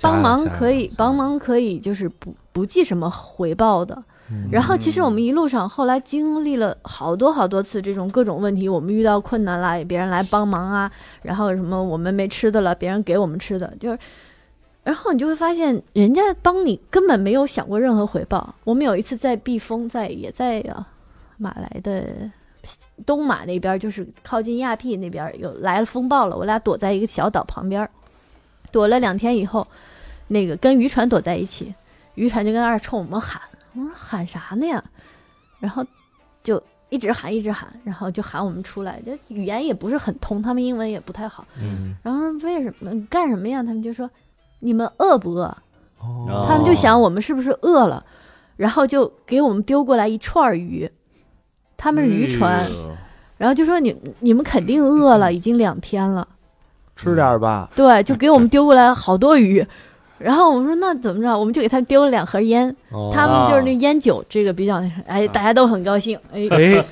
Speaker 2: 帮忙可以帮忙可以就是不不计什么回报的。
Speaker 3: 嗯
Speaker 2: 然后其实我们一路上后来经历了好多好多次这种各种问题，我们遇到困难啦，别人来帮忙啊，然后什么我们没吃的了，别人给我们吃的，就是，然后你就会发现人家帮你根本没有想过任何回报。我们有一次在避风，在也在、啊、马来的东马那边，就是靠近亚庇那边有来了风暴了，我俩躲在一个小岛旁边，躲了两天以后，那个跟渔船躲在一起，渔船就跟那儿冲我们喊。我说喊啥呢呀？然后就一直喊，一直喊，然后就喊我们出来。这语言也不是很通，他们英文也不太好。
Speaker 3: 嗯
Speaker 2: 然后说为什么你干什么呀？他们就说你们饿不饿？
Speaker 3: 哦
Speaker 2: 他们就想我们是不是饿了，然后就给我们丢过来一串儿鱼，他们是渔船，然后就说你你们肯定饿了，已经两天了。
Speaker 3: 吃点儿吧，
Speaker 2: [LAUGHS] 对，就给我们丢过来好多鱼。然后我们说那怎么着？我们就给他们丢了两盒烟，
Speaker 3: 哦
Speaker 2: 他们就是那烟酒，这个比较那啥，哎，大家都很高兴，哎，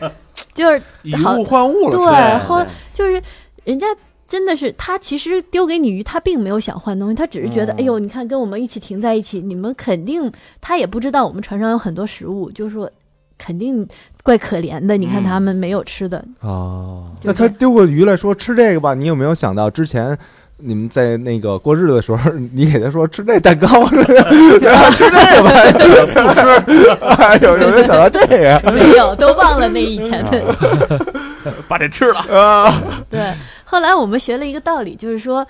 Speaker 3: [LAUGHS]
Speaker 2: 就是
Speaker 7: 以物换物了，
Speaker 3: 哎
Speaker 2: 对，后就是人家真的是他其实丢给你鱼，他并没有想换东西，他只是觉得，哎呦，你看跟我们一起停在一起，你们肯定他也不知道我们船上有很多食物，就是说肯定怪可怜的，你看他们没有吃的，
Speaker 5: 啊，
Speaker 2: 就
Speaker 3: 那
Speaker 2: 是
Speaker 3: 他丢过鱼来说吃这个吧，你有没有想到之前你们在那个过日子的时候，你给他说吃这蛋糕，然后吃这个吧，不吃，哎有有没有想到这个？
Speaker 2: [LAUGHS] 没有，都忘了那以前的。
Speaker 7: [LAUGHS] 把这吃了，
Speaker 2: [LAUGHS] 对，后来我们学了一个道理，就是说，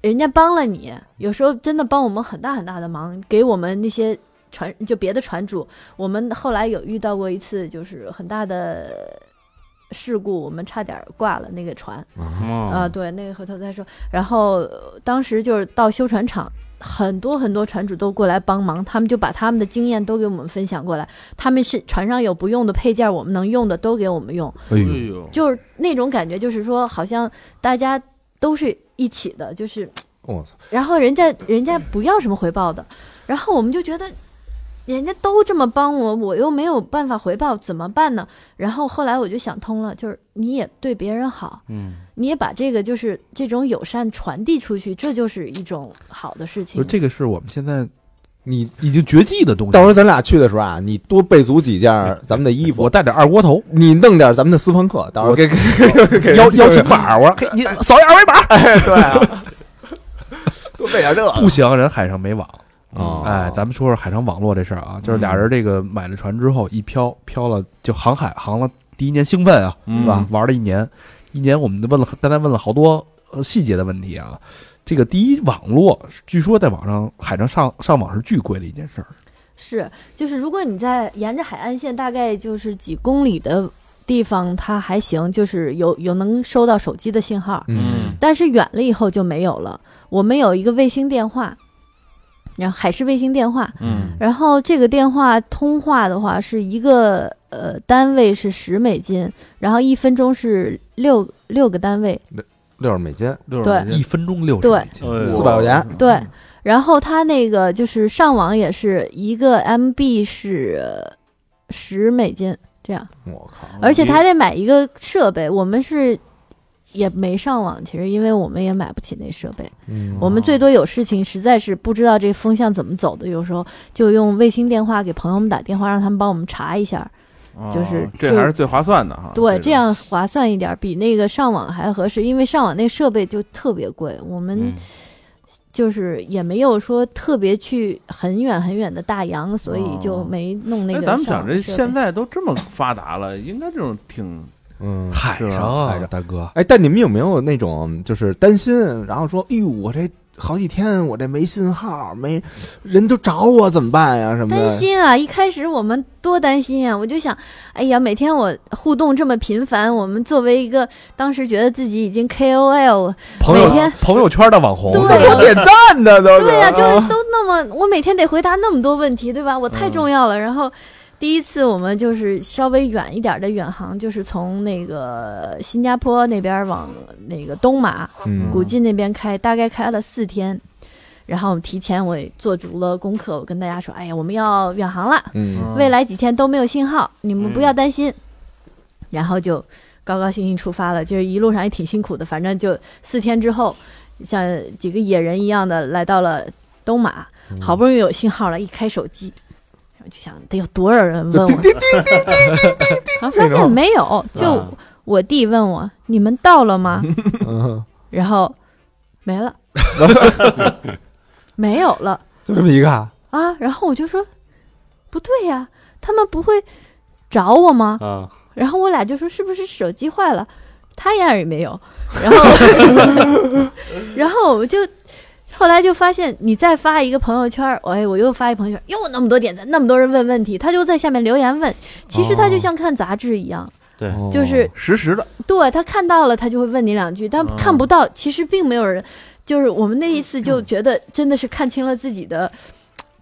Speaker 2: 人家帮了你，有时候真的帮我们很大很大的忙，给我们那些船就别的船主，我们后来有遇到过一次就是很大的事故，我们差点挂了那个船啊、
Speaker 4: 啊，
Speaker 2: 对，那个回头再说。然后呃当时就是到修船厂。很多很多船主都过来帮忙，他们就把他们的经验都给我们分享过来。他们是船上有不用的配件，我们能用的都给我们用。
Speaker 5: 哎呦，
Speaker 7: 呦，
Speaker 2: 就是那种感觉，就是说好像大家都是一起的，就是，
Speaker 3: 我操！
Speaker 2: 然后人家人家不要什么回报的，然后我们就觉得。人家都这么帮我，我又没有办法回报，怎么办呢？然后后来我就想通了，就是你也对别人好，
Speaker 4: 嗯，
Speaker 2: 你也把这个就是这种友善传递出去，这就是一种好的事
Speaker 5: 就
Speaker 2: 情
Speaker 5: 是。这个是我们现在
Speaker 3: 你
Speaker 5: 已经绝迹的东西。
Speaker 3: 到时候咱俩去的时候啊，你多备足几件儿咱们的衣
Speaker 5: 我
Speaker 3: 服，
Speaker 5: 带点二锅头，
Speaker 3: 你弄点咱们的私房课，到时候给给给
Speaker 5: 邀邀请码，我说嘿，你扫一二维码。
Speaker 3: 对啊，多备点这个
Speaker 5: 不行，人海上没网。
Speaker 7: 嗯
Speaker 6: 啊
Speaker 3: 哦
Speaker 5: 哎，咱们说说海上网络这事儿啊，就是俩
Speaker 3: 嗯
Speaker 5: 人这个买了船之后一漂漂了，就航海航了第一年兴奋啊，
Speaker 7: 嗯
Speaker 5: 是吧？玩了一年，一年我们都问了，大家问了好多呃细节的问题啊。这个第一网络，据说在网上海上上上网是巨贵的一件事儿，
Speaker 2: 是，就是如果你在沿着海岸线，大概就是几公里的地方，它还行，就是有有能收到手机的信号。
Speaker 3: 嗯
Speaker 2: 但是远了以后就没有了。我们有一个卫星电话，然后海事卫星电话，
Speaker 3: 嗯
Speaker 2: 然后这个电话通话的话是一个呃单位是十美金，然后一分钟是六六个单位，
Speaker 3: 六十美金，啊
Speaker 5: 六
Speaker 2: 对
Speaker 5: 一分钟六十
Speaker 2: 对
Speaker 5: 美金
Speaker 4: 呃
Speaker 3: 四百块钱，
Speaker 2: 对。然后它那个就是上网也是一个 MB 是十美金这样，
Speaker 3: 我靠，
Speaker 2: 而且他还得买一个设备，我们是也没上网，其实因为我们也买不起那设备。
Speaker 3: 嗯
Speaker 7: 哦
Speaker 2: 我们最多有事情，实在是不知道这风向怎么走的，有时候就用卫星电话给朋友们打电话，让他们帮我们查一下。就是
Speaker 7: 哦这还是最划啊算的哈。
Speaker 2: 对，
Speaker 7: 种
Speaker 2: 这样划算一点，比那个上网还合适，因为上网那设备就特别贵，我们
Speaker 4: 嗯
Speaker 2: 就是也没有说特别去很远很远的大洋，所以就
Speaker 7: 哦
Speaker 2: 没弄那
Speaker 7: 哎，
Speaker 2: 个。
Speaker 7: 咱们讲这现，在都这么发达了，应该这种挺
Speaker 3: 嗯。
Speaker 5: 海
Speaker 7: 是吧
Speaker 5: 上
Speaker 3: 海
Speaker 5: 啊，
Speaker 3: 上
Speaker 5: 大哥，
Speaker 3: 哎，但你们有没有那种就是担心，然后说，哎呦，我这好几天我这没信号，没人都找我怎么办呀？什么的
Speaker 2: 担，心啊！一开始我们多担心啊！我就想，哎呀，每天我互动这么频繁，我们作为一个当时觉得自己已经 KOL 了
Speaker 5: 朋友
Speaker 2: 每天
Speaker 5: 朋友圈的网红，
Speaker 2: 对啊
Speaker 3: 都给我点赞的
Speaker 5: 哎
Speaker 3: 都是。
Speaker 2: 对啊呀、就是都那么，我每天得回答那么多问题，对吧？我太重要了。然后第一次我们就是稍微远一点的远航，就是从那个新加坡那边往那个东马
Speaker 3: 嗯
Speaker 2: 古晋那边开，大概开了四天。然后我们提前我也做足了功课，我跟大家说，哎呀，我们要远航了，
Speaker 3: 嗯
Speaker 2: 未来几天都没有信号，你们不要担心。然后就高高兴兴出发了，就是一路上也挺辛苦的，反正就四天之后，像几个野人一样的来到了东马，
Speaker 3: 嗯
Speaker 2: 好不容易有信号了，一开手机，然后就想得有多少人问
Speaker 3: 就
Speaker 2: 我，
Speaker 3: 叮叮叮
Speaker 2: 然后发现没有，就
Speaker 4: 啊
Speaker 2: 我弟问我你们到了吗？
Speaker 3: 嗯，
Speaker 2: 然后没了，没有了。
Speaker 3: [LAUGHS] 就这么一个，
Speaker 2: 啊，然后我就说，不对呀、他们不会找我吗？
Speaker 4: 啊，
Speaker 2: 然后我俩就说是不是手机坏了？他一样也没有。然后，然后我们就后来就发现，你再发一个朋友圈儿，哎，我又发一朋友圈儿，又那么多点赞，那么多人问问题，他就在下面留言问。其实他就像看杂志一样，
Speaker 4: 对，
Speaker 5: 哦
Speaker 2: 就是
Speaker 7: 实时的，
Speaker 2: 对他看到了，他就会问你两句，但
Speaker 7: 嗯
Speaker 2: 看不到，其实并没有人。就是我们那一次就觉得真的是看清了自己的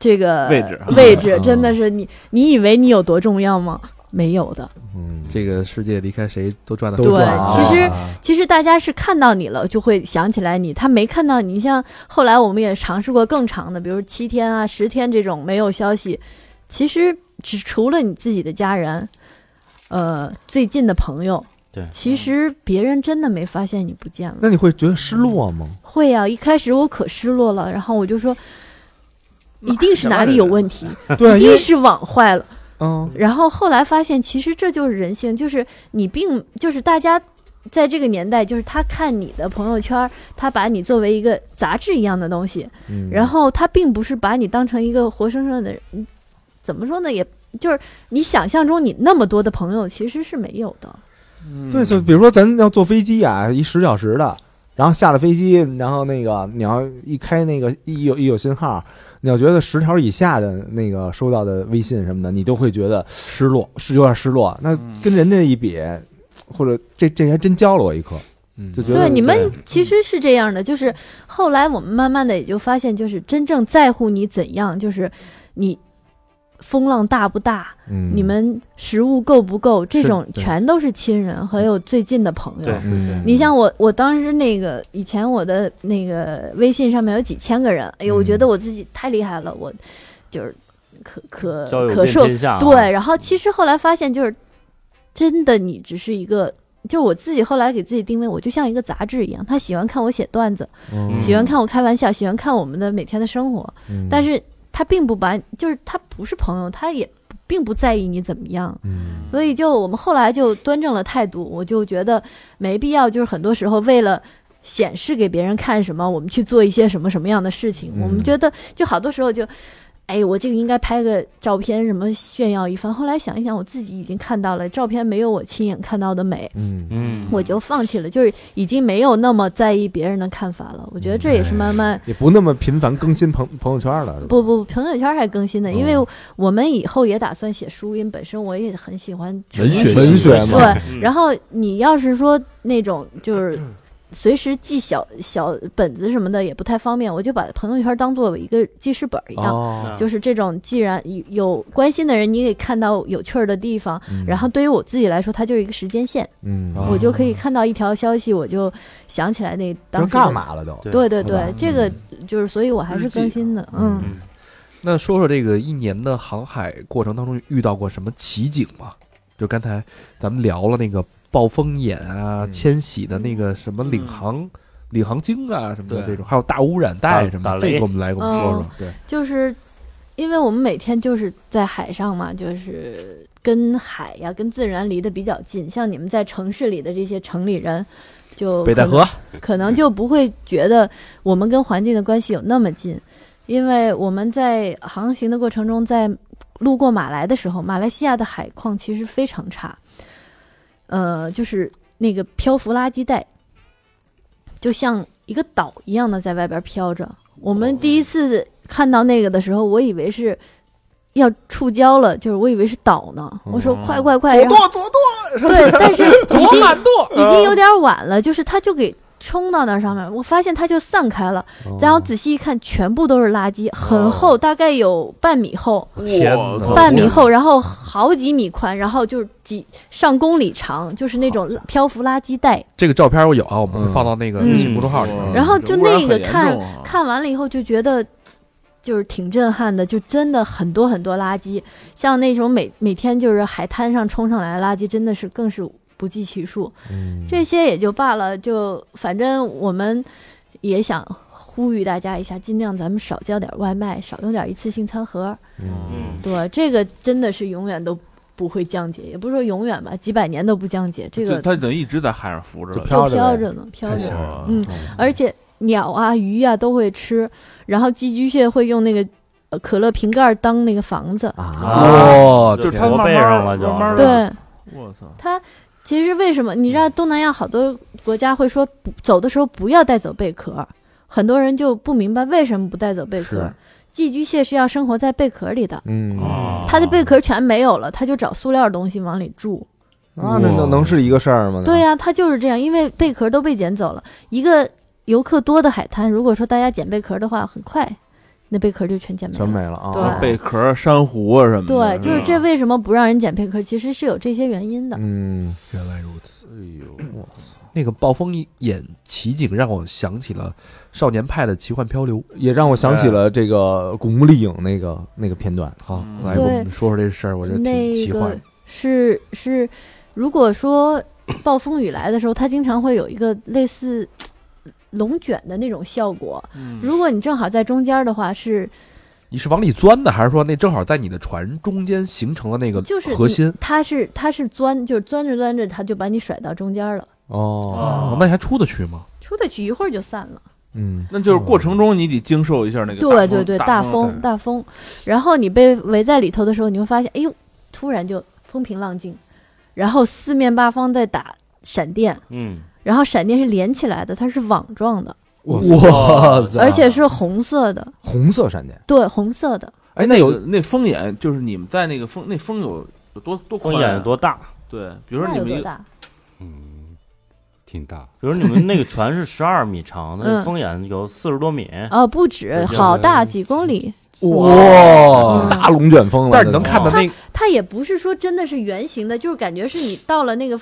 Speaker 2: 这个
Speaker 7: 位置
Speaker 2: 位置真的是你，你以为你有多重要吗？没有的。
Speaker 3: 嗯，
Speaker 5: 这个世界离开谁都赚的
Speaker 3: 都赚啊
Speaker 2: 对其实其实大家是看到你了，就会想起来你；他没看到你，像后来我们也尝试过更长的，比如七天啊、十天这种没有消息，其实只除了你自己的家人，呃，最近的朋友，
Speaker 4: 对
Speaker 2: 其实别人真的没发现你不见了。
Speaker 3: 那你会觉得失落吗？
Speaker 2: 会呀、一开始我可失落了，然后我就说，一定是哪里有问题，
Speaker 3: [LAUGHS] 对
Speaker 2: 一
Speaker 3: 因
Speaker 2: 定 [LAUGHS]
Speaker 3: 为
Speaker 2: 是网坏了。
Speaker 3: 嗯
Speaker 2: 然后后来发现，其实这就是人性，就是你并就是大家在这个年代，就是他看你的朋友圈，他把你作为一个杂志一样的东西，
Speaker 3: 嗯，
Speaker 2: 然后他并不是把你当成一个活生生的人，嗯怎么说呢？也就是你想象中你那么多的朋友其实是没有的。
Speaker 7: 嗯
Speaker 3: 对，就比如说咱要坐飞机啊，一十小时的，然后下了飞机，然后那个你要一开那个一有一有信号，你要觉得十条以下的那个收到的微信什么的，你都会觉得失落，是有点失落。那
Speaker 2: 嗯
Speaker 3: 跟人家一比，或者这这还真教了我一课，就觉得嗯
Speaker 2: 对，你们其实是这样的，就是后来我们慢慢的也就发现，就是真正在乎你怎样，就是你风浪大不大，
Speaker 3: 嗯
Speaker 2: 你们食物够不够，这
Speaker 3: 是
Speaker 2: 种
Speaker 3: 对
Speaker 2: 全都是亲人和有最近的朋友
Speaker 4: 对。
Speaker 3: 嗯
Speaker 2: 你像我，我当时那个以前我的那个微信上面有几千个人，哎呦，我觉得我自己太厉害了，我就是可可
Speaker 4: 交友
Speaker 2: 可
Speaker 4: 遍
Speaker 2: 受
Speaker 4: 天下啊，
Speaker 2: 对，然后其实后来发现，就是真的，你只是一个，就我自己后来给自己定位，我就像一个杂志一样，他喜欢看我写段子，
Speaker 3: 嗯
Speaker 2: 喜欢看我开玩笑，喜欢看我们的每天的生活，
Speaker 3: 嗯
Speaker 2: 但是他并不把，就是他不是朋友，他也并不在意你怎么样。
Speaker 3: 嗯
Speaker 2: 所以就我们后来就端正了态度，我就觉得没必要，就是很多时候为了。显示给别人看什么，我们去做一些什么什么样的事情，我们
Speaker 3: 嗯
Speaker 2: 觉得就好多时候就，哎，我这个应该拍个照片什么炫耀一番。后来想一想，我自己已经看到了，照片没有我亲眼看到的美，
Speaker 3: 嗯
Speaker 4: 嗯，
Speaker 2: 我就放弃了，就是已经没有那么在意别人的看法了。我觉得这也是慢慢
Speaker 3: 也不那么频繁更新朋朋友圈了，是吧
Speaker 2: 不不，朋友圈还更新的，因为
Speaker 3: 嗯
Speaker 2: 我们以后也打算写书，因为本身我也很喜欢
Speaker 5: 文学
Speaker 3: 文学嘛，
Speaker 2: 对，
Speaker 4: 嗯
Speaker 3: [CLEARS THROAT]
Speaker 2: 然后你要是说那种就是随时记小小本子什么的也不太方便，我就把朋友圈当做一个记事本一样。
Speaker 4: 嗯
Speaker 3: 哦，
Speaker 2: 就是这种，既然有有关心的人，你也看到有趣儿的地方。然后对于我自己来说，它就是一个时间线，
Speaker 3: 嗯，
Speaker 5: 啊
Speaker 2: 我就可以看到一条消息，我就想起来那当
Speaker 3: 就是
Speaker 2: 时的
Speaker 3: 干。嘛了都？
Speaker 2: 对对对
Speaker 3: 对吧，
Speaker 2: 这个就是，所以我还是更新
Speaker 3: 啊
Speaker 2: 的。嗯，
Speaker 5: 那说说这个一年的航海过程当中遇到过什么奇景吧？就刚才咱们聊了那个暴风眼啊、
Speaker 3: 嗯
Speaker 5: 迁徙的那个什么领
Speaker 7: 嗯
Speaker 5: 航、领航经啊什么的
Speaker 7: 对
Speaker 5: 这种，还有大污染带什么
Speaker 4: 打
Speaker 5: 的，
Speaker 4: 打雷
Speaker 5: 这个我们来给我们说说
Speaker 2: 哦。
Speaker 5: 对，
Speaker 2: 就是因为我们每天就是在海上嘛，就是跟海呀、跟自然离得比较近。像你们在城市里的这些城里人，就
Speaker 3: 北戴
Speaker 2: 可能
Speaker 3: 河，
Speaker 2: 可能就不会觉得我们跟环境的关系有那么近，因为我们在航行的过程中，在路过马来的时候，马来西亚的海况其实非常差，呃，就是那个漂浮垃圾带，就像一个岛一样的在外边飘着。我们第一次看到那个的时候，我以为是。要触礁了，就是我以为是岛呢，我说快快快，然后
Speaker 3: 哦舵左舵
Speaker 2: 对，但是已经
Speaker 3: 舵，
Speaker 2: 已经有点晚了，就是它就给冲到那上面，我发现它就散开了，然后仔细一看，全部都是垃圾，很厚，大概有半米厚，
Speaker 5: 天
Speaker 7: 我
Speaker 5: 哪
Speaker 7: 操
Speaker 2: 半米厚，然后好几米宽，然后就是几上公里长，就是那种漂浮垃圾带。
Speaker 5: 这个照片我有啊，我们会
Speaker 3: 嗯
Speaker 5: 放到那个微
Speaker 4: 嗯
Speaker 5: 信公众号里面。
Speaker 2: 然后就那个看
Speaker 7: 这污染很严重啊
Speaker 2: 看完了以后就觉得。就是挺震撼的，就真的很多很多垃圾，像那种每每天就是海滩上冲上来的垃圾，真的是更是不计其数。
Speaker 3: 嗯
Speaker 2: 这些也就罢了，就反正我们也想呼吁大家一下，尽量咱们少叫点外卖，少用点一次性餐盒。
Speaker 4: 嗯，
Speaker 2: 对，这个真的是永远都不会降解，也不是说永远吧，几百年都不降解，这个
Speaker 7: 就它等于一直在海上浮着
Speaker 3: 就
Speaker 7: 了，
Speaker 3: 飘着
Speaker 2: 飘
Speaker 3: 呗
Speaker 2: 着呢，飘
Speaker 5: 太
Speaker 2: 着
Speaker 5: 吓人。
Speaker 7: 哇
Speaker 2: 嗯而且鸟啊、鱼啊都会吃，然后寄居蟹会用那个呃可乐瓶盖儿当那个房子。
Speaker 3: 啊，
Speaker 5: 哇，
Speaker 7: 就是它
Speaker 4: 驼
Speaker 7: 慢
Speaker 4: 背上了
Speaker 7: 慢
Speaker 4: 就
Speaker 7: 慢慢，
Speaker 2: 对，
Speaker 7: 我操，
Speaker 2: 它其实为什么你知道东南亚好多国家会说不走的时候不要带走贝壳，很多人就不明白为什么不带走贝壳
Speaker 3: 是。
Speaker 2: 寄居蟹是要生活在贝壳里的，
Speaker 3: 嗯，
Speaker 7: 啊
Speaker 4: 哦
Speaker 2: 它的贝壳全没有了，它就找塑料东西往里住。
Speaker 3: 那那能能是一个事儿吗？
Speaker 2: 对呀、它就是这样，因为贝壳都被捡走了。一个游客多的海滩，如果说大家捡贝壳的话，很快那贝壳就全捡没
Speaker 3: 全
Speaker 2: 了。
Speaker 3: 没了啊，
Speaker 2: 对
Speaker 7: 贝壳、珊瑚啊什么
Speaker 2: 对，
Speaker 7: 的，
Speaker 2: 就是这为什么不让人捡贝壳，其实是有这些原因的。
Speaker 3: 嗯，
Speaker 5: 原来如此。
Speaker 7: 哎呦，
Speaker 5: 那个暴风眼奇景让我想起了少年派的奇幻漂流。
Speaker 3: 也让我想起了这个《古墓丽影》那个那个片段，
Speaker 5: 好，
Speaker 7: 嗯
Speaker 5: 来我们说说这事儿，我觉得挺
Speaker 2: 那
Speaker 5: 奇幻
Speaker 2: 个。是是，如果说暴风雨来的时候，它经常会有一个类似龙卷的那种效果。
Speaker 7: 嗯
Speaker 2: 如果你正好在中间儿的话，是
Speaker 5: 你是往里钻的，还是说那正好在你的船中间形成了那个
Speaker 2: 就是
Speaker 5: 核
Speaker 2: 你
Speaker 5: 心？
Speaker 2: 它是它是钻，就是钻着钻着，它就把你甩到中间儿了，
Speaker 3: 哦，
Speaker 5: 哦，那你还出得去吗？
Speaker 2: 出得去一会儿就散了。
Speaker 3: 嗯，
Speaker 7: 那就是过程中你得经受一下那个
Speaker 2: 对对对，
Speaker 7: 大
Speaker 2: 风大风，然后你被围在里头的时候，你会发现，哎呦，突然就风平浪静，然后四面八方在打闪电，
Speaker 4: 嗯，
Speaker 2: 然后闪电是连起来的，它是网状的，
Speaker 5: 哇塞！
Speaker 2: 而且是红色的，
Speaker 3: 红色闪电，
Speaker 2: 对，红色的。
Speaker 7: 哎，那有那风眼，就是你们在那个风，那风有有多多
Speaker 4: 风
Speaker 7: 宽啊？
Speaker 4: 眼有多大？
Speaker 7: 对，比如说
Speaker 2: 那
Speaker 7: 你
Speaker 2: 有
Speaker 7: 们
Speaker 2: 多
Speaker 7: 一
Speaker 2: 大？
Speaker 6: 嗯，挺大，
Speaker 4: 比如你们那个船 [LAUGHS] 是十二米长的，
Speaker 2: 嗯
Speaker 4: 那风眼有四十多米，
Speaker 2: 哦，不止，好大，几公里。
Speaker 3: 哇，大龙卷风了，
Speaker 5: 但是你能看到那
Speaker 2: 它也不是说真的是圆形的，就是感觉是你到了那个，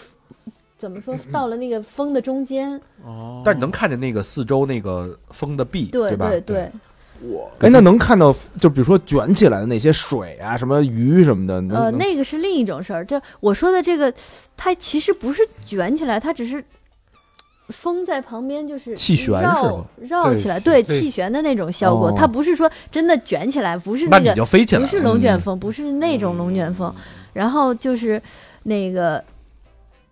Speaker 2: 怎么说，到了那个风的中间。
Speaker 7: 哦，
Speaker 2: 嗯
Speaker 5: 但是你能看见那个四周那个风的壁，
Speaker 2: 对
Speaker 5: 吧？
Speaker 2: 对
Speaker 5: 对，
Speaker 3: 哎，那能看到，就比如说卷起来的那些水啊，什么鱼什么的，能
Speaker 2: 呃，
Speaker 3: 能
Speaker 2: 那个是另一种事儿。这我说的这个，它其实不是卷起来，它只是。风在旁边就是
Speaker 5: 气旋是
Speaker 2: 绕
Speaker 5: 吗
Speaker 2: 绕起来，
Speaker 6: 对
Speaker 2: 对气旋的那种效果，
Speaker 3: 哦
Speaker 2: 它不是说真的卷起来，不是那
Speaker 5: 那你
Speaker 2: 个
Speaker 5: 就飞起来嗯
Speaker 2: 不
Speaker 5: 了。
Speaker 2: 是龙卷风，不是那种龙卷风。然后就是那个，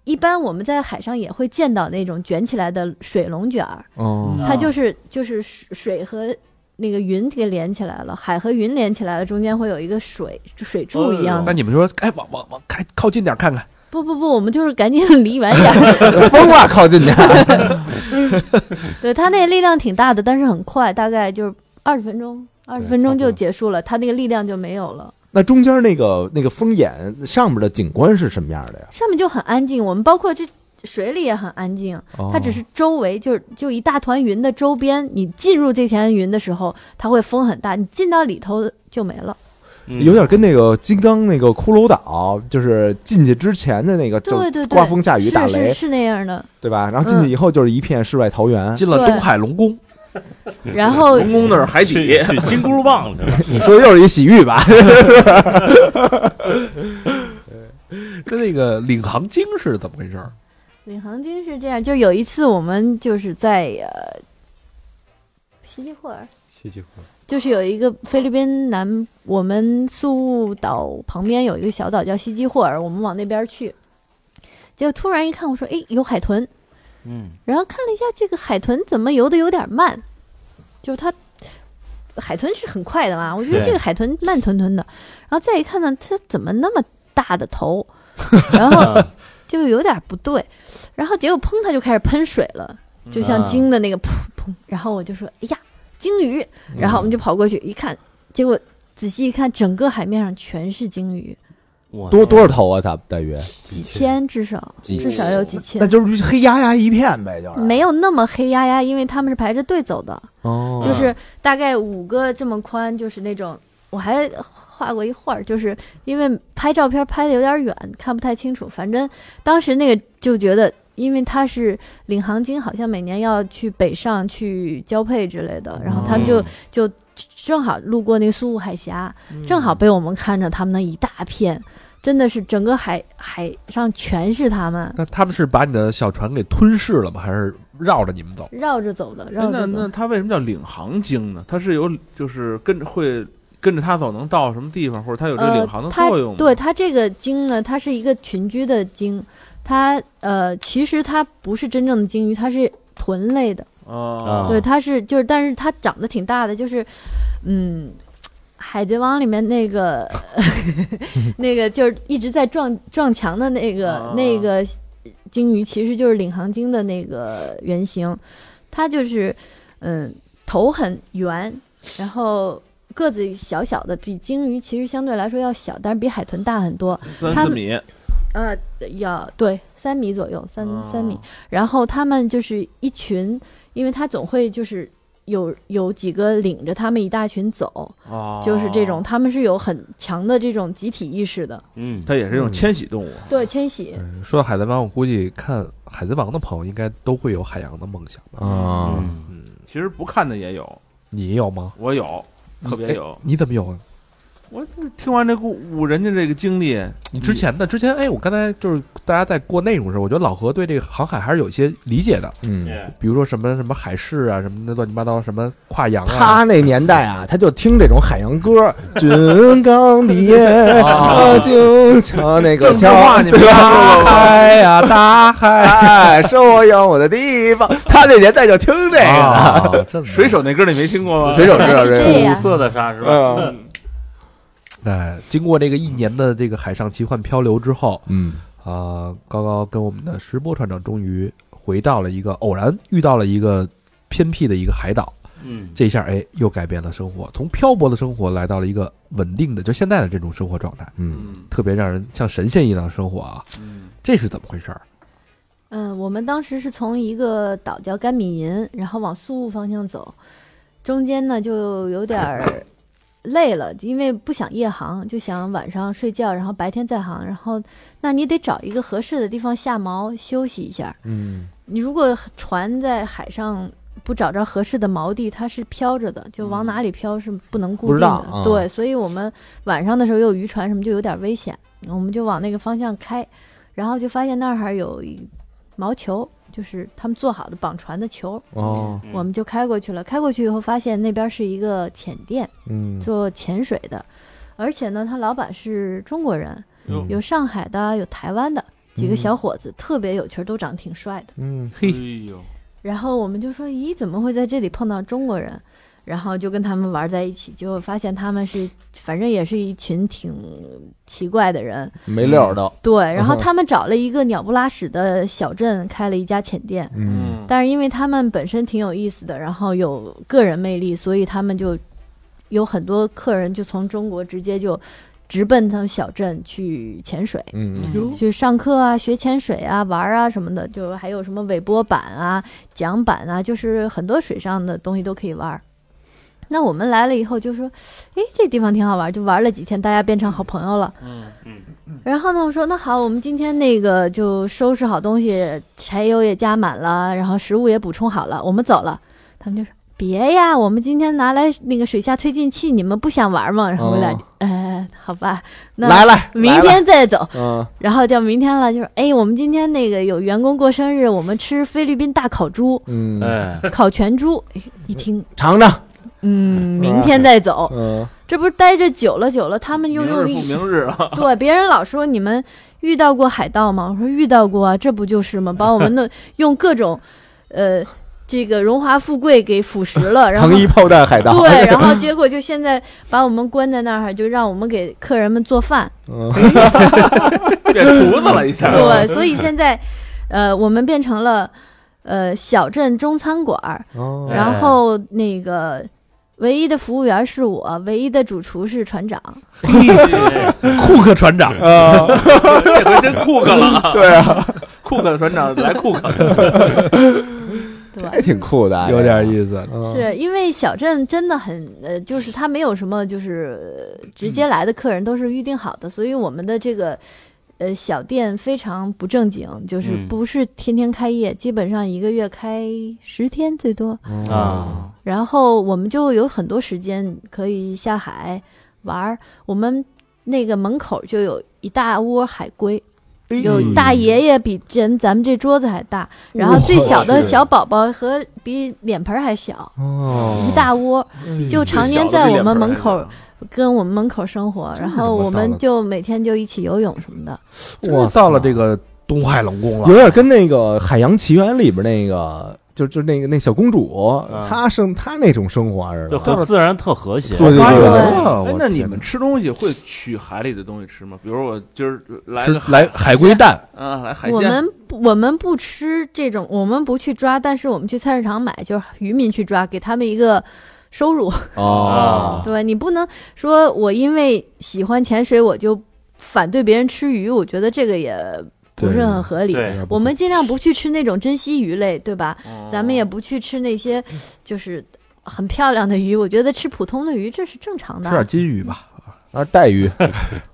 Speaker 2: 一般我们在海上也会见到那种卷起来的水龙卷儿，
Speaker 3: 哦
Speaker 2: 它
Speaker 5: 嗯
Speaker 2: 就是就是水水和。那个云给连起来了，海和云连起来了，中间会有一个水水柱一样
Speaker 5: 那
Speaker 2: 的。
Speaker 5: 你们说，哎，往往往开靠近点看看，
Speaker 2: 不不不，我们就是赶紧 [LAUGHS] 离远点儿。
Speaker 5: [LAUGHS]
Speaker 3: [LAUGHS] 风啊，靠近点，
Speaker 2: 对，它那个力量挺大的，但是很快，大概就是二十分钟，二十分钟就结束了，它那个力量就没有了。
Speaker 3: [LAUGHS] 那中间那个那个风眼上面的景观是什么样的呀？
Speaker 2: 上面就很安静，我们包括这水里也很安静，
Speaker 3: 哦
Speaker 2: 它只是周围就是就一大团云的周边，你进入这团云的时候，它会风很大，你进到里头就没了。
Speaker 4: 嗯
Speaker 3: 有点跟那个金刚那个骷髅岛，就是进去之前的那个，就
Speaker 2: 对对对
Speaker 3: 刮风下雨打
Speaker 2: 是是嗯
Speaker 3: 雷，
Speaker 2: 是那样的。
Speaker 3: 对吧？然后进去以后就是一片世外桃源。
Speaker 7: 进了东海龙宫，
Speaker 3: 嗯
Speaker 2: 然后
Speaker 7: 龙宫那儿海
Speaker 4: 去
Speaker 7: 底，
Speaker 4: 去金箍 [LAUGHS] 棒去了，
Speaker 3: 你说的又是一洗浴吧？
Speaker 5: 跟那个领航经是怎么回事儿？
Speaker 2: 领航经是这样，就有一次我们就是在呃西吉霍尔，
Speaker 6: 谢谢。
Speaker 2: 就是有一个菲律宾南，我们宿务岛旁边有一个小岛叫西基霍尔，我们往那边去，结果突然一看，我说：“哎，有海豚。
Speaker 4: 嗯”
Speaker 2: 然后看了一下这个海豚怎么游的有点慢，就是它海豚是很快的嘛，我觉得
Speaker 4: 对
Speaker 2: 这个海豚慢吞吞的。然后再一看呢，它怎么那么大的头， [LAUGHS] 然后就有点不对，然后结果砰，它就开始喷水了，就像
Speaker 4: 嗯
Speaker 2: 鲸的那个砰砰，然后我就说：“哎呀，鲸鱼！”然后我们就跑过去一看，结果仔细一看，整个海面上全是鲸鱼，
Speaker 3: [LAUGHS]
Speaker 4: 我
Speaker 3: 多多少头啊？他大约
Speaker 2: 几千至少，
Speaker 3: 几
Speaker 2: 至少有几
Speaker 3: 那
Speaker 2: 千，
Speaker 3: 就是黑压压一片呗，就是
Speaker 2: 没有那么黑压压，因为他们是排着队走的，
Speaker 3: 哦，
Speaker 2: 就是嗯大概五个这么宽，就是那种我还画过一画儿，就是因为拍照片拍的有点远，看不太清楚，反正当时那个就觉得。因为它是领航鲸，好像每年要去北上去交配之类的，然后他们就
Speaker 4: 嗯
Speaker 2: 正好路过那个苏武海峡，正好被我们看着他们那一大片，真的是整个海海上全是他们
Speaker 5: 那他们是把你的小船给吞噬了吗？还是绕着你们走？
Speaker 2: 绕着走的，
Speaker 7: 哎
Speaker 2: 绕
Speaker 7: 那
Speaker 2: 着
Speaker 7: 那
Speaker 2: 走。
Speaker 7: 它为什么叫领航鲸呢？它是有就是跟着会跟着它走能到什么地方，或者它有这个领航的
Speaker 2: 它
Speaker 7: 作用吗？
Speaker 2: 呃对它这个鲸呢，它是一个群居的鲸，它呃，其实它不是真正的鲸鱼，它是豚类的，
Speaker 7: 啊，
Speaker 2: 对，
Speaker 4: 啊
Speaker 2: 它是就是，但是它长得挺大的，就是嗯。海贼王里面那个， [LAUGHS] 那个就是一直在撞撞墙的那个、
Speaker 7: 啊
Speaker 2: 那个鲸鱼，其实就是领航鲸的那个原型。它就是，嗯，头很圆，然后个子小小的，比鲸鱼其实相对来说要小，但是比海豚大很多。
Speaker 7: 三
Speaker 2: 它
Speaker 7: 四米，
Speaker 2: 呃，要对三米左右，三、
Speaker 3: 哦
Speaker 7: 啊
Speaker 2: 三米。然后他们就是一群，因为他总会就是有有几个领着他们一大群走，
Speaker 7: 哦
Speaker 2: 就是这种，，他们是有很强的这种集体意识的，
Speaker 4: 嗯，
Speaker 7: 它也是一种迁徙动物。
Speaker 2: 对迁徙。
Speaker 5: 嗯，说到海贼王，我估计看海贼王的朋友应该都会有海洋的梦想吧？
Speaker 3: 啊，
Speaker 4: 嗯
Speaker 7: 其实不看的也有，
Speaker 5: 你有吗？
Speaker 7: 我有，特别有
Speaker 5: 哎。你怎么有啊？
Speaker 7: 我听完这故五人家这个经历，
Speaker 3: 嗯
Speaker 5: 你之前的之前，哎，我刚才就是大家在过内容的时候，我觉得老何对这个航海还是有一些理解的，
Speaker 3: 嗯，
Speaker 5: 比如说什么什么海事啊，什么的乱七八糟，什么跨洋啊，
Speaker 2: [LAUGHS]
Speaker 3: 他那年代啊，他就听这种海洋 [LAUGHS] 歌，军港的夜，啊，就瞧那个
Speaker 7: 郑州话
Speaker 3: 瞧，
Speaker 7: 你没听说过吗
Speaker 5: 海哎呀，大海
Speaker 3: 哎，是我有我的地方。他那年代就听这个呢，
Speaker 5: 啊，真的
Speaker 7: 水手那歌你没听过吗？
Speaker 3: 谁手知道
Speaker 2: 是
Speaker 3: 这
Speaker 2: 这
Speaker 3: 个？
Speaker 4: 五
Speaker 2: 样，
Speaker 4: 色的沙是吧？
Speaker 3: 嗯
Speaker 5: 哎，经过这个一年的这个海上奇幻漂流之后，
Speaker 3: 嗯，
Speaker 5: 啊，高高跟我们的石波船长终于回到了一个偶然遇到了一个偏僻的一个海岛，
Speaker 4: 嗯，
Speaker 5: 这一下哎又改变了生活，从漂泊的生活来到了一个稳定的，就现在的这种生活状态，
Speaker 3: 嗯，
Speaker 7: 嗯
Speaker 5: 特别让人像神仙一样的生活啊，
Speaker 7: 嗯
Speaker 5: 这是怎么回事儿？
Speaker 2: 嗯，我们当时是从一个岛叫甘米银，然后往宿务方向走，中间呢就有点儿累了，因为不想夜航，就想晚上睡觉，然后白天再航。然后，那你得找一个合适的地方下锚休息一下。
Speaker 3: 嗯，
Speaker 2: 你如果船在海上不找着合适的锚地，它是飘着的，就往哪里飘是不能固
Speaker 3: 嗯不
Speaker 2: 定
Speaker 3: 知
Speaker 2: 的。
Speaker 3: 道啊
Speaker 2: 对，所以我们晚上的时候有渔船什么就有点危险，我们就往那个方向开，然后就发现那儿还有一毛球，就是他们做好的绑船的球，
Speaker 3: 哦，
Speaker 4: 嗯
Speaker 2: 我们就开过去了。开过去以后，发现那边是一个浅店，
Speaker 3: 嗯，
Speaker 2: 做潜水的，而且呢，他老板是中国人，
Speaker 7: 哟
Speaker 3: 嗯
Speaker 2: 有上海的，有台湾的。几个小伙子特别有趣儿，都长得挺帅的。
Speaker 3: 嗯，
Speaker 7: 哎呦，
Speaker 2: 然后我们就说，咦，怎么会在这里碰到中国人？然后就跟他们玩在一起，结果发现他们是，反正也是一群挺奇怪的人。
Speaker 3: 没溜的，
Speaker 2: 对，然后
Speaker 3: 嗯哼
Speaker 2: 他们找了一个鸟不拉屎的小镇，开了一家浅店。
Speaker 3: 嗯，
Speaker 2: 但是因为他们本身挺有意思的，然后有个人魅力，所以他们就有很多客人就从中国直接就直奔他们小镇去潜水，
Speaker 3: 嗯，
Speaker 2: 嗯去上课啊、学潜水啊、玩儿啊什么的，就还有什么尾波板啊、桨板啊，就是很多水上的东西都可以玩儿。那我们来了以后就说，诶，这地方挺好玩儿，就玩了几天，大家变成好朋友了。嗯嗯。然后呢，我说那好，我们今天那个就收拾好东西，柴油也加满了，然后食物也补充好了，我们走了。他们就说别呀，我们今天拿来那个水下推进器，你们不想玩吗？然后我俩就，哎，好吧，那
Speaker 3: 哦来来，
Speaker 2: 明天再走。
Speaker 3: 嗯，
Speaker 2: 然后叫明天了，就是哎，我们今天那个有员工过生日，我们吃菲律宾大烤猪，
Speaker 3: 嗯，
Speaker 4: 哎，
Speaker 2: 烤全猪。哎一听，
Speaker 3: 尝尝，
Speaker 2: 嗯，明天再走。
Speaker 3: 嗯，
Speaker 2: 这不是待着久了久了，他们又
Speaker 7: 嗯明
Speaker 2: 用
Speaker 7: 日
Speaker 2: 一
Speaker 7: 复明日啊，
Speaker 2: [LAUGHS] 对别人老说你们遇到过海盗吗？我说遇到过啊，这不就是吗？把我们弄用各种，呃，这个荣华富贵给腐蚀了，然后
Speaker 3: 糖衣炮弹海盗，
Speaker 2: 对，然后结果就现在把我们关在那儿，就让我们给客人们做饭。
Speaker 3: [LAUGHS]
Speaker 2: [LAUGHS]
Speaker 3: 嗯
Speaker 7: 变厨子了一下。
Speaker 2: 对，所以现在，呃，我们变成了呃小镇中餐馆儿，
Speaker 3: 哦
Speaker 2: 然后那个唯一的服务员是我，唯一的主厨是船长。
Speaker 7: 库克船长，
Speaker 3: 啊，
Speaker 7: 这回真库克了啊，
Speaker 3: [LAUGHS] 对啊，
Speaker 7: 库克船长来库克，
Speaker 2: 对吧
Speaker 3: [LAUGHS] 还？挺酷的，嗯
Speaker 5: 有点意思。
Speaker 3: 思，
Speaker 2: 是因为小镇真的很呃，就是它没有什么就是呃直接来的客人都是预定好的，所以我们的这个呃小店非常不正经，就是
Speaker 4: 嗯
Speaker 2: 不是天天开业，基本上一个月开十天最多。
Speaker 4: 啊，
Speaker 2: 然后我们就有很多时间可以下海玩儿。我们那个门口就有一大窝海龟，
Speaker 7: 嗯
Speaker 2: 有大爷爷比人咱们这桌子还大，然后最小的小宝宝和比脸盆儿还小，
Speaker 3: 哦，
Speaker 2: 一大窝
Speaker 7: 嗯
Speaker 2: 就常年在我们门口跟我们门口生活，
Speaker 5: 这
Speaker 2: 然
Speaker 5: 怎么
Speaker 2: 后我
Speaker 5: 到
Speaker 2: 们
Speaker 5: 了
Speaker 2: 就每天就一起游泳什么的。
Speaker 3: 哇
Speaker 5: 哇，
Speaker 3: 塞
Speaker 5: 到了这个东海龙宫
Speaker 3: 有
Speaker 5: 了，
Speaker 3: 点跟那个《海洋奇缘》里边那个，就就那个那小公主，
Speaker 4: 嗯
Speaker 3: 她生她那种生活似的，
Speaker 4: 就和自然特和谐，
Speaker 3: 对
Speaker 5: 花
Speaker 3: 对
Speaker 2: 对
Speaker 5: 园
Speaker 3: 哦
Speaker 5: 啊
Speaker 7: 哎
Speaker 5: 我，
Speaker 7: 那
Speaker 5: 天
Speaker 7: 你们吃东西会取海里的东西吃吗？比如我今儿来
Speaker 5: 是
Speaker 7: 个
Speaker 5: 来海龟蛋，
Speaker 7: 啊，来海
Speaker 2: 我
Speaker 7: 鲜，
Speaker 2: 们不我们不吃这种，我们不去抓，但是我们去菜市场买，就是渔民去抓，给他们一个收入。
Speaker 4: 啊
Speaker 3: 哦，
Speaker 2: 对你不能说我因为喜欢潜水我就反对别人吃鱼，我觉得这个也不是很合理。
Speaker 4: 对，
Speaker 2: 我们尽量不去吃那种珍稀鱼类，对吧？
Speaker 7: 嗯
Speaker 2: 咱们也不去吃那些就是很漂亮的鱼，我觉得吃普通的鱼这是正常
Speaker 5: 吃
Speaker 2: 的。
Speaker 5: 点金鱼吧。
Speaker 3: 啊，带鱼，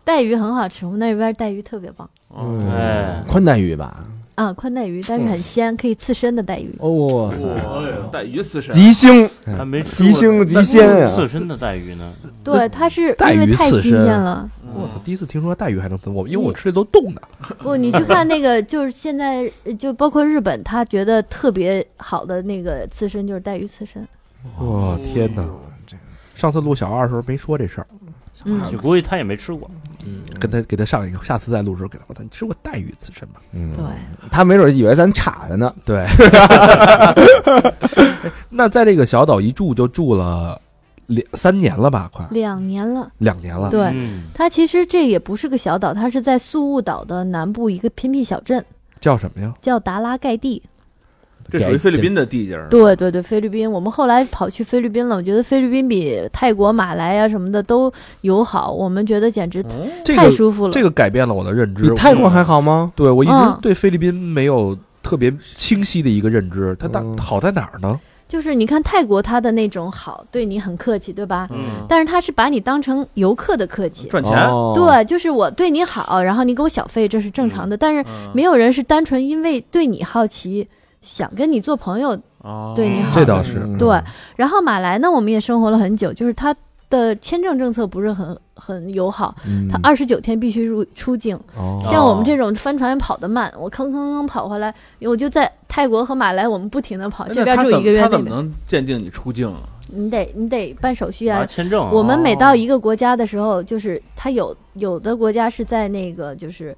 Speaker 2: 带鱼很好吃，我们那边带鱼特别棒
Speaker 7: 嗯
Speaker 4: 哎
Speaker 3: 宽带鱼吧，
Speaker 2: 啊，宽带鱼，但是很鲜，可以刺身的带鱼。
Speaker 3: 哦，
Speaker 7: 嗯
Speaker 3: 哇塞，
Speaker 7: 哇带鱼刺身，
Speaker 3: 极星
Speaker 4: 还没吃
Speaker 3: 极星极鲜啊
Speaker 4: 刺身的带鱼呢，
Speaker 2: 对，它是
Speaker 5: 带
Speaker 2: 因为
Speaker 5: 鱼
Speaker 2: 太
Speaker 5: 刺
Speaker 2: 新
Speaker 5: 身
Speaker 2: 鲜了。
Speaker 3: 嗯
Speaker 5: 我操，第一次听说带鱼还能怎么？我因为我
Speaker 2: 嗯
Speaker 5: 吃的都冻的。
Speaker 2: 不，你去看那个， [LAUGHS] 就是现在呃就包括日本，他觉得特别好的那个刺身就是带鱼刺身。
Speaker 5: 哇，
Speaker 3: 哦
Speaker 5: 天哪！上次录小二的时候没说这事儿，
Speaker 2: 嗯，
Speaker 4: 就估计他也没吃过，
Speaker 3: 嗯
Speaker 5: 跟他给他上一个，下次再录的时候给他，我操，你吃过带鱼刺身吗？
Speaker 2: 对，
Speaker 3: 嗯，他没准以为咱岔着呢，
Speaker 5: 对。 [LAUGHS] 那在这个小岛一住就住了两三年了吧，快
Speaker 2: 两年了。
Speaker 5: 两年了。
Speaker 2: 对，
Speaker 4: 嗯，
Speaker 2: 它其实这也不是个小岛，它是在宿务岛的南部一个偏僻小镇，
Speaker 5: 叫什么呀？
Speaker 2: 叫达拉盖地。
Speaker 7: 这属于菲律宾的地界儿。
Speaker 2: 对对对，菲律宾。我们后来跑去菲律宾了，我觉得菲律宾比泰国、马来呀、什么的都友好，我们觉得简直
Speaker 7: 嗯，
Speaker 5: 这
Speaker 2: 太
Speaker 5: 个
Speaker 2: 舒服了。
Speaker 5: 这个改变了我的认
Speaker 3: 比
Speaker 5: 知。
Speaker 3: 泰国还好吗？
Speaker 5: 对我一
Speaker 2: 嗯
Speaker 5: 直对菲律宾没有特别清晰的一个认知，它大
Speaker 3: 嗯
Speaker 5: 好在哪儿呢？
Speaker 2: 就是你看泰国它的那种好，对你很客气，对吧？
Speaker 4: 嗯
Speaker 2: 但是它是把你当成游客的客气，
Speaker 7: 赚钱，
Speaker 3: 哦，
Speaker 2: 对，就是我对你好，然后你给我小费，这是正常的。但是
Speaker 7: 嗯
Speaker 2: 没有人是单纯因为对你好奇，想跟你做朋友。
Speaker 7: 哦
Speaker 2: 对你好
Speaker 5: 这倒是，
Speaker 3: 嗯
Speaker 2: 对，然后马来呢，我们也生活了很久，就是它的签证政策不是很很友好，
Speaker 3: 嗯
Speaker 2: 它二十九天必须入出境。
Speaker 3: 哦
Speaker 2: 像我们这种帆船跑得慢，我吭吭吭跑回来，我就在泰国和马来，我们不停的跑，
Speaker 7: 哎那
Speaker 2: 这边
Speaker 7: 他
Speaker 2: 住
Speaker 7: 怎
Speaker 2: 一个月，
Speaker 7: 他
Speaker 2: 那
Speaker 7: 怎么
Speaker 2: 边
Speaker 7: 能鉴定你出境啊？
Speaker 2: 你得你得办手续啊
Speaker 4: 拿。签证啊，
Speaker 2: 我们每
Speaker 3: 哦
Speaker 2: 到一个国家的时候，就是它有有的国家是在那个就是。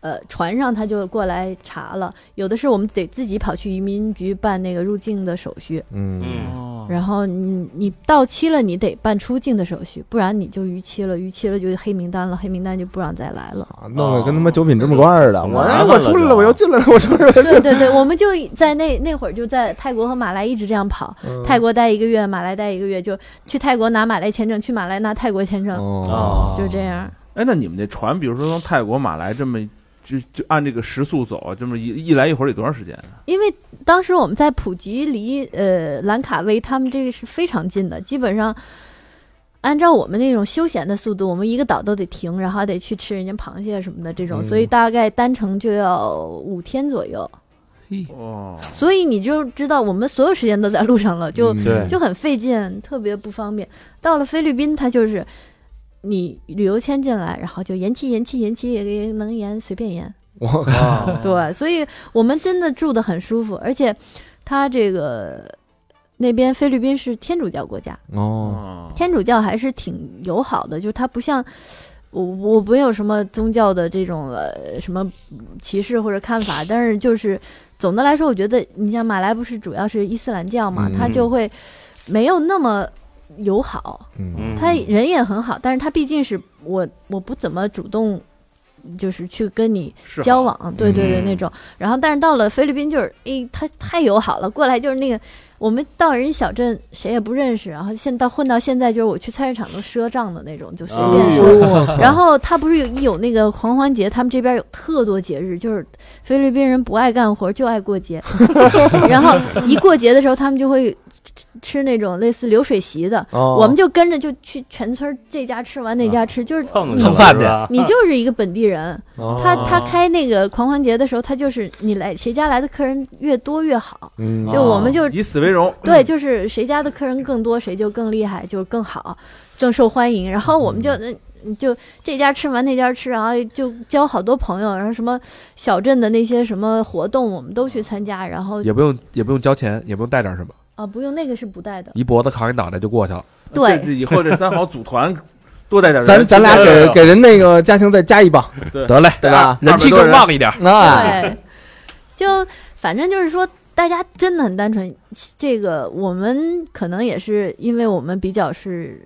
Speaker 2: 呃，船上他就过来查了，有的是我们得自己跑去移民局办那个入境的手续，
Speaker 3: 嗯，
Speaker 4: 嗯
Speaker 7: 哦，
Speaker 2: 然后你你到期了，你得办出境的手续，不然你就逾期了，逾期了就黑名单了，黑名单就不让再来了。
Speaker 3: 啊弄
Speaker 2: 哦
Speaker 3: 得跟他妈九品芝麻官似的，
Speaker 4: 嗯
Speaker 3: 我
Speaker 4: 麻
Speaker 3: 哎
Speaker 4: 烦
Speaker 3: 我
Speaker 4: 了
Speaker 3: 出来了，
Speaker 4: 这
Speaker 3: 我又进来了，我出来了，
Speaker 2: 对对对，我们就在那那会儿就在泰国和马来一直这样跑，
Speaker 3: 嗯
Speaker 2: 泰国待一个月，马来待一个月，就去泰国拿马来签证，去马来拿泰国签证，
Speaker 3: 哦
Speaker 4: 啊，
Speaker 2: 就这样。
Speaker 7: 哎，那你们这船，比如说从泰国马来这么就就按这个时速走啊，这么一一来一回得多长时间啊？
Speaker 2: 因为当时我们在普吉离呃兰卡威他们这个是非常近的，基本上按照我们那种休闲的速度，我们一个岛都得停，然后还得去吃人家螃蟹什么的这种，
Speaker 5: 嗯
Speaker 2: 所以大概单程就要五天左右。
Speaker 7: 哦，
Speaker 2: 所以你就知道我们所有时间都在路上了，就、
Speaker 3: 嗯
Speaker 4: 对
Speaker 2: 就很费劲，特别不方便。到了菲律宾，它就是你旅游签进来，然后就延期、延期、延期，也能延随便延。
Speaker 3: 我
Speaker 7: [LAUGHS]
Speaker 3: 嗯
Speaker 7: 哦
Speaker 2: 对，所以我们真的住的很舒服，而且它这个那边菲律宾是天主教国家，
Speaker 3: 哦，
Speaker 7: 哦，
Speaker 2: 天主教还是挺友好的，就是它不像。我我没有什么宗教的这种呃什么歧视或者看法，但是就是总的来说，我觉得你像马来不是主要是伊斯兰教嘛，
Speaker 3: 嗯
Speaker 2: 它就会没有那么友好，
Speaker 3: 嗯
Speaker 4: 嗯
Speaker 2: 他人也很好，但是他毕竟是我我不怎么主动，就是去跟你
Speaker 7: 是
Speaker 2: 交
Speaker 7: 好
Speaker 2: 往，对对对
Speaker 4: 嗯
Speaker 2: 那种。然后但是到了菲律宾就是，哎，他太友好了，过来就是那个我们到人家小镇谁也不认识，然后现到混到现在就是我去菜市场都赊账的那种，就随便说。然后他不是有一有那个狂欢节，他们这边有特多节日，就是菲律宾人不爱干活就爱过
Speaker 4: [LAUGHS]
Speaker 2: 节，然后一过节的时候他们就会吃吃那种类似流水席的，
Speaker 3: 我
Speaker 4: 哦
Speaker 2: 我们就跟着就去全村儿这家吃完那家吃，就是
Speaker 4: 啊蹭
Speaker 2: 你
Speaker 4: 蹭
Speaker 7: 饭去
Speaker 4: 的，
Speaker 2: 你就是一个本地人。他他
Speaker 7: 哦
Speaker 2: 开那个狂欢节的时候，他就是你来谁家来的客人越多越好，
Speaker 3: 嗯
Speaker 2: 就我们就
Speaker 7: 以此为荣，
Speaker 2: 对，就是谁家的客人更多，谁就更厉害，就更好，更受欢迎。然后我们就那。就这家吃完那家吃，然后就交好多朋友，然后什么小镇的那些什么活动，我们都去参加。然后
Speaker 5: 也不用也不用交钱，也不用带点什么，
Speaker 2: 啊，不用那个是不带的，
Speaker 5: 一脖子扛一脑袋就过去了。
Speaker 2: 对
Speaker 7: 这，这以后这三好组团 [LAUGHS] 多带点人，
Speaker 3: 咱咱俩
Speaker 7: 对
Speaker 3: 给给人那个家庭再加一棒，
Speaker 5: 得嘞，
Speaker 3: 对吧？哎
Speaker 7: 人气更旺一点。
Speaker 3: 那
Speaker 2: 对，就反正就是说，大家真的很单纯。这个我们可能也是因为我们比较是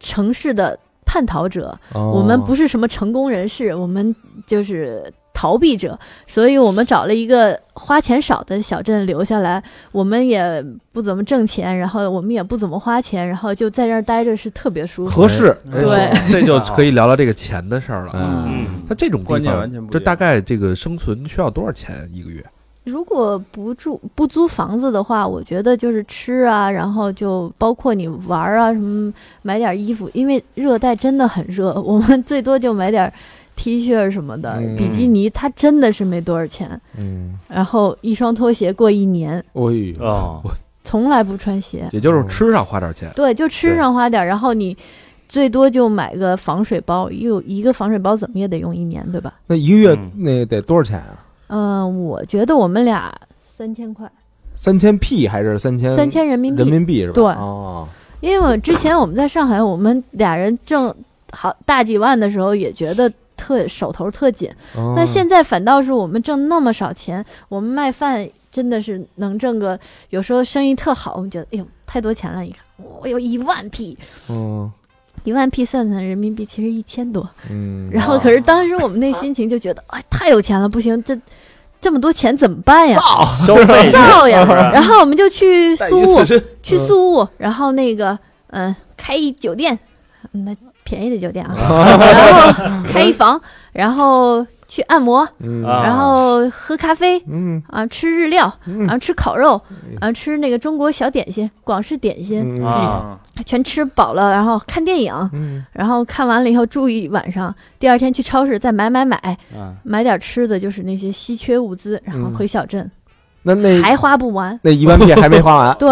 Speaker 2: 城市的叛逃者，
Speaker 3: 哦
Speaker 2: 我们不是什么成功人士，我们就是。逃避者，所以我们找了一个花钱少的小镇留下来。我们也不怎么挣钱，然后我们也不怎么花钱，然后就在这儿待着是特别舒服。
Speaker 3: 合适，
Speaker 5: 哎
Speaker 2: 对，
Speaker 5: 这 [LAUGHS] 就可以聊聊这个钱的事儿了。
Speaker 3: 嗯，
Speaker 4: 嗯
Speaker 5: 那这种地
Speaker 7: 观念完
Speaker 5: 方，
Speaker 7: 全不一
Speaker 5: 这
Speaker 7: 样
Speaker 5: 大概这个生存需要多少钱一个月？
Speaker 2: 如果不住不租房子的话，我觉得就是吃啊，然后就包括你玩儿啊，什么买点衣服，因为热带真的很热， [LAUGHS] 我们最多就买点 T 恤什么的，
Speaker 3: 嗯
Speaker 2: 比基尼，它真的是没多少钱。
Speaker 3: 嗯，
Speaker 2: 然后一双拖鞋过一年，
Speaker 3: 哎呦，
Speaker 4: 哦，
Speaker 2: 从来不穿鞋，
Speaker 5: 也就是吃上花点钱，
Speaker 2: 对，就吃上花点儿，然后你最多就买个防水包，又一个防水包怎么也得用一年，对吧？
Speaker 3: 那一个月
Speaker 4: 嗯
Speaker 3: 那得多少钱啊？
Speaker 2: 嗯、我觉得我们俩三千块，
Speaker 3: 三千 P 还是三千
Speaker 2: 三千人民币
Speaker 3: 人，民币是吧？
Speaker 2: 对
Speaker 3: 哦，
Speaker 2: 因为我之前我们在上海，我们俩人挣好大几万的时候，也觉得特手头特紧。
Speaker 3: 哦
Speaker 2: 那现在反倒是我们挣那么少钱，我们卖饭真的是能挣个，有时候生意特好，我们觉得哎呦太多钱了，一看我有一万 P，
Speaker 3: 嗯
Speaker 2: 一万 P 算算人民币其实一千多。
Speaker 3: 嗯，
Speaker 2: 然后可是当时我们那心情就觉得哎太有钱了，不行这。这么多钱怎么办呀？
Speaker 4: [LAUGHS] 消费
Speaker 2: 造呀！
Speaker 4: 不 [LAUGHS] 然
Speaker 2: 然后我们就去苏
Speaker 7: 于
Speaker 5: 哦
Speaker 2: 雾
Speaker 7: 此，身
Speaker 2: 去
Speaker 3: 嗯
Speaker 2: 宿务，然后那个嗯、呃开一酒店，嗯那便宜的酒店啊，
Speaker 3: 啊
Speaker 2: 然 [LAUGHS] 后开一房，然后去按摩，
Speaker 3: 嗯
Speaker 4: 啊
Speaker 2: 然后喝咖啡
Speaker 3: 嗯
Speaker 2: 啊，吃日料，然
Speaker 3: 嗯
Speaker 2: 后吃烤肉，然后吃那个中国小点心、广式点心，
Speaker 3: 嗯
Speaker 4: 啊，
Speaker 2: 全吃饱了，然后看电影，
Speaker 3: 嗯
Speaker 2: 然后看完了以后住一晚上，第二天去超市再买买买，
Speaker 4: 嗯
Speaker 2: 买点吃的，就是那些稀缺物资，然后
Speaker 3: 啊嗯哎
Speaker 2: 回小镇，
Speaker 3: 那那
Speaker 2: 还花不完。
Speaker 3: 那一万 P 还没花完，
Speaker 2: 对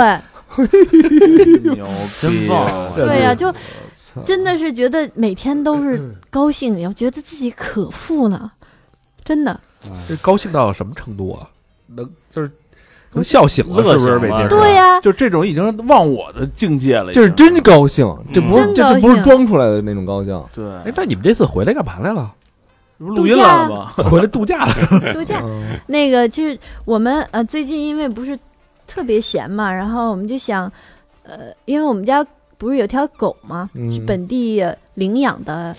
Speaker 7: 牛逼
Speaker 4: 真棒
Speaker 7: 对
Speaker 2: [LAUGHS] 对呀、就
Speaker 3: 嗯
Speaker 2: 真的是觉得每天都是高兴，也觉得自己可富呢，真的。
Speaker 5: 这高兴到什么程度啊？能就是能笑醒了，
Speaker 4: 乐
Speaker 5: 是不是
Speaker 4: 醒
Speaker 5: 每
Speaker 4: 了
Speaker 5: 天？
Speaker 4: 对
Speaker 7: [LAUGHS]
Speaker 2: 对呀、
Speaker 7: 就这种已经忘我的境界了已经，
Speaker 3: 这是真高兴，这不是
Speaker 2: 嗯
Speaker 3: 这
Speaker 2: 真
Speaker 3: 这不
Speaker 2: 高
Speaker 3: 是
Speaker 2: 兴
Speaker 3: 装出来的那种高兴，
Speaker 5: 哎
Speaker 7: 对，，
Speaker 5: 那你们这次回来干嘛来了？
Speaker 7: 这不录音了吗？
Speaker 5: [LAUGHS] 回来度假
Speaker 7: 哎
Speaker 5: 了。
Speaker 2: 度假
Speaker 3: 嗯
Speaker 2: 那个就是我们呃最近因为不是特别闲嘛，然后我们就想，呃，因为我们家不是有条狗嘛，
Speaker 3: 嗯
Speaker 2: 是本地呃领养的，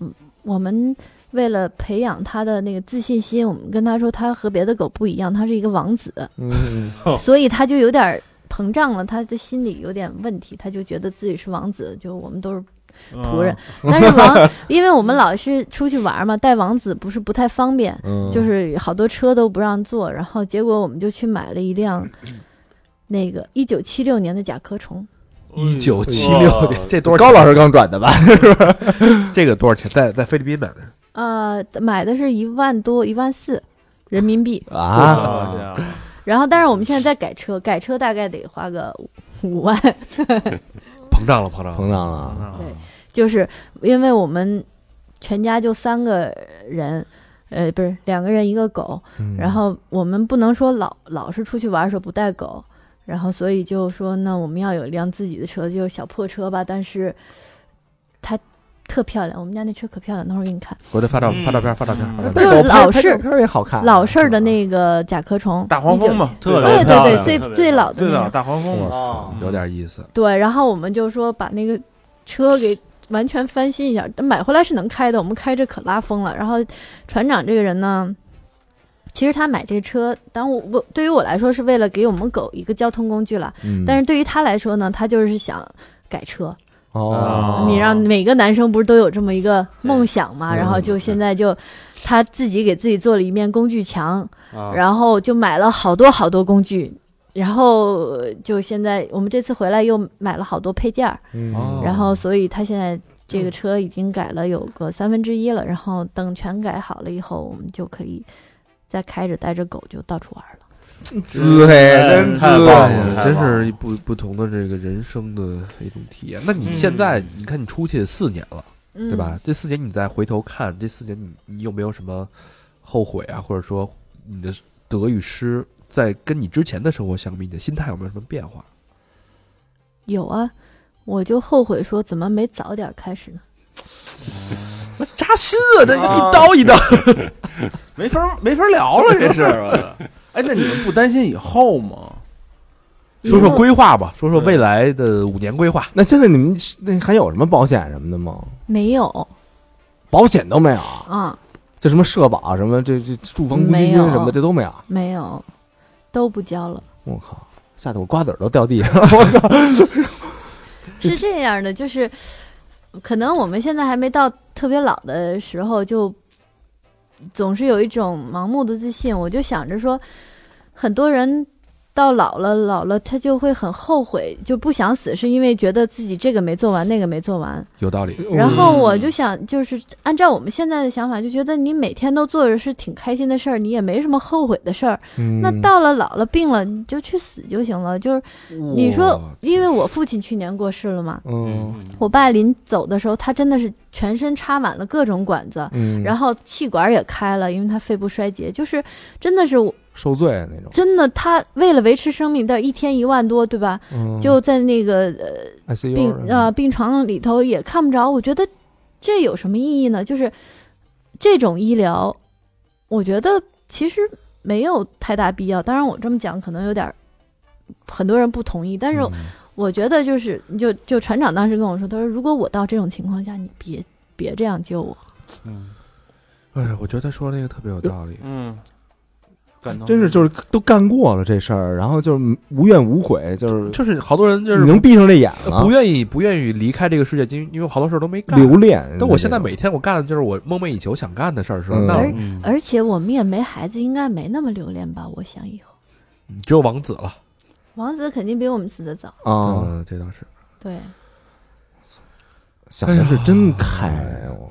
Speaker 2: 嗯，我们为了培养它的那个自信心，我们跟它说它和别的狗不一样，它是一个王子，
Speaker 3: 嗯
Speaker 2: 所以他就有点膨胀了，他的心理有点问题，他就觉得自己是王子，就我们都是仆
Speaker 7: 啊
Speaker 2: 人。但是王，因为我们老是出去玩嘛，带王子不是不太方便，
Speaker 3: 嗯，
Speaker 2: 就是好多车都不让坐。然后结果我们就去买了一辆那个一九七六年的甲壳虫，
Speaker 7: 嗯
Speaker 5: 一九七
Speaker 4: 哇
Speaker 5: 六年，这多少
Speaker 3: 高
Speaker 5: 钱
Speaker 3: 老师刚转的吧？
Speaker 2: [LAUGHS]
Speaker 5: 这个多少钱？在在菲律宾买的，
Speaker 2: 呃，买的是一万多一万四人民币。
Speaker 7: 嗯
Speaker 3: 啊，
Speaker 4: 啊
Speaker 7: 这样
Speaker 2: 然后，但是我们现在在改车，改车大概得花个五五万， [LAUGHS]
Speaker 5: 膨胀了，膨胀
Speaker 3: 膨胀
Speaker 5: 了。
Speaker 3: 了，啊
Speaker 2: 就是因为我们全家就三个人，呃，不是两个人一个狗，
Speaker 3: 嗯
Speaker 2: 然后我们不能说老老是出去玩的时候不带狗，然后所以就说那我们要有一辆自己的车，就是小破车吧，但是它特漂亮，我们家那车可漂亮，等会儿给你看，
Speaker 5: 回头发照
Speaker 4: 嗯
Speaker 5: 发照片，发照片，发照片。
Speaker 3: 带狗拍
Speaker 2: 老式
Speaker 3: 拍照片也好
Speaker 5: 啊
Speaker 3: 看，
Speaker 2: 老式儿的那个甲壳虫，
Speaker 7: 大黄蜂嘛，
Speaker 4: 特
Speaker 2: 对对
Speaker 4: 别漂
Speaker 2: 对，
Speaker 4: 亮
Speaker 2: 最
Speaker 4: 特别
Speaker 2: 最
Speaker 4: 漂亮
Speaker 2: 老的
Speaker 7: 对
Speaker 2: 那
Speaker 7: 的，
Speaker 2: 个，
Speaker 7: 大黄蜂
Speaker 3: 哇
Speaker 7: 嘛，
Speaker 4: 哦
Speaker 5: 有点意思，
Speaker 2: 对，然后我们就说把那个车给完全翻新一下，买回来是能开的，我们开着可拉风了。然后船长这个人呢，其实他买这车，当我我对于我来说是为了给我们狗一个交通工具了，
Speaker 3: 嗯，
Speaker 2: 但是对于他来说呢，他就是想。改车，
Speaker 4: 啊
Speaker 3: 哦，
Speaker 2: 你让每个男生不是都有这么一个梦想嘛？
Speaker 3: 对
Speaker 2: 然后就现在就他自己给自己做了一面工具墙，
Speaker 4: 啊
Speaker 2: 然后就买了好多好多工具，然后呃就现在我们这次回来又买了好多配件儿，
Speaker 3: 嗯
Speaker 5: 哦
Speaker 2: 然后所以他现在这个车已经改了有个三分之一了，然后等全改好了以后，我们就可以再开着带着狗就到处玩了。
Speaker 3: 滋嘿，真滋
Speaker 4: 太棒
Speaker 5: 哎
Speaker 4: 了
Speaker 5: 呀，
Speaker 4: 太
Speaker 5: 真
Speaker 4: 棒了
Speaker 5: 是不不同的这个人生的一种体验。那你现在，你看你出去四年了，
Speaker 2: 嗯
Speaker 5: 对吧？？这四年你再回头看，这四年你你有没有什么后悔啊？或者说你的得与失，在跟你之前的生活相比，你的心态有没有什么变化？
Speaker 2: 有啊，我就后悔说怎么没早点开始呢？
Speaker 5: 扎心啊！这一刀一刀，
Speaker 7: 没法没法聊了这事儿。我操 [LAUGHS] 哎，那你们不担心以后吗？
Speaker 5: 说说规划吧，说说未来的五年规划。
Speaker 3: 那现在你们那还有什么保险什么的吗？
Speaker 2: 没有
Speaker 3: 保险都没有啊，
Speaker 2: 啊，
Speaker 3: 就什么社保什么这这住房公
Speaker 2: 嗯
Speaker 3: 积金
Speaker 2: 没有
Speaker 3: 什么的这都没有。
Speaker 2: 没有，都不交了。
Speaker 3: 我靠，吓得我瓜子儿都掉 [LAUGHS] 地上了。
Speaker 2: 是这样的，就是可能我们现在还没到特别老的时候，就总是有一种盲目的自信。我就想着说，很多人到老了，老了他就会很后悔，就不想死，是因为觉得自己这个没做完，那个没做完。
Speaker 5: 有道理，
Speaker 2: 然后我就想，就是按照我们现在的想法，就觉得你每天都做着是挺开心的事儿，你也没什么后悔的事儿。
Speaker 3: 嗯
Speaker 2: 那到了老了病了，你就去死就行了。就是你说，因为我父亲去年过世了嘛，
Speaker 3: 嗯
Speaker 2: 我爸临走的时候，他真的是全身插满了各种管子，
Speaker 3: 嗯，
Speaker 2: 然
Speaker 3: 后
Speaker 2: 后气管也开了，因为他肺部衰竭，就是真的是我
Speaker 3: 受罪的那种
Speaker 2: 真的，他为了维持生命，但一天一万多，对吧？
Speaker 3: 嗯，
Speaker 2: 就在那个呃
Speaker 3: ICU
Speaker 2: 病
Speaker 3: 什么的
Speaker 2: 呃病床里头也看不着，我觉得这有什么意义呢？就是这种医疗，我觉得其实没有太大必要。当然，我这么讲可能有点儿很多人不同意，但是我觉得就是，就就船长当时跟我说，他说如果我到这种情况下，你别别这样救我。
Speaker 5: 哎呀，我觉得他说那个特别有道理。
Speaker 7: 嗯，感动
Speaker 3: 嗯真是就是都干过了这事儿，然后就是无怨无悔，
Speaker 4: 嗯
Speaker 3: 就是
Speaker 5: 就是好多人就
Speaker 3: 你
Speaker 5: 是
Speaker 3: 能闭上这眼了
Speaker 4: 啊
Speaker 5: 不，愿意不愿意离开这个世界，因为因为好多事儿都没干。
Speaker 3: 留恋。
Speaker 5: 但我现在每天我干的就是我梦寐以求想干的事儿的时候，
Speaker 3: 嗯
Speaker 5: 那
Speaker 2: 而
Speaker 4: 嗯
Speaker 2: 而且我们也没孩子，应该没那么留恋吧？我想以后
Speaker 5: 只有王子了。
Speaker 2: 王子肯定比我们死的早。
Speaker 3: 啊，
Speaker 5: 嗯，这倒是。
Speaker 2: 对，
Speaker 3: 想的是哎真开，我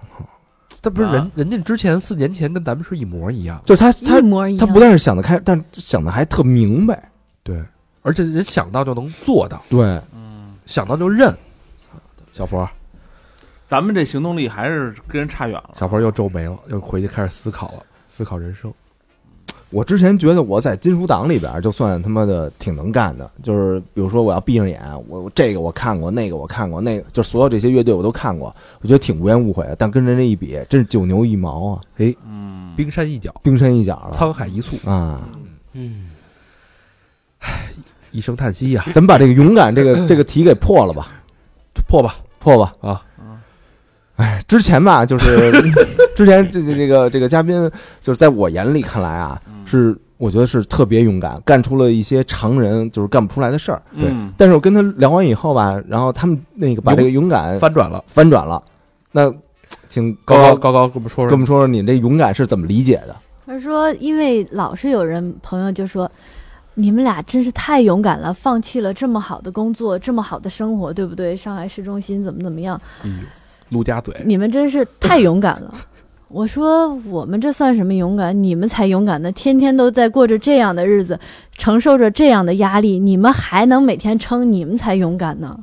Speaker 5: 但不是人
Speaker 7: 啊，
Speaker 5: 人家之前四年前跟咱们是一模一样。
Speaker 3: 就是他
Speaker 2: 一
Speaker 3: 他
Speaker 2: 模一
Speaker 3: 他
Speaker 2: 样。
Speaker 3: 不但是想得开，但想的还特明白。
Speaker 5: 对，而且人想到就能做到，
Speaker 3: 对，
Speaker 5: 想到就认。小佛，
Speaker 7: 咱们这行动力还是跟人差远了。
Speaker 5: 小佛又皱眉了，又回去开始思考了，思考人生。
Speaker 3: 我之前觉得我在金属党里边儿就算他妈的挺能干的，就是比如说我要闭上眼，我我这个我看过，那个我看过，那个就是所有这些乐队我都看过，我觉得挺无怨无悔的。但跟人家一比，真是九牛一毛啊，
Speaker 5: 哎，
Speaker 7: 嗯，
Speaker 5: 冰山一角，
Speaker 3: 冰山一角了
Speaker 5: 沧海一粟，
Speaker 3: 啊！
Speaker 4: 嗯
Speaker 5: 一声叹息呀、
Speaker 3: 咱们把这个勇敢这个这个题给破了吧，
Speaker 5: 嗯破吧
Speaker 3: 破吧！哎
Speaker 5: 啊！
Speaker 3: 之前吧， [LAUGHS]
Speaker 5: 嗯
Speaker 3: 就是之前这这这个这个嘉宾，就是在我眼里看来啊，是我觉得是特别勇敢，干出了一些常人就是干不出来的事儿。
Speaker 5: 嗯
Speaker 7: 对，
Speaker 3: 但是我跟他聊完以后吧，然后他们那个把这个勇敢
Speaker 5: 翻转了。
Speaker 3: 翻转了。那请
Speaker 5: 高
Speaker 3: 哎高
Speaker 5: 高高高，跟我们说
Speaker 3: 跟我
Speaker 5: 说，
Speaker 3: 们说说你这勇敢是怎么理解的？
Speaker 2: 他说，因为老是有人朋友就说，你们俩真是太勇敢了，放弃了这么好的工作，这么好的生活，对不对？上海市中心怎么怎么样？
Speaker 5: 哎呦陆家嘴，
Speaker 2: 你们真是太勇敢了。 [LAUGHS] 我说我们这算什么勇敢？你们才勇敢呢！天天都在过着这样的日子，承受着这样的压力，你们还能每天撑，你们才勇敢呢。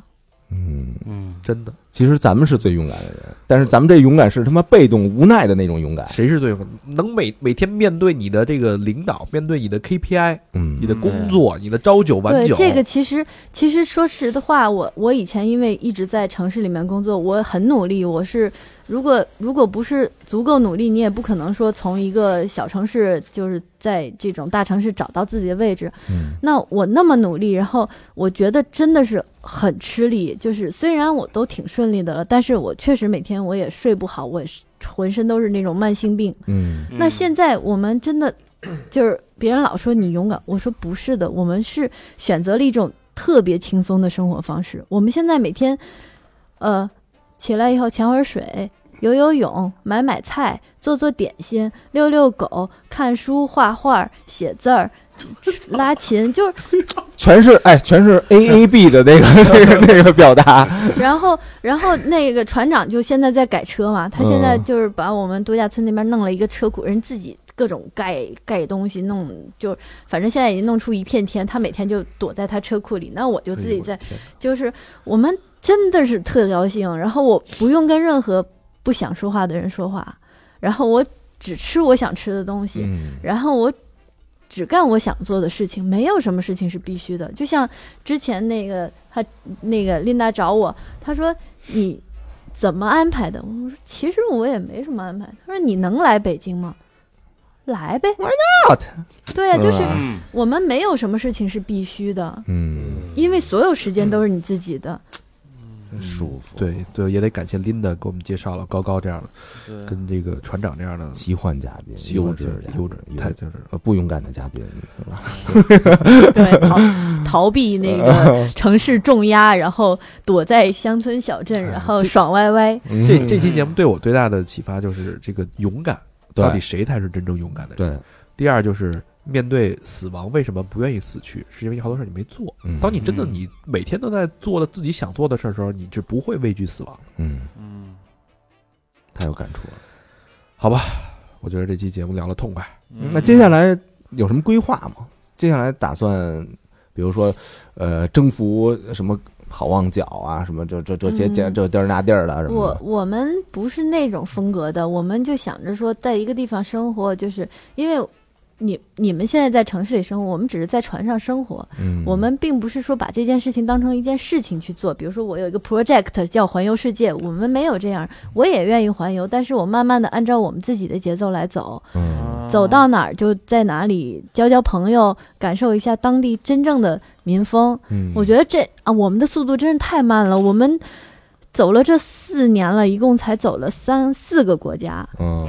Speaker 3: 嗯，
Speaker 4: 嗯，
Speaker 5: 真的，
Speaker 3: 其实咱们是最勇敢的人，但是咱们这勇敢是他妈被动无奈的那种勇敢。
Speaker 5: 谁是最有能每每天面对你的这个领导，面对你的 KPI，
Speaker 3: 嗯
Speaker 5: 你，的工作，你的朝九晚
Speaker 2: 对
Speaker 5: 九，
Speaker 2: 这个其实其实说实的话，我我以前因为一直在城市里面工作，我很努力。我是如果如果不是足够努力，你也不可能说从一个小城市就是在这种大城市找到自己的位置。
Speaker 3: 嗯
Speaker 2: 那我那么努力，然后我觉得真的是很吃力。就是虽然我都挺顺利的了，但是我确实每天我也睡不好，我也是浑身都是那种慢性病。
Speaker 3: 嗯
Speaker 2: 那现
Speaker 4: 在
Speaker 2: 在我们真的 [CLEARS THROAT] 就是别人老说你勇敢，我说不是的，我们是选择了一种特别轻松的生活方式。我们现在每天，呃，起来以后潜会儿水。游游泳、买买菜、做做点心、遛遛狗、看书、画画、写字儿、拉琴， [LAUGHS] 就是
Speaker 3: 全是哎，全是 A A B 的那个 [LAUGHS] 那个那个表 [LAUGHS] 达。
Speaker 2: 然后，然后那个船长就现在在改车嘛，他现在就是把我们度假村那边弄了一个车库，人自己各种盖盖东西弄，就反正现在已经弄出一片天。他每天就躲在他车库里，那我就自己在，就是我们真的是特高兴。然后我不用跟任何不想说话的人说话，然后我只吃我想吃的东西，
Speaker 3: 嗯
Speaker 2: 然后我只干我想做的事情，没有什么事情是必须的。就像之前那个他那个琳达找我，她说你怎么安排的？我说其实我也没什么安排。她说你能来北京吗？来呗。Why
Speaker 3: not？
Speaker 2: 对呀、就是
Speaker 3: 嗯
Speaker 4: 嗯
Speaker 2: 我们没有什么事情是必须的，
Speaker 3: 嗯，
Speaker 2: 因为所有时间都是你自己的。
Speaker 3: 舒服，
Speaker 5: 对对，也得感谢 Linda 给我们介绍了高高这样的，
Speaker 7: 对
Speaker 5: 跟这个船长这样的
Speaker 3: 奇幻嘉宾，
Speaker 5: 喜
Speaker 3: 优
Speaker 5: 欢
Speaker 3: 质
Speaker 5: 这
Speaker 3: 的嘉宾
Speaker 5: 优质
Speaker 3: 优
Speaker 5: 太就是
Speaker 3: 呃不勇敢的嘉宾是吧？
Speaker 2: 对，逃逃避那个城市重压，然后躲在乡村小镇，然后爽歪歪。
Speaker 5: 这这期节目对我最大的启发就是这个勇敢，
Speaker 3: 对
Speaker 5: 到底谁才是真正勇敢的人？
Speaker 3: 对，
Speaker 5: 第二就是面对死亡，为什么不愿意死去？是因为好多事儿你没做。
Speaker 3: 嗯
Speaker 5: 当你真的
Speaker 4: 嗯
Speaker 5: 你每天都在做了自己想做的事儿的时候，你就不会畏惧死亡。
Speaker 3: 嗯
Speaker 7: 嗯
Speaker 3: 太有感触了。
Speaker 5: 我觉得这期节目聊得痛快，
Speaker 7: 嗯
Speaker 3: 那接下来有什么规划吗？接下来打算，比如说，呃，征服什么好望角啊，什么这这这些
Speaker 2: 嗯
Speaker 3: 这这地儿那地儿的什么
Speaker 2: 我
Speaker 3: 的。
Speaker 2: 我们不是那种风格的，我们就想着说，在一个地方生活，就是因为你你们现在在城市里生活，我们只是在船上生活，
Speaker 3: 嗯，
Speaker 2: 我们并不是说把这件事情当成一件事情去做。比如说，我有一个 project 叫环游世界，我们没有这样，我也愿意环游，但是我慢慢的按照我们自己的节奏来走，
Speaker 3: 嗯
Speaker 2: 走到哪儿就在哪里交交朋友，感受一下当地真正的民风。
Speaker 3: 嗯，
Speaker 2: 我觉得这啊，我们的速度真是太慢了。我们走了这四年了，一共才走了三四个国家。
Speaker 3: 嗯，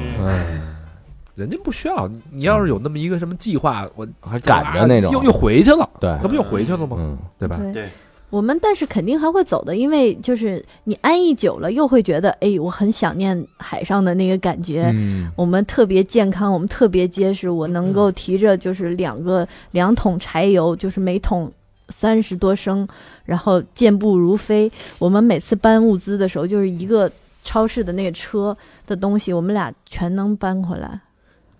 Speaker 5: 人家不需要。你你要是有那么一个什么计划，我
Speaker 3: 还赶着那种
Speaker 5: 又又回去了，
Speaker 3: 对
Speaker 5: 那，不又回去了吗？
Speaker 3: 嗯
Speaker 5: 对吧？
Speaker 2: 对
Speaker 4: 对
Speaker 2: 我们但是肯定还会走的，因为就是你安逸久了，又会觉得哎，我很想念海上的那个感觉。
Speaker 3: 嗯
Speaker 2: 我们特别健康，我们特别结实，我能够提着就是两个两桶柴油，就是每桶三十多升，然后健步如飞。我们每次搬物资的时候，就是一个超市的那个车的东西，我们俩全能搬回来。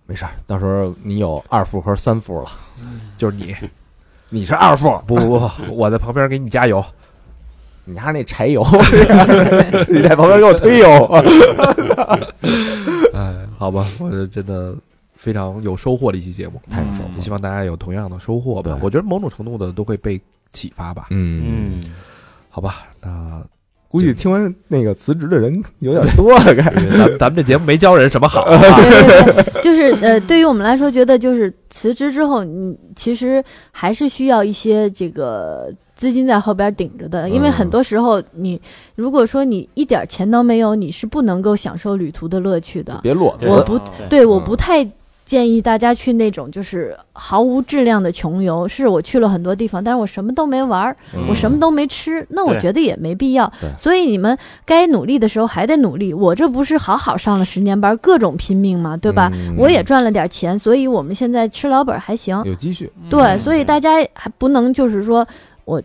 Speaker 3: 没事儿，到时候你有二副和三副了，嗯 [LAUGHS]
Speaker 5: 就是你，
Speaker 3: 你是二副，
Speaker 5: 不不不，我在旁边给你加油。
Speaker 3: 你还是那柴 [LAUGHS] 油，你在旁边给我推油。
Speaker 5: 哎，好吧，我这真的非常有收获的一期节目，
Speaker 3: 太有收
Speaker 5: 也希望大家有同样的收获吧
Speaker 3: 嗯对。
Speaker 5: 我觉得某种程度的都会被启发吧。
Speaker 3: [LAUGHS] 嗯，
Speaker 4: 嗯，
Speaker 5: 好吧，那
Speaker 3: 估计听完那个辞职的人有点多了，该
Speaker 5: 咱咱们这节目没教人什么
Speaker 3: 嗯
Speaker 5: 好啊，
Speaker 2: 对对对，哦就是呃，对于我们来说，觉得就是辞职之后，你其实还是需要一些这个资金在后边顶着的，因为
Speaker 3: 嗯
Speaker 2: 很多时候你如果说你一点钱都没有，你是不能够享受旅途的乐趣的。
Speaker 3: 嗯别裸
Speaker 4: 对
Speaker 2: 我
Speaker 3: 辞。
Speaker 2: 不
Speaker 7: 啊
Speaker 2: 对，我
Speaker 3: 嗯
Speaker 2: 不太。建议大家去那种就是毫无质量的穷游。是我去了很多地方，但是我什么都没玩儿，我什么都没吃，那我
Speaker 4: 对
Speaker 2: 觉得也没必要
Speaker 3: 嗯对。
Speaker 2: 所以你们该努力的时候还得努力。我这不是好好上了十年班，各种拼命吗？对吧？
Speaker 3: 嗯
Speaker 2: 我也赚了点钱，所以我们现在吃老本儿还行。
Speaker 3: 有积蓄，
Speaker 7: 嗯
Speaker 2: 对，所以大家还不能就是说我，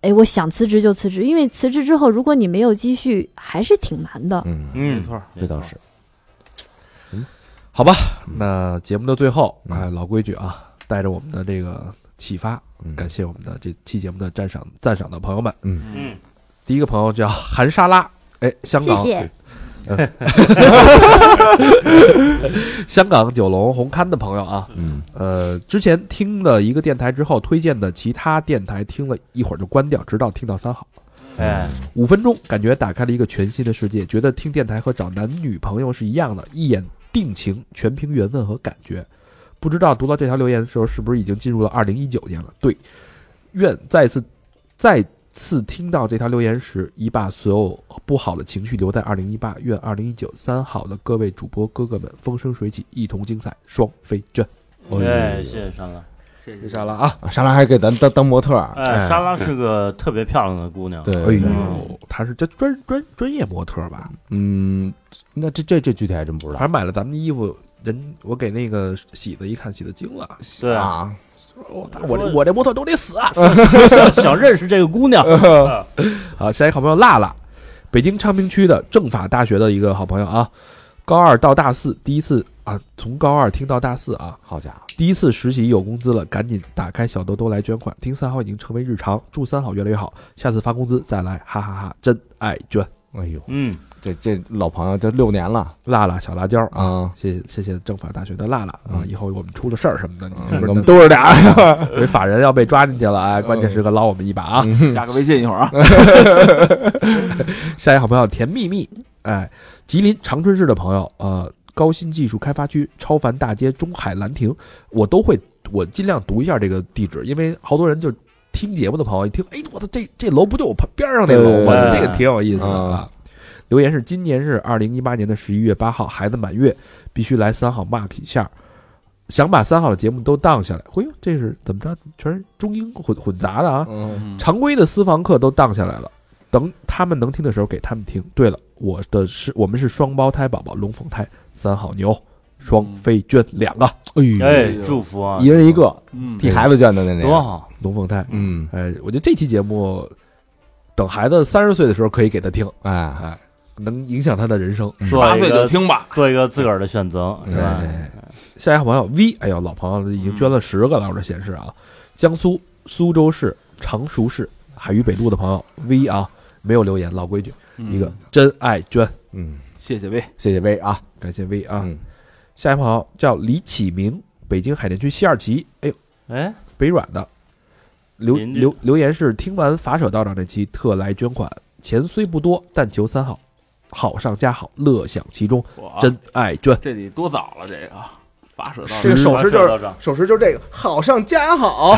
Speaker 2: 哎，我想辞职就辞职，因为辞职之后，如果你没有积蓄，还是挺难的。
Speaker 3: 嗯，
Speaker 4: 嗯，
Speaker 7: 没错儿，
Speaker 3: 这倒是，
Speaker 5: 好吧，那节目的最后啊、
Speaker 3: 嗯
Speaker 5: 老规矩啊，带着我们的这个启发，
Speaker 3: 嗯
Speaker 5: 感谢我们的这期节目的赞赏赞赏的朋友们。
Speaker 4: 嗯，
Speaker 5: 第一个朋友叫韩沙拉，哎，香港，
Speaker 2: 谢谢
Speaker 5: 嗯香港九龙红磡的朋友啊，
Speaker 3: 嗯
Speaker 5: 呃，之前听了一个电台之后推荐的其他电台，听了一会儿就关掉，直到听到三好。
Speaker 4: 哎，
Speaker 5: 五分钟，感觉打开了一个全新的世界，觉得听电台和找男女朋友是一样的，一眼定情，全凭缘分和感觉。不知道读到这条留言的时候，是不是已经进入了二零一九年了？对，愿再次再次听到这条留言时，已把所有不好的情绪留在二零一八。愿二零一九三好的各位主播哥哥们风生水起，一同精彩，双飞卷。
Speaker 4: 对，谢谢莎拉。
Speaker 5: 谢莎拉啊，
Speaker 3: 莎拉还给咱当当模特儿，啊
Speaker 4: 哎，莎拉是个特别漂亮的姑娘。
Speaker 5: 哎
Speaker 3: 对，
Speaker 5: 呦，她是这专专专业模特吧？
Speaker 3: 嗯，那这这这具体还真不知
Speaker 5: 反
Speaker 3: 道
Speaker 5: 正买了咱们的衣服，人我给那个洗的一看，洗的惊了。
Speaker 4: 对，
Speaker 3: 啊，
Speaker 5: 我我这我这模特都得死
Speaker 4: 嗯
Speaker 5: 啊！
Speaker 4: 想想认识这个姑娘。
Speaker 5: 好，下一个好朋友辣辣，北京昌平区的政法大学的一个好朋友啊，高二到大四第一次啊，从高二听到大四啊，
Speaker 3: 好家伙，
Speaker 5: 第一次实习有工资了，赶紧打开小兜兜来捐款。听三好已经成为日常，祝三好越来越好，下次发工资再来，哈哈哈真爱捐
Speaker 3: 哎呦，
Speaker 4: 嗯，
Speaker 3: 这这老朋友这六年了
Speaker 5: 辣辣小辣椒啊。
Speaker 3: 啊，
Speaker 5: 谢谢谢谢政法大学的辣辣啊！
Speaker 3: 嗯
Speaker 5: 以后我们出了事儿什么的，你是不
Speaker 3: 我
Speaker 5: 是
Speaker 3: 们都是俩，
Speaker 5: 这法人要被抓进去了啊？哎关键时刻捞我们一把啊！
Speaker 7: 加个微信一会儿啊。
Speaker 5: [LAUGHS] 下一个好朋友甜蜜蜜，哎，吉林长春市的朋友，呃，高新技术开发区超凡大街中海兰亭，我都会，我尽量读一下这个地址，因为好多人就听节目的朋友一听，哎，我操，这这楼不就我旁边上那楼吗？
Speaker 4: 对
Speaker 5: 这个挺有意思的
Speaker 3: 嗯
Speaker 5: 啊。留言是今年是二零一八年的十一月八号，孩子满月，必须来三好 mark 一下。想把三好的节目都当下来，哎呦，这是怎么着？全是中英混混杂的啊！
Speaker 3: 嗯，
Speaker 5: 常规的私房课都荡下来了，等他们能听的时候给他们听。对了，我的是我们是双胞胎宝宝，龙凤胎，三好牛，双飞娟两个，
Speaker 3: 哎呦，
Speaker 4: 哎，祝福啊
Speaker 3: 一，人一个，
Speaker 7: 嗯，
Speaker 3: 替孩子捐的那那
Speaker 4: 多
Speaker 3: 个，
Speaker 4: 好。
Speaker 5: 龙凤胎。
Speaker 3: 嗯，
Speaker 5: 哎，我觉得这期节目，等孩子三十岁的时候可以给他听，
Speaker 3: 哎，
Speaker 5: 哎，能影响他的人生。
Speaker 4: 做
Speaker 7: 八
Speaker 4: 一
Speaker 7: 岁就
Speaker 4: 个
Speaker 7: 听吧，
Speaker 4: 做一个自个儿的选择，是吧？
Speaker 5: 哎，下一个好朋友 V，哎呦，老朋友了已经捐了十个了，我这显示啊，江苏苏州市常熟市海虞北路的朋友 V 啊，没有留言，老规矩，一个
Speaker 7: 嗯
Speaker 5: 真爱捐，
Speaker 3: 嗯，
Speaker 7: 谢谢呗，
Speaker 3: 谢谢薇啊，
Speaker 5: 感谢 V 啊。
Speaker 3: 嗯
Speaker 5: 下一位朋友叫李启明，北京海淀区西二旗，哎呦，
Speaker 4: 哎，
Speaker 5: 北软的，留
Speaker 4: 邻居
Speaker 5: 留留言是听完法舍道长这期特来捐款，钱虽不多，但求三好，好上加好，乐享其中，
Speaker 7: 我
Speaker 5: 真爱捐。
Speaker 7: 这得多早了，这个发射到
Speaker 3: 这个手势就是
Speaker 4: 到这儿
Speaker 3: 手势就是这个，好上加 [LAUGHS] 好，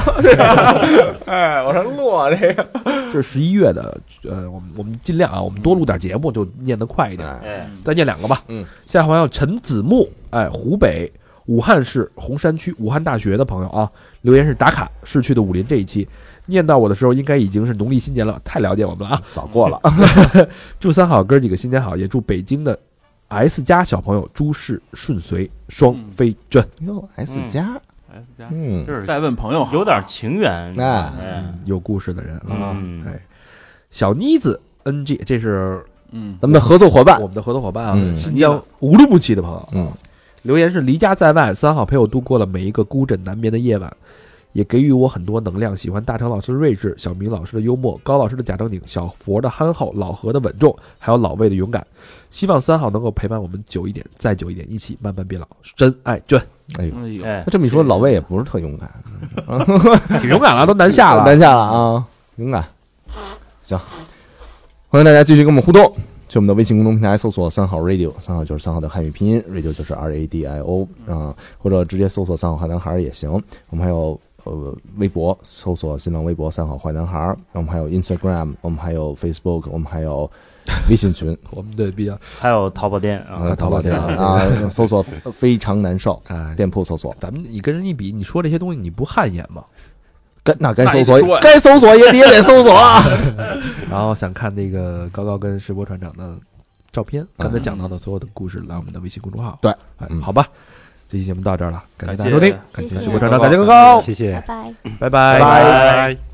Speaker 3: 哎，往上落这个，
Speaker 5: 这是十一月的，呃，我们我们尽量啊，我们多录点节目，就念得快一点，
Speaker 3: 哎
Speaker 4: 哎，
Speaker 5: 再念两个吧。
Speaker 3: 嗯，
Speaker 5: 下一位朋友陈子木，哎，湖北武汉市洪山区武汉大学的朋友啊，留言是打卡逝去的武林这一期，念到我的时候应该已经是农历新年了，太了解我们了啊！
Speaker 3: 早过了，
Speaker 5: 祝三好哥几个新年好，也祝北京的 S 家小朋友诸事顺遂，双飞卷。
Speaker 3: 哟，S 加，
Speaker 7: 哎家
Speaker 3: 嗯，
Speaker 4: 这是
Speaker 7: 再问朋友好，
Speaker 4: 有点情缘，
Speaker 3: 哎
Speaker 4: 哎，
Speaker 5: 有故事的人啊，
Speaker 4: 嗯
Speaker 5: 哎，小妮子 NG，这是
Speaker 7: 嗯，
Speaker 3: 咱们的合作伙伴
Speaker 5: 我，们的合作伙伴啊，
Speaker 3: 嗯
Speaker 5: 新疆乌鲁木齐的朋友，啊
Speaker 3: 嗯，
Speaker 5: 留言是离家在外，三好陪我度过了每一个孤枕难眠的夜晚，也给予我很多能量。喜欢大成老师的睿智，小明老师的幽默，高老师的假正经，小佛的憨厚，老何的稳重，还有老魏的勇敢。希望三好能够陪伴我们久一点，再久一点，一起慢慢变老。真爱娟，
Speaker 3: 哎呦，
Speaker 7: 哎呦，
Speaker 4: 哎
Speaker 3: 他，这么一说，老魏也不是特勇敢，
Speaker 5: 挺勇敢了，都 [LAUGHS] 南下了。
Speaker 3: 南嗯下了啊，勇敢。行，欢迎大家继续跟我们互动，去我们的微信公众平台搜索“三好 radio”，三好就是三好的汉语拼音，radio 就是 R A D I O 啊、或者直接搜索“三好坏男孩”也行。我们还有呃微博搜索新浪微博“三好坏男孩儿”，我们还有 Instagram，我们还有 Facebook，我们还有 [LAUGHS] 微信群
Speaker 5: 我们的比较
Speaker 4: 还有淘宝店啊
Speaker 3: 啊，，淘宝店啊，搜索“非常难受 [LAUGHS]
Speaker 5: 哎”，
Speaker 3: 店铺搜索，
Speaker 5: 咱们你跟人一比，你说这些东西你不汗颜吗？
Speaker 3: 该那该
Speaker 7: 那
Speaker 3: 搜
Speaker 7: 也得说
Speaker 3: 索
Speaker 7: 呀
Speaker 3: 该搜索也也得搜索啊。
Speaker 5: [LAUGHS] 然后想看那个高高跟石波船长的照片，刚才讲到的所有的故事，来我们的微信公众号。
Speaker 3: 对
Speaker 5: 哎
Speaker 3: 嗯
Speaker 5: 好吧，这期节目到这儿了，感谢大家
Speaker 7: 感谢
Speaker 5: 收听，
Speaker 2: 谢
Speaker 5: 感
Speaker 2: 谢
Speaker 5: 谢石波船
Speaker 7: 高
Speaker 5: 长，
Speaker 7: 高
Speaker 5: 感谢高高，
Speaker 6: 谢谢
Speaker 2: 拜，拜。
Speaker 5: 拜拜
Speaker 4: 拜。